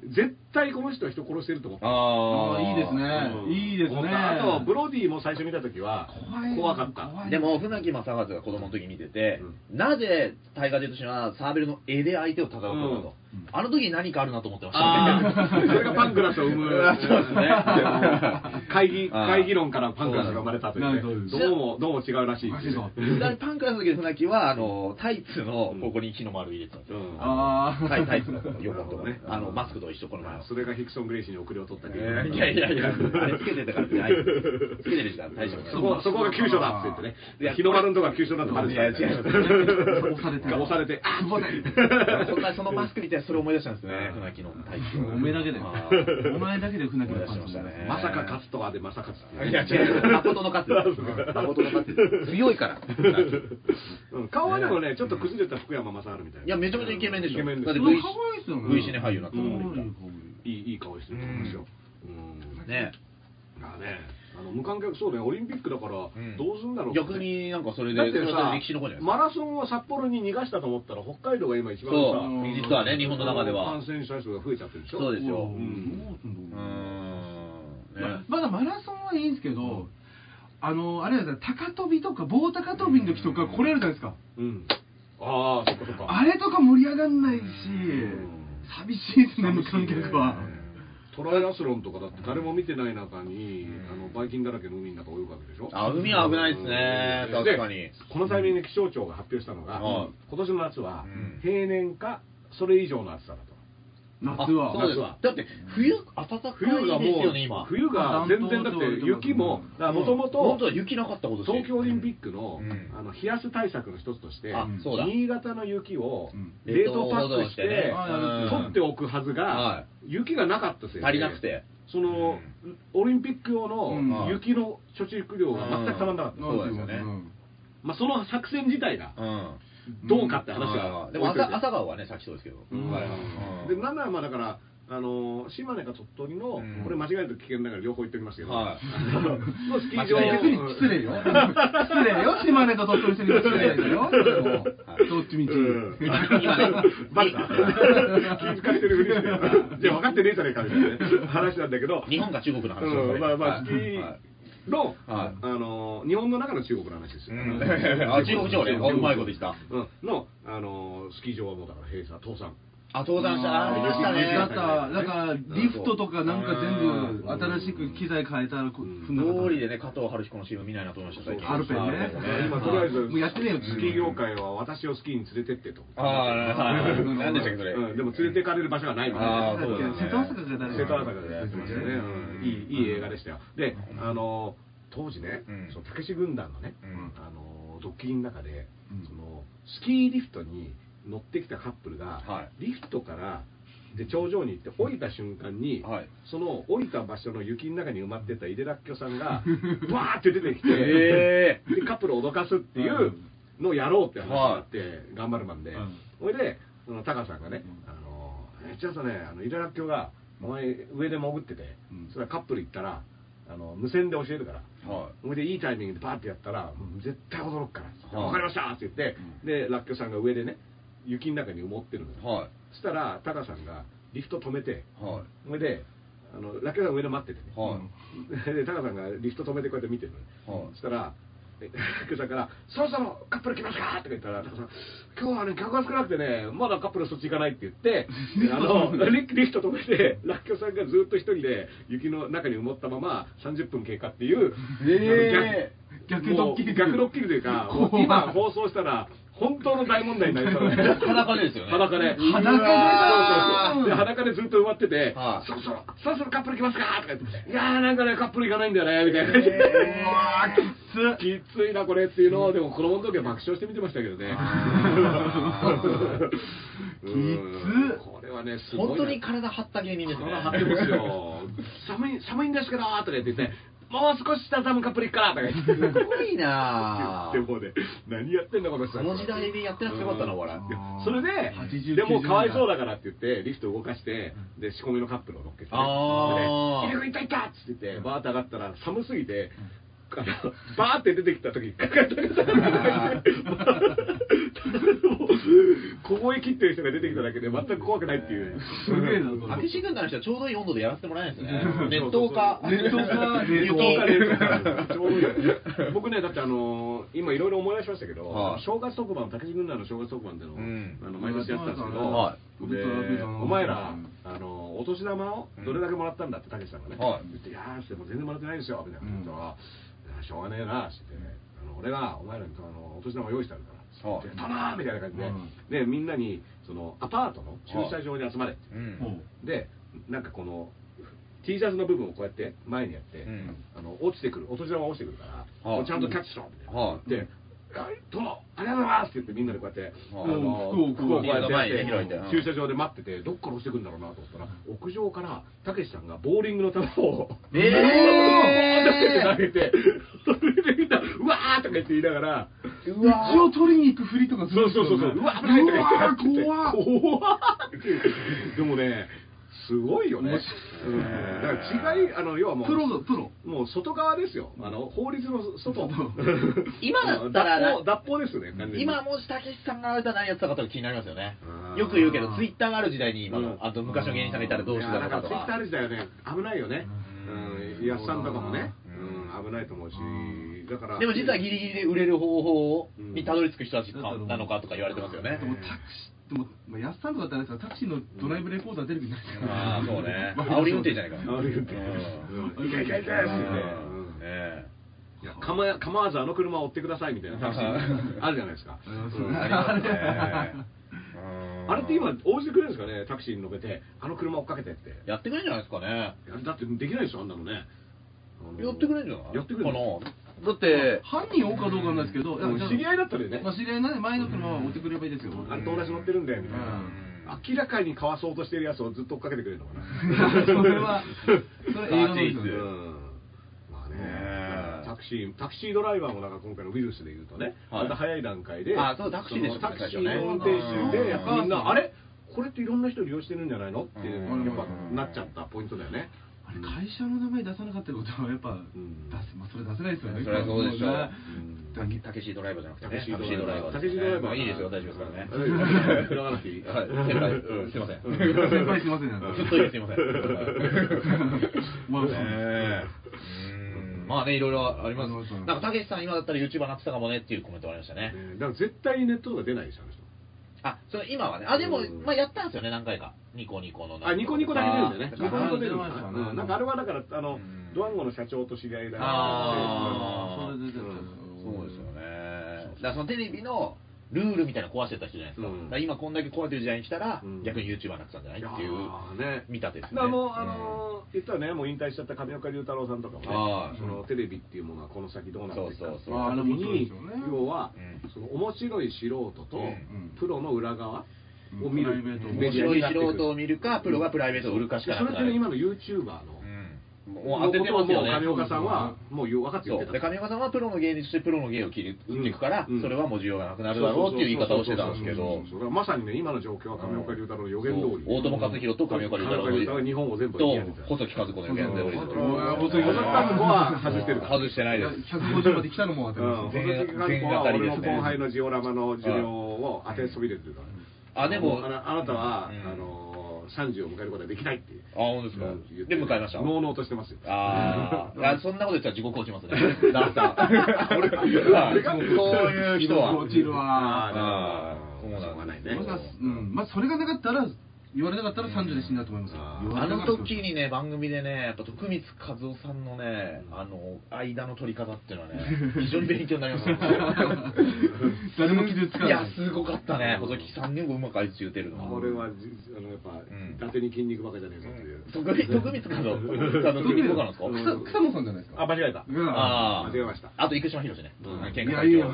絶対この人は人殺してると思った。
あ
ああ、いいです
うん
ね。いいですね。
思ったあと、ブロディも最初見たときは、怖かった。
でも、船木正和が子供の時見てて、
う
なぜタイガー・ジェットシンはサーベルの絵で相手を戦うのかと、
うん
あの時に何かあるなと思ってました、
ああ、それがパンクラスを生む。
そうですね
会議、
あー
会議論からパンクラスが生まれたというね。
そうです
どうも、どうも違うらしいっていうね。
ちなみにパンクラスの時の船木はあのタイツの
うん
ここに日の丸入れてたんですよ、
うん
あー
タイタイツの横のとこ
なるほどね
あのマスクと一緒この前の
それがヒクソン・グレイシーに送りを取った理由
えーいやいやいや、あれつけてたからじゃない。つけてる時間大丈夫
そこそこが急所だって言って
いや
ね。日の丸のとこが急所だと
いや違う
押されてる
押されて。あ
久保田に
そんなそのマスク見てそれ思い出したんですね、船木のタイツ
お前だけだよ
あー。
お前だけで船木のパンチ
思い出しましたね
まさか勝つとはでまさか勝つっていう
いや違う、誠の勝つ。誠の勝つ。強い から。
うん顔はでもね、ちょっと崩れた福山雅治みたいな。
いや、めちゃめちゃイケメンでしょ。
イケメンで
だって
す
うん
よう
V
かわいいっすよね
V シネ俳優になったの
うん
俺
いいいい顔してると思うんですよ。うん
ね
まあね、あの無観客そうね、オリンピックだから、
ん
どうすんだろうって
逆になんかそれで、
だって
それはそれ
さ
で歴史の子じゃないです
マ
か。
ラソンを札幌に逃がしたと思ったら、北海道が今一番さ、
そう、実はね、日本の中では
感。染者数が増えちゃってるでしょ。
そうですよ。
うんそうなん
う
だ
ーん。ね
ままだマラソンはいいんですけど、あの、あれだよ、高跳びとか、棒高跳びの時とか、これやるじゃないですか。
うん。ああ、そっかそっか。
あれとか盛り上がんないし、寂しいですね、無
寂しいね
観客は。
トライアスロンとかだって誰も見てない中に、あのバイキンだらけの海の中泳ぐわけでしょ
あ、海は危ないですね。
うん
確かに
で。このタイミングで気象庁が発表したのが、
うん
今年の夏は
うん
平年かそれ以上の暑さだと
夏は。
あそうです
夏は
だって、冬、暖か
冬が
いです
も
よ
う、
ね、今。
冬が全然だって雪ももとも
本
と
当は雪なかったこと
東京オリンピックの,、
うん
あの冷やす対策の一つとして
あそうだ
新潟の雪を
うん
冷凍パックして,、
冷凍
保存してね
取っておくはずが、
は
雪がなかったせいで
足りなくて。
その、オリンピック用の
うん
雪の貯蓄量が全くたまんなかった、
うんそうですよね
ん
まあ、その作戦自体が
うん。
どうかって話が、
あーでも朝朝顔はね、咲きそうですけど。
うん
はい
でなんならまあだからあのー島根か鳥取の、
うん
これ間違えると危険だから両方言っておきますけど、
はい
あののスキー場
間違え
逆に失礼よ。失礼よ、島根と鳥取市に失礼だよ。それもどっちみち。
うん
今ね、
バレた気遣ってるふりしてじゃあ分かってねえじゃねえかみたいなね話なんだけど
日本か中国の話
うんまあまあスキー
はい
の、
はい
あのー日本の中の中国の話です
う
よ、
んあ中国地方ねあうまいこと言った
うんの、あのースキー場はもうだから閉鎖倒産
あ、登山した、ありました
だっ
ね。
た、なんかリフトとかなんか全部新しく機材変えたらこ
うん
踏んだ
通りでね、加藤春彦の CM 見ないなと思いました、最近。
ハルペンね
ね
今とりあえず
もうやってねえよ
スキー業界は私をスキーに連れてってと
ああ、はいはい。何でしたっけ、それ。
うんでも連れてかれる場所がないみたい
あー
な
そうだね
瀬戸朝香が誰
瀬戸朝香でやってましたね、うんいいいい映画でしたよであの当時ね、
うん
そのたけし軍団のね、
うん
あのドッキリの中で、
うん
そのスキーリフトに乗ってきたカップルが、
は
リフトからで頂上に行って降りた瞬間に、
はい
その降りた場所の雪の中に埋まって た井出らっきょさんがバーって出てきて、
へ
でカップルを脅かすっていう、のやろうって話になって、頑張るまんで
うん、
それで、そのタカさんがね、
う
あのー、ちょっとね、あのイララッキョが、お前、上で潜ってて
うん、
それはカップル行ったら、あの無線で教えるから、
は
それでいいタイミングでパーってやったら、うん絶対驚くから、
はい
わかりましたって言って、で、ラッキョさんが上でね、雪の中に埋もってるのよ。
い。は
そしたら、タカさんがリフト止めて、
い。はい。
それで、あのラッキョさんが上で待っててね、
はい。
で、タカさんがリフト止めてこうやって見てるの
は
よ
い。
そしたら、 でラッキョさんから、そろそろカップル来ますかとか言ったら、タカさん、今日はね、客が少なくてね、まだカップルそっち行かないって 言って、あのリリフト止めて、ラッキョさんがずっと一人で雪の中に埋もったまま30分経過っていう、
え
逆逆ドッキリ
もう逆ドッキリという か、もう今放送したら、本当の大問題になりそうだね。
裸でですよね。
裸
裸
で。
で
そうそうそうで裸でずっと埋まってて、
はい
そろそろ、そろそろカップル来ますかとか言って、いやーなんかね、カップル行かないんだよね、みたいな。
うわーきつ
きついな、これっていうのを、でも子供の時は爆笑して見てましたけどね。
きつ
うんこれはね、すごいな。
本当に体張った芸人ですね。
体張ってますよ。寒い、寒いんですけどーとか言ってね、もう少ししたら多分カップル行くからとか言って。
すごいな
でもね、何やってんだこの人
この時代でやってなくてよかったな、お笑い。
それで、
80
でもかわいそうだからって言って、リフト動かして、で、仕込みのカップルを乗っけて、
あー
で、いたいたいたっつって言って、バーって上がったら寒すぎて、あのバーって出てきた時に、ガガガガガガガ 凍え切ってる人が出てきただけで全く怖くないっていう。
すげえなそ
た
れ
けし軍団の人はちょうどいい温度でやらせてもらえないんですね
う。ん
熱湯か。
熱湯か
雪
冷凍
10日連続ちょうどいいよね僕ね、だってあのー今いろいろ思い出しましたけど、
はい
正月特番、竹地軍団の正月特番での、
ん
あの毎年やってたんですけど、
は
で
い
お前ら、あのお年玉をどれだけもらったんだって、竹地さんがね、
はい
言って、いやーして、もう全然もらってないですよ、みたいなこと言ったら、いやしょうがねえな、して、あの俺がお前らにあのお年玉用意してあるから、
はい
やったなーみたいな感じで、でみんなにそのアパートの駐車場に集まれって。
うん。
でなんかこの T シャツの部分をこうやって前にやって、
うん
あの落ちてくるお年玉が落ちてくるから、
はい
こうちゃんとキャッチしろみたいな、
はい
であ殿ありがとうございますって言ってみんなでこうやって、
はい
あの
服を
服をこうやってやっ
リード前にね
て
開いて
駐車場で待っててどっから落ちてくるんだろうなと思ったら屋上からたけしさんがボーリングの球を
え
投げてそれでみんなうわーとか言って言いながら
うわ一応取りに行くふりとかす
そ
る
うそうそうそう。うわ、
危
危
な
ないい。
うわー怖っ
怖っでもね、すごいよね。
面
うんだから違い、あの、要はもう。
プロプロ
もう外側ですよ。あの、法律の外。
今だったら
あの脱法脱法ですよね、完全に
今、もしたけしさんがあれだ何やってたかとか気になりますよね
あー
よく言うけどツイッターがある時代に今
う
の
ん
あと昔の芸人さんがいたらどうしてた
いや
のか
だ
と
からツイッタ
か
ーある時代はね、危ないよね。うん、やっさんとかもね、
う
うん、危ないと思うし、だから。
でも実はギリギリで売れる方法にたどり着く人たち
うん
なのかとか言われてますよね
でもタクシーでもまあ安さんとかだったらさタクシーのドライブレコーダー出るみたい
ああ
な
そうね煽り運転じゃないか
あるよって。うんいけいけいけって言ってうんいや構え構わずあの車を追ってくださいみたいなタクシーあるじゃないですか、うんあれって今応じてくれるんですかねタクシーに乗べてあの車追っかけてってい
やってくれんじゃないですかね
やだってできないでしょあんなのねあの
やってくれんじゃない
やってくれる
か
の
なだって
犯人多かどうかなんですけど
うん知り合いだったらね
まあ知り合いなんで前の車は追ってくれればいいですよ
あれ友達乗ってるんだよみたいな、
うん
明らかにかわそうとしてるやつをずっと追っかけてくれるのか な
それ はそれ映画のですよ
う
ね
んまあね
ねえ
タクシータクシードライバーもなんか今回のウイルスでいうとね、
はい
また早い段階で、
あそうタクシーで
そ
すよ
のタ
ね
クシーの運転手で、
うん
みんな、あれ、これっていろんな人利用してるんじゃないのっていう、
うん
やっぱなっちゃったポイントだよね。
あれ会社の名前出さなかったことはやっぱ
ん
出せまあそれ出せないですよね
そりゃそうでしょう
うん
たけたけしドライバーじゃなくて
タ
ね
ク
タ
シー
クシード
ドラ
ラ
イ
イ
バ
バー
ー。タクシードライバ
まあ
ー。
いいですよ大丈夫ですからね
ね。裏話。
はい手ぶらうんすいません
先輩すいませんなんか
ずっといい ですいません。
まあ
ねえうんまあね、いろいろあります
あります。
なんか、たけしさん、今だったら YouTuber なってたかもねっていうコメントがありましたね。
ねだから絶対にネットとか出ないでしょ、あの人
あ、それ今はね。あ、でも
うん、
まあ、やったんですよね、何回か。ニコニコの。
あ、ニコニコだけ出るんだよね。ニ
あ
コニコ出るんだ
あ出ました
よ
ね
うんなんかあれはだから、あ
う
の
ん、
ドワンゴの社長と知り合いだ
あ
それで出て
そうですよね。だから、そのテレビのルールみたいなの壊してた人じゃないですか。
う
だ
ん
から今、こんだけ壊れてる時代に来たら
うん、
逆に YouTuber なってたんじゃないっていう
ね。
見立てですね。
だからもう、あのー言ったらね、もう引退しちゃった上岡龍太郎さんとかも
は
ね、
い
そのテレビっていうものはこの先どうなっていくか
そう
って
そう
い
そう
う
あれ
時に
もそうですよね、
要は
うん、
その面白い素人と
うん
プロの裏側を見
う
る
んプライベートを
面白い素人を見るか、プロがプライベートを売るかし
で
か
そ
な
れ
くな
ってね
る。
今の YouTuber の
うんもう当ててますよね。
上岡さんは、もう分かって言
そ
って
う。
た。
で、上岡さんはプロの芸人としてプロの芸を切り打っていくから、
うん
それはもう需要がなくなるだろうっていう言い方をしてたんですけど、
それはまさにね、今の状況は亀岡龍太郎の予言通り。
大友克洋と上岡龍太郎
上岡龍太郎が日本を全部
と
やりたい
細木数子の予言通りです
う
よ
ん
あー
細
細
木
木
数子は外してるから。
外してないです。
150まで来たのも当て
うん、
ま
細
す。
木数子は俺の後輩のジオラマの授業を当てそびれてるから。
あ、でも、
あ
あ、
なあなたは、
うん
あの30を迎えることはできないっていう
本当ですか。で、迎えました。
のうのうとしてますよ
あ ーあ、そんなこと言ったら地獄落ちますね。ダンさん。 俺そういう人は。
落ちるわ。
あ
あ
ー
ー
しょうがないね
俺がうん、まあそれがなかったら言われなかったら30で死んだと思いますよ
あー
言わ
あ
れ
の
なかったら
時にね、番組でね、やっぱ徳光和夫さんのね、あの、間の取り方っていうのはね、非常に勉強になりました。
誰も傷つか
いや
ない、
すごかったね、細木さんにもうまくあいつ言うてるの。
これはじあのやっぱ、
ん
伊達に筋肉ばかじゃねえぞっていう、
徳光徳光和夫。徳光和夫、どうなんですか
うん
草草野さんじゃないですか
あ間違えた、
うん
ああ。
間違えました
あと、生島博士ね。
うん
喧嘩
いやいいよ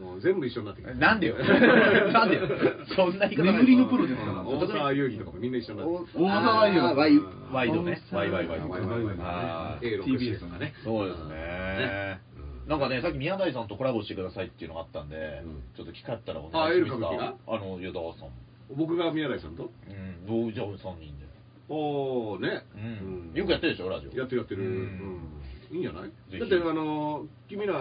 もう全部一緒になってきた
うん なんでよ。 なんでよ。そんな言い方ない
巡りのプロですから
大沢優儀とかもみんな一緒になってき
大沢優
あーワイワイドね。ワイワイワイ
た
ド。
ワイワイワイ
あー
A6 とかね
そうですね。なんかね、さっき宮台さんとコラボしてくださいっていうのがあったんで
うん、
ちょっと機会あったらお願いします
あエール歌舞伎が
か。あの、与沢さん。
僕が宮台さんと
うん、どうじゃあ3人で。
おおね、
うん
う。ん
よくやってるでしょ、ラジオ。
やってるやってる、
う
うんんいいんじゃない
ひ
だってあの君ら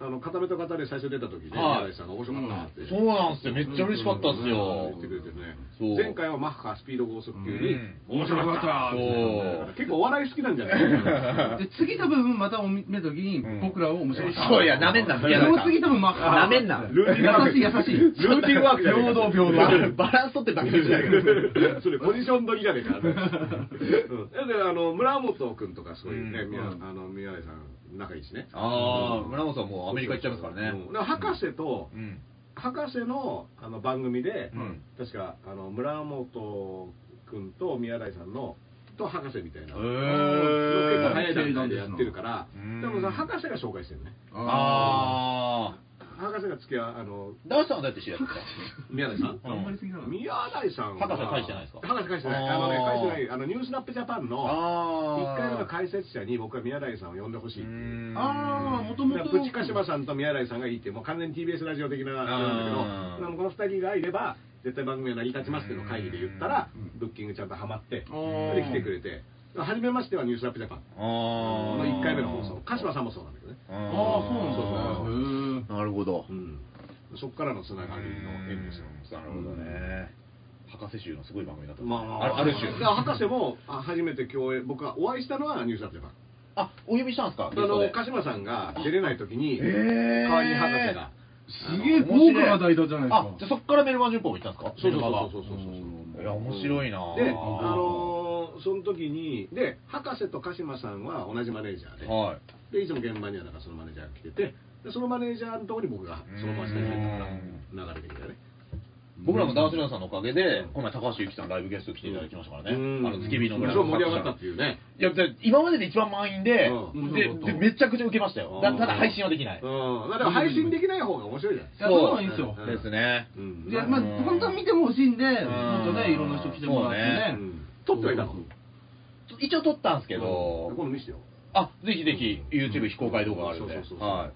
あの固めた方で最初出た時ね、
はい
宮台さんが面白かったって、
そうなんですよ。めっちゃ嬉しかったっすよ
言っ。てくれてね
そう
前回はマッハスピード剛速球に、
うん
面白かった
そう
結構お笑い好きなんじゃない
で次多分またお見た時に
ん
僕らを面白かった
そういや、なめんな、宮
そ
台
の
さん。
次多分まあ
なめんな
優しい優しい
ルーティンワークじゃねえ
平
か
等平等
バランス取ってるだけですよ。
それポジション取りじゃねえ か、うん、だってあの村本君とかそういうね、
うん
宮
うん
あの宮台さん仲いいしね
ああ、村本さんもうアメリカ行っちゃいますからね
うん。だから博士と、
うん。
博士のあの番組で、
うん
確かあの村本君と宮台さんのと博士みたい
へ
な、
ー
結構早い段階でやってるから、
うん
でもさ博士が紹介してるね
ああ。
博士が付き合うあの
ダースさんはだって知り合ったんです
宮台さん
あんまりすぎなかった
宮台さんは
博士返してないですか
博士返してない
あー
あのね返してないあのニュースナップジャパンの
あ
1回目の解説者に僕は宮台さんを呼んでほしいっていう
ああもとも
だから
と
プチカシマさんと宮台さんがいいってもう完全に TBS ラジオ的なあれな
あ
んだけ
ー
どでもこの2人がいれば絶対番組が成り立ちますっていうのを会議で言ったらブッキングちゃんとハマってで
ー
来てくれて初めましてはニュースナップジャパン
ああ
の1回目の放送鹿島さんもそうなんだけどね
あ
ああ
あ
そうなんですね
なるほど
うんそっからのつながりの縁ですよ
なるほどね博士集のすごい番組だった
まあ、
ある種
だから博士もあ初めて共演、僕はお会いしたのはニュースアップジャパン。
あお呼びしたんですか
あの、鹿島さんが出れない時に、代わりに博士が。
すげえ豪華な代打じゃない
あ
で
じゃ
す
あそ
か
っからメルマン十本行ったんですか
そうそうそううそうそう。
いや面白いな
で、あのーその時に、で、博士と鹿島さんは同じマネージャーで、
はい
で、いつも現場にはなんかそのマネージャーが来てて、でそのマネージャーのところに僕がそのまま下に入ったから、流れてきたよね。
僕らもダースレンさんのおかげで、この前高橋由紀さんライブゲスト来ていただきましたからね、
うん
あの月日の村
そう盛り上
作者
がったっていうね。
いや、で今までで一番満員で、
うん
で
うん
でめちゃくちゃ受けましたよ。だただ配信はできない。
うん。まあでも配信できない方が面白いじゃな
い
い
やそうなんですよ
うん
ですね。
うん
いやまあ
うん
本当は見てもほしいんで
ん
もっとねいろんな人来てもらって
う
ね
ん撮ってはいたの。
一応撮ったんですけ
うん
ど、
今度見せてよ。
あ、ぜひぜひ YouTube 非公開動画があるんで。
そうそうそうそう
は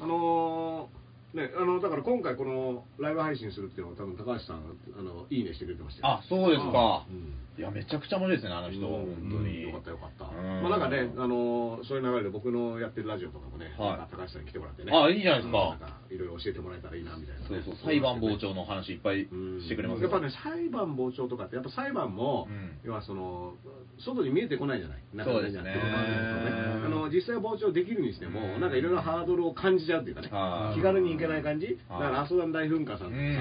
あのーね、あのだから今回このライブ配信するっていうのは多分高橋さんあのいいねしてくれてまし
い。
たよ
あ、そうですか
う。ん
いや、めちゃくちゃ面白いですね、あの人。
うん
本当に。
よかったよかった、
うん
まあなんかね、あのーそういう流れで僕のやってるラジオとかもね、
はい
なんか高橋さんに来てもらってね
あいいじゃないですか
うんなんかいろいろ教えてもらえたらいいなみたいなね、
そうそう、裁判傍聴
聴
の話いっぱいしてくれますよ
やっぱね裁判傍聴とかってやっぱ裁判も、
うん
要はその外に見えてこないじゃない
そうですね
中身がねあの実際傍聴できるにしても、なんかいろいろハードルを感じちゃうっていうかね、
はい
気軽に行けない感じ、
はい
だから阿蘇山大噴火
う
さんとかさ、
ん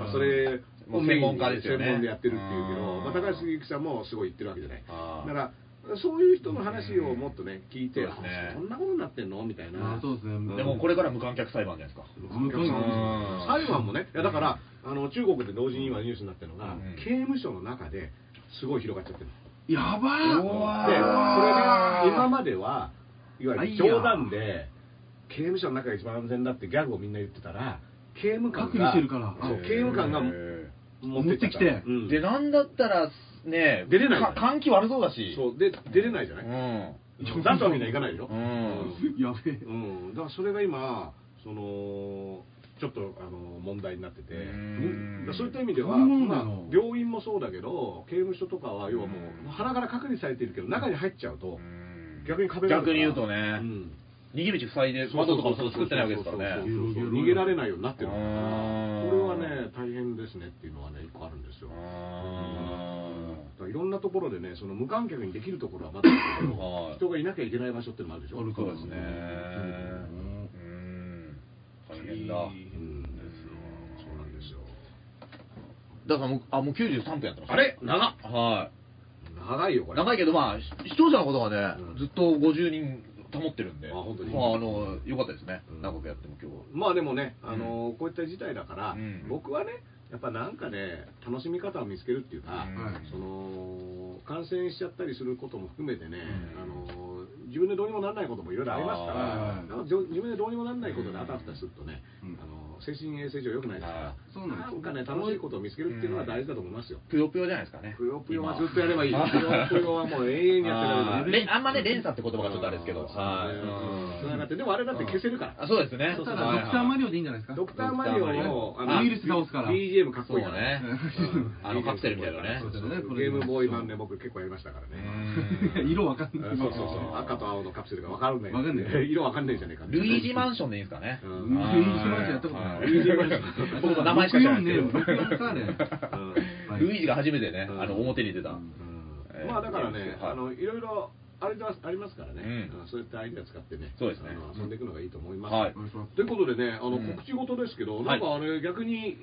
やっぱそれをメイン
もう専門家
に
ですよね
専門でやってるっていうけど、
うん
まあ、高橋由紀さんもすごい言ってるわけじゃない
はい
だからそういう人の話をもっとね聞い
そう
て、
ですね
あそんなことになってんのみたい
あ
な
ーそうですね
でもこれから無観客裁判じゃないですか。
お客さん
うん
裁判もね、いやだから、あの中国で同時に今ニュースになってるのが、
うん
刑務所の中ですごい広がっちゃってる。
やばー
で、これね
あー、
今までは、いわゆる冗談で、刑務所の中が一番安全だってギャグをみんな言ってたら、刑務官
隔離
が、
してるから
そう刑務官が
へー
持ってっちゃっ
持ってき
た
て
うん
で、なんだったら、ねえ
出れな
か
い
換気悪そうだし
そうで出れないじゃな
う
い、
ん
出すわけにはいかないでしょ、
うん
やべえ。
うん、だからそれが今そのちょっとあの問題になってて、
ん
だからそういった意味では、
そうなんだ
まあ病院もそうだけど刑務所とかは要はもう腹から隔離されてるけど中に入っちゃうと逆に壁があるか
逆
ら
に言うとね
ん
逃げ道塞いで窓とかもそう作ってないわけですから
そ
ね
うそうそうそう逃げられないようになってるから
うーん
これはね大変ですねっていうのはね一個あるんですよ
うん
だからいろんなところでねその無観客にできるところはまだあるけど
はい
人がいなきゃいけない場所ってのもあるでしょ
あるか
そう
ら
ですねうん大変だ
うんそうなんですよ
だからもうあもう93分やってます
あれ長っ
は
長いよこ
い
れ
長いけどまあし視聴者のことがね
うん
ずっと50人保ってるんで
あ本当に
まああの良かったですね
うん
長くやっても今日は
まあでもね、あのこういった事態だから、
うん
僕はねやっぱなんかね楽しみ方を見つけるっていうか、
はい
その感染しちゃったりすることも含めてね、あの自分でどうにもならないこともいろいろありますから
あー
なんかじょ自分でどうにもならないことであたふたするとね、
うん
あの精神衛生上良くないですから
あ
そうなんです
なんかね楽しいことを見つけるっていうのは大事だと思いますよ。
ぷよぷよじゃないですかね
ぷよぷよはずっとやればいい。ぷよぷよはもう永遠にや
あー
ってられるね。
れあんまね連鎖って言葉がちょっとあれですけど
そう
はい
ね
うん
繋がってでもあれだって消せるから。
あそうですね
ただ、ドクターマリオでいいんじゃないですか。
ドクターマリオの
ドクターマリオウイルス倒すから
BGM かっこいいから
そうね
うん
あのカプセルみたいなね
そうそう
そうだねこれ
ゲームボーイ版で僕結構やりましたからね
いや 色わかん
そ
な
う
い。
そう そう赤と青のカプセルが分かんない
わかんない
色分かんないじゃねえかって
ルイージマンションでいいですかね
う
うんん
はい
ルイージマンションやったことない
はいルイージマンション僕も名前しか知らないですけど
64ね64かあれ
うん
はい
ルイージが初めてね、
うん
あの表に出た、
うん
うんまあだからね
はい
あのいろいろあれだありますからね
うん
うんそういったアイデア使ってね
そうですね
あの遊んでいくのがいいと思います
はい
お願いします
ということでね、あの
うん
告知事ですけど、
はい
なんかあれ、逆に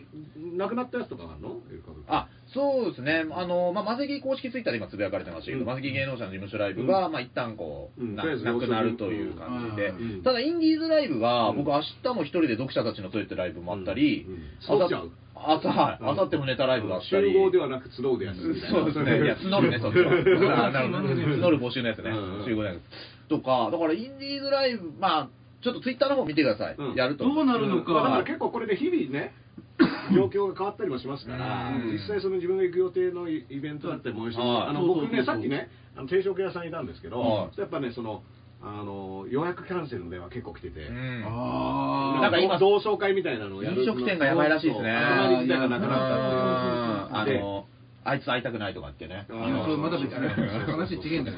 なくなったやつとかあるのエルカブ
あそうですね、あのまあ、マセキ公式ツイッターで今つぶやかれてましたけど、
うん
マセキ芸能者の事務所ライブが、
うん
まあ一旦こう、
うん
な
とりあえず
なくなるという感じで、
うん
うん
ただ、インディーズライブは、
うん
僕、明日も一人で読者たちのそういったライブもあったり
うんうん、
あ
集っちゃ
さ
う
あさはいあさってもネタライブがあったり、
集合ではなく集うでやるみたいな
そうですね。いや、募るね、そっち は。あなるほど募る募集の やつね
うんうん。
集合のやつ。とか、だから、インディーズライブ、まあ、ちょっとツイッターの方見てください
うん。
やると。
どうなるの
まあだから
か。
結構これで日々 ね、状況が変わったりもしますから、
うん
実際その自分が行く予定のイイベントだってもし、
はい
あの
そうそうそう
僕ね、さっきね、あの定食屋さんにいたんですけど、
はい
やっぱね、その、あの予約キャンセルの電話結構来てて、
うん
あ
なん
な
ん
か
か
今
今
同窓会みたいなのをやる
飲食店がやばいらしいですね
そうそうあまり時代がな
う
く
ん
なった
あ
っていうで
の、あいつ会いたくないとかってね。
あ
あ。いや、それまだ別に。話違えんだよ。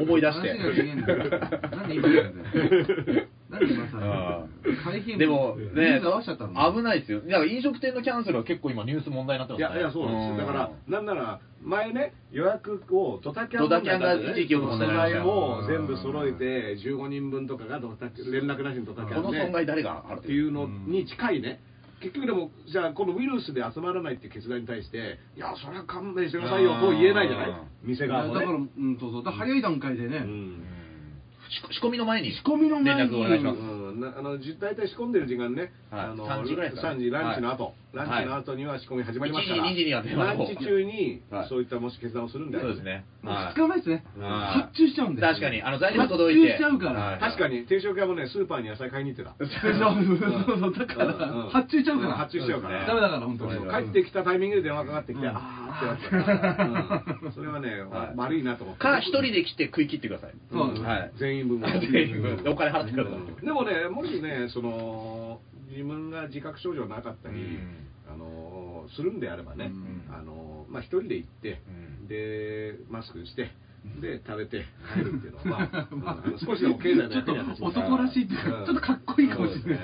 思い出して
話が違えんだよ。なんで今なんだよ。なんで今さ
うん、
改変
でも、ね、
合わしちゃったの
危ないですよ。だから飲食店のキャンセルは結構今ニュース問題になってま
い
すね。
やいやそうなんですよだからなんなら前ね予約をドタキャ
ド
ン
タキャンが一時期よく
問
問
題
題
だ
に
った
なりまし
ね素材
た
を全部揃えて15人分とかがドタ連絡なしにドタキャ
この損
ンで
害誰がある
っていうのに近いね結局でもじゃあこのウイルスで集まらないっていう決断に対していやそれは勘弁してくださいよと言えないじゃない店側も
だ
ね
から、うん、そうそう。だから早い段階で
う
ね、
ん
仕仕込みの前に。
仕込みの前
連
に
絡をお願いし
う
ます。
ん、なあのじ大体仕込んでる時間ね、
はい
あの
3時ぐらいですかね
3時ランチの後、
はい
ランチの後には仕込み始まりますから、
はい1時2時には電話
ラ
の
ン
方
チ中に
はい
そういったもし決断をするんであれ
そ
ば
うですね。
もう
はい
2日前ですね。
はい
発注しちゃうんで。
確かに、あの、材料が届いて。
発注しちゃうから。
確かに定食屋もねスーパーに野菜買いに行っ てた
そうそうそうだか
うんうん
ら、発注しちゃうから。
発注しちゃうから
ダメだから、本当
そう
に
そう。帰ってきたタイミングで電話かかってきて、あーってなっちゃったから、うんそれはね、
はい
悪いなと思って
か、一人で来て食い切ってください。
そうですね
はい。
全員分も
全員分お金払ってください
うんでもねもしねその自分が自覚症状なかったり、
うん
あのするんであればね、
うん
あのまあ、一人で行って、
うん
でマスクしてで食べて帰るって いうのは、まあうん少しでも経済の
ちょっ
役
と
には立ちます
男らしいっていう
うん
か、ちょっとかっこいいかもしれない。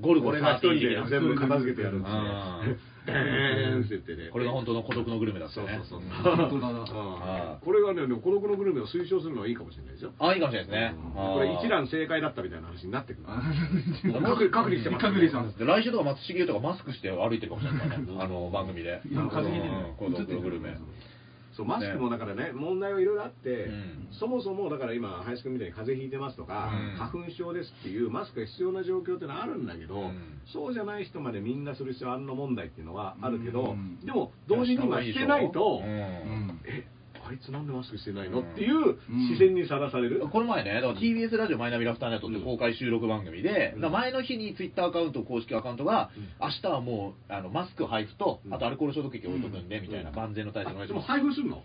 ゴルゴ
俺が一人で
13
全部片付けてやるんです
あ
ね。でーんって言ってね。
これが本当の孤独のグルメだっ
そ
た
う
ね。
そうそう。
当だな
うんこれがね、でも孤独のグルメを推奨するのはいいかもしれないですよ。
あ、いいかもしれないですね
うん。
あー
これ一。覧正解だったみたいな話になってくる。
あ
もう隔離してます。
隔離してます
で来週とか松重とかマスクして歩いてるかもしれないからね。あの、番組で。
いや風邪ひいてる
うん孤独のグルメ。
そうマスクもだからね、問題はいろいろあって、
うん
そもそもだから今、林くんみたいに風邪ひいてますとか、
うん
花粉症ですっていうマスクが必要な状況ってのはあるんだけど、
うん
そうじゃない人までみんなする必要あんの問題っていうのはあるけど、
うん
でも同時に今してないと、
うん
うん
えあいつなんでマスクしてないのっていう視線にさらされる。
この前ね、だから TBS ラジオマイナビラフターネットって公開収録番組で、だから前の日にツイッターアカウント、公式アカウントが、明日はもうあのマスク配布と、あとアルコール消毒液置いとくんで、みたいな万全の対策お願
あ
いし
でも
ます。
配布するの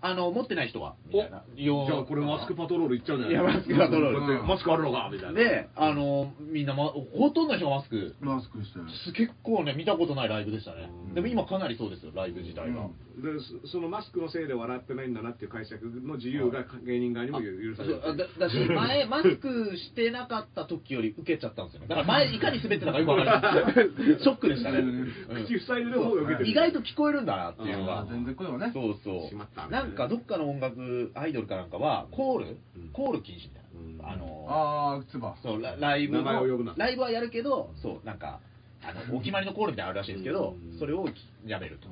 あの、持ってない人は、みたいな。
じゃあこれマスクパトロール行っちゃうんじゃな
いや
い
マスクパトロール
こうやってマスクあるのかみたいな。
で、あの、みんな、ま、ほとんどの人がマスク。
マスクしてる
結構ね、見たことないライブでしたね
うん。
でも今かなりそうですよ、ライブ自体が。
でそそのマスクのせいで笑ってないんだなっていう解釈の自由が芸人側にも許される
そうだだし、 前、マスクしてなかった時より受けちゃったんですよね。だから前、いかに滑ってたかよくわかり ます。ショックでしたね。うん
口塞いでる方が受けてる
意外と聞こえるんだなっていうの
あ
が
ー。
全然声はね
そう
しまった
そう。
みたい
な
な
か
ん
どっかの音楽、アイドルかなんかは、コール
うん
コール禁止みたいな。あ
うん
の、
ああ唾
そうラライブ
名前を呼ぶな
の、ライブはやるけど、そう、なんか、あのお決まりのコールみたいなのあるらしいんですけど
うん、
それをやめると。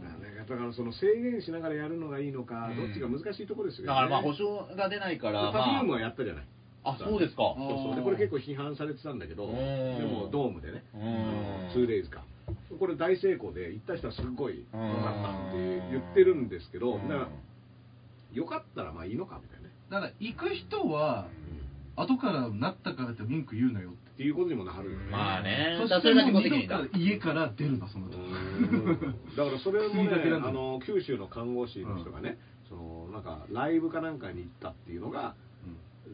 だからその制限しながらやるのがいいのか、
うん
どっちが難しいところですよね
だからまあ保証が出ないから、
パフ
ま
ュームはやったじゃない
あ、あ、そうですか。
あー
そうそうでこれ結構批判されてたんだけど
う
で
ん
もドームでね
うん
2days かこれ大成功で行った人はすごい良
うん
かったって言ってるんですけど
う
だ
ん
から良かったらまあいいのかみたいなね
だから行く人は後からなったからって文句言うなよって
っていうことにもなるよね
まあね、
そ
だか
して
ら
も
自
う
己
二
責任
度
だ
から。家から出るなその
う
時
んだからそれも
薬
ね
だけなんだ
あの九州の看護師の人がね、そのなんかライブかなんかに行ったっていうのが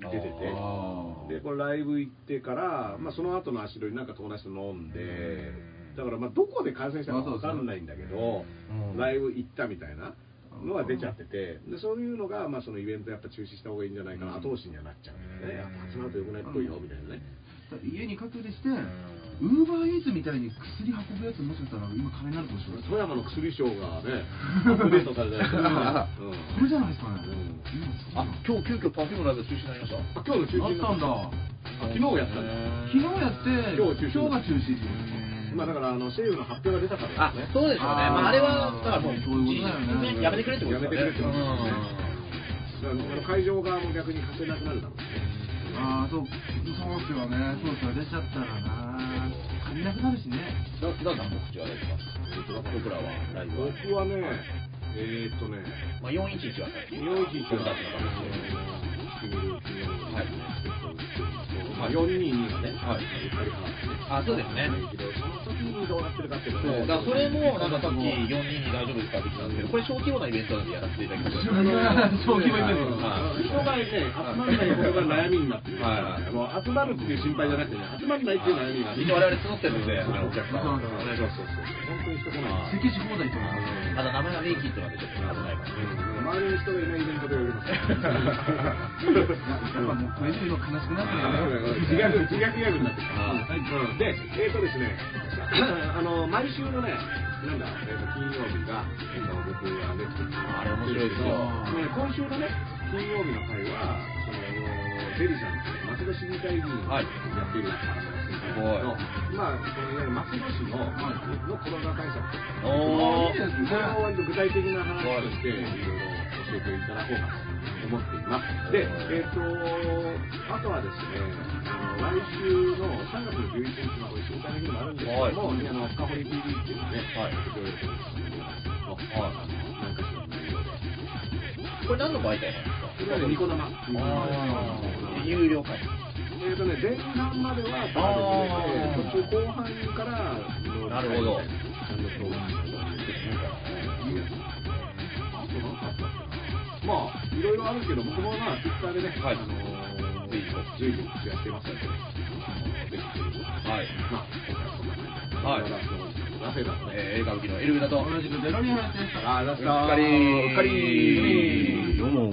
出てて
あー
でこれライブ行ってから、まあ、その後の足取りなんか友達と飲んで
うん
だからまあどこで感染したか分かんないんだけど、
うん
ライブ行ったみたいなのが出ちゃっててでそういうのが、まあ、そのイベントやっぱ中止した方がいいんじゃないかな、後押しにはなっちゃうんだよねやっぱ集まると良くないっぽいよみたいなね。
家に隔離してウーバーイーツみたいに薬運ぶやつもしかしたら今金になるかもしれない
富山の薬賞が ね、アップデートされたやつうん
それじゃないですかね
うん
あ、今日急遽パフュームライブ中止になりました。
あ今日の
あ
中
った
止になっ
んだ
たあ昨日やったん
昨
だ
日やって
今日中
今
止
日が中止ってこと
まあだからあの政府の発表が出たから
あ
ですね、
そうですよね。まあ、あれは、だからもう、
そういうことだよね
ねやめてくれってことですよね。
やめてくれってことです
う
ね
ん
だからあの会場側も逆に貸せなくなるだろうね
ああそうそうですよねそうですよ出ちゃったらな足りなくなるしね
だだから告知はあれですか僕らはライブは。
僕はねえー、っとね
まあ、411はさっき。
411
僕たちの形で。はい
まあ422がね、
はい
ゆかりはね
あ、そうですね。
その時にどうなってるかっていうの
そ
はね
う、だからそれも、なんかさっき4人に大丈夫ですかって言ってたんですけど、これ小規模なイベントなんでやらせていただき ました。
そう決めて
人
る
がね、集まらないことが悩みになってる、
はいはい
もう集まるっていう心配じゃなくてね、集まらないっていう悩みがある
一応我々募ってるので、あのお客さん、お願いします。
そうそうそう本当に人来ない
席次放題とか
ただ名前がネイキッドなんでちょっと危ないか
周りに人がいないイベントでやります
やっぱもうこれ以上今悲しくなってるよね
自虐自虐ギャグになってきた
ら。あ
うんで、えーとですね、あの毎週のね、なんだ、えーと金曜日が、えーと僕はね、
あれ面白いですよ
ね今週のね、金曜日の回は、そのゼリーさんという松戸市議会議員をや
はい
っている話をしてたんですけど、まあそのいわゆる松戸市の、のコロナ対策とか、
ーお
いいです
これを
ね
割と具体的な話として、いろいろ教えていただこうかと思っています。で、えっ、と、あとはですね、あの来週の3月の11日は、これ、仕事的にもあるんですけども、あの、深堀 TV っていうのね、
はい
協力していただきますと、
はい
あの、なんかしらの内容で、
ーこれ何の媒体なんですか
それはね、ニコ生。ニコ生です
有料会。
えっ、とね、前半まではタダで見れて、途中後半から、
なるほど
ちゃんと表現してもらっていいですね。あとなんかあったっけなまあ、いろいろあるけど、僕もまあ、ツイッターでね、
はい
あのー、随時、随時やってますので、あのぜひぜひ、
はい。
まあ、今回はそんな感じで、
はい
ラストのラセダーのね、
えー、映画好きのエルビナと。
同じくデロリアンやってる
あー、ラ
うっかり
うっかり
どう
どうも。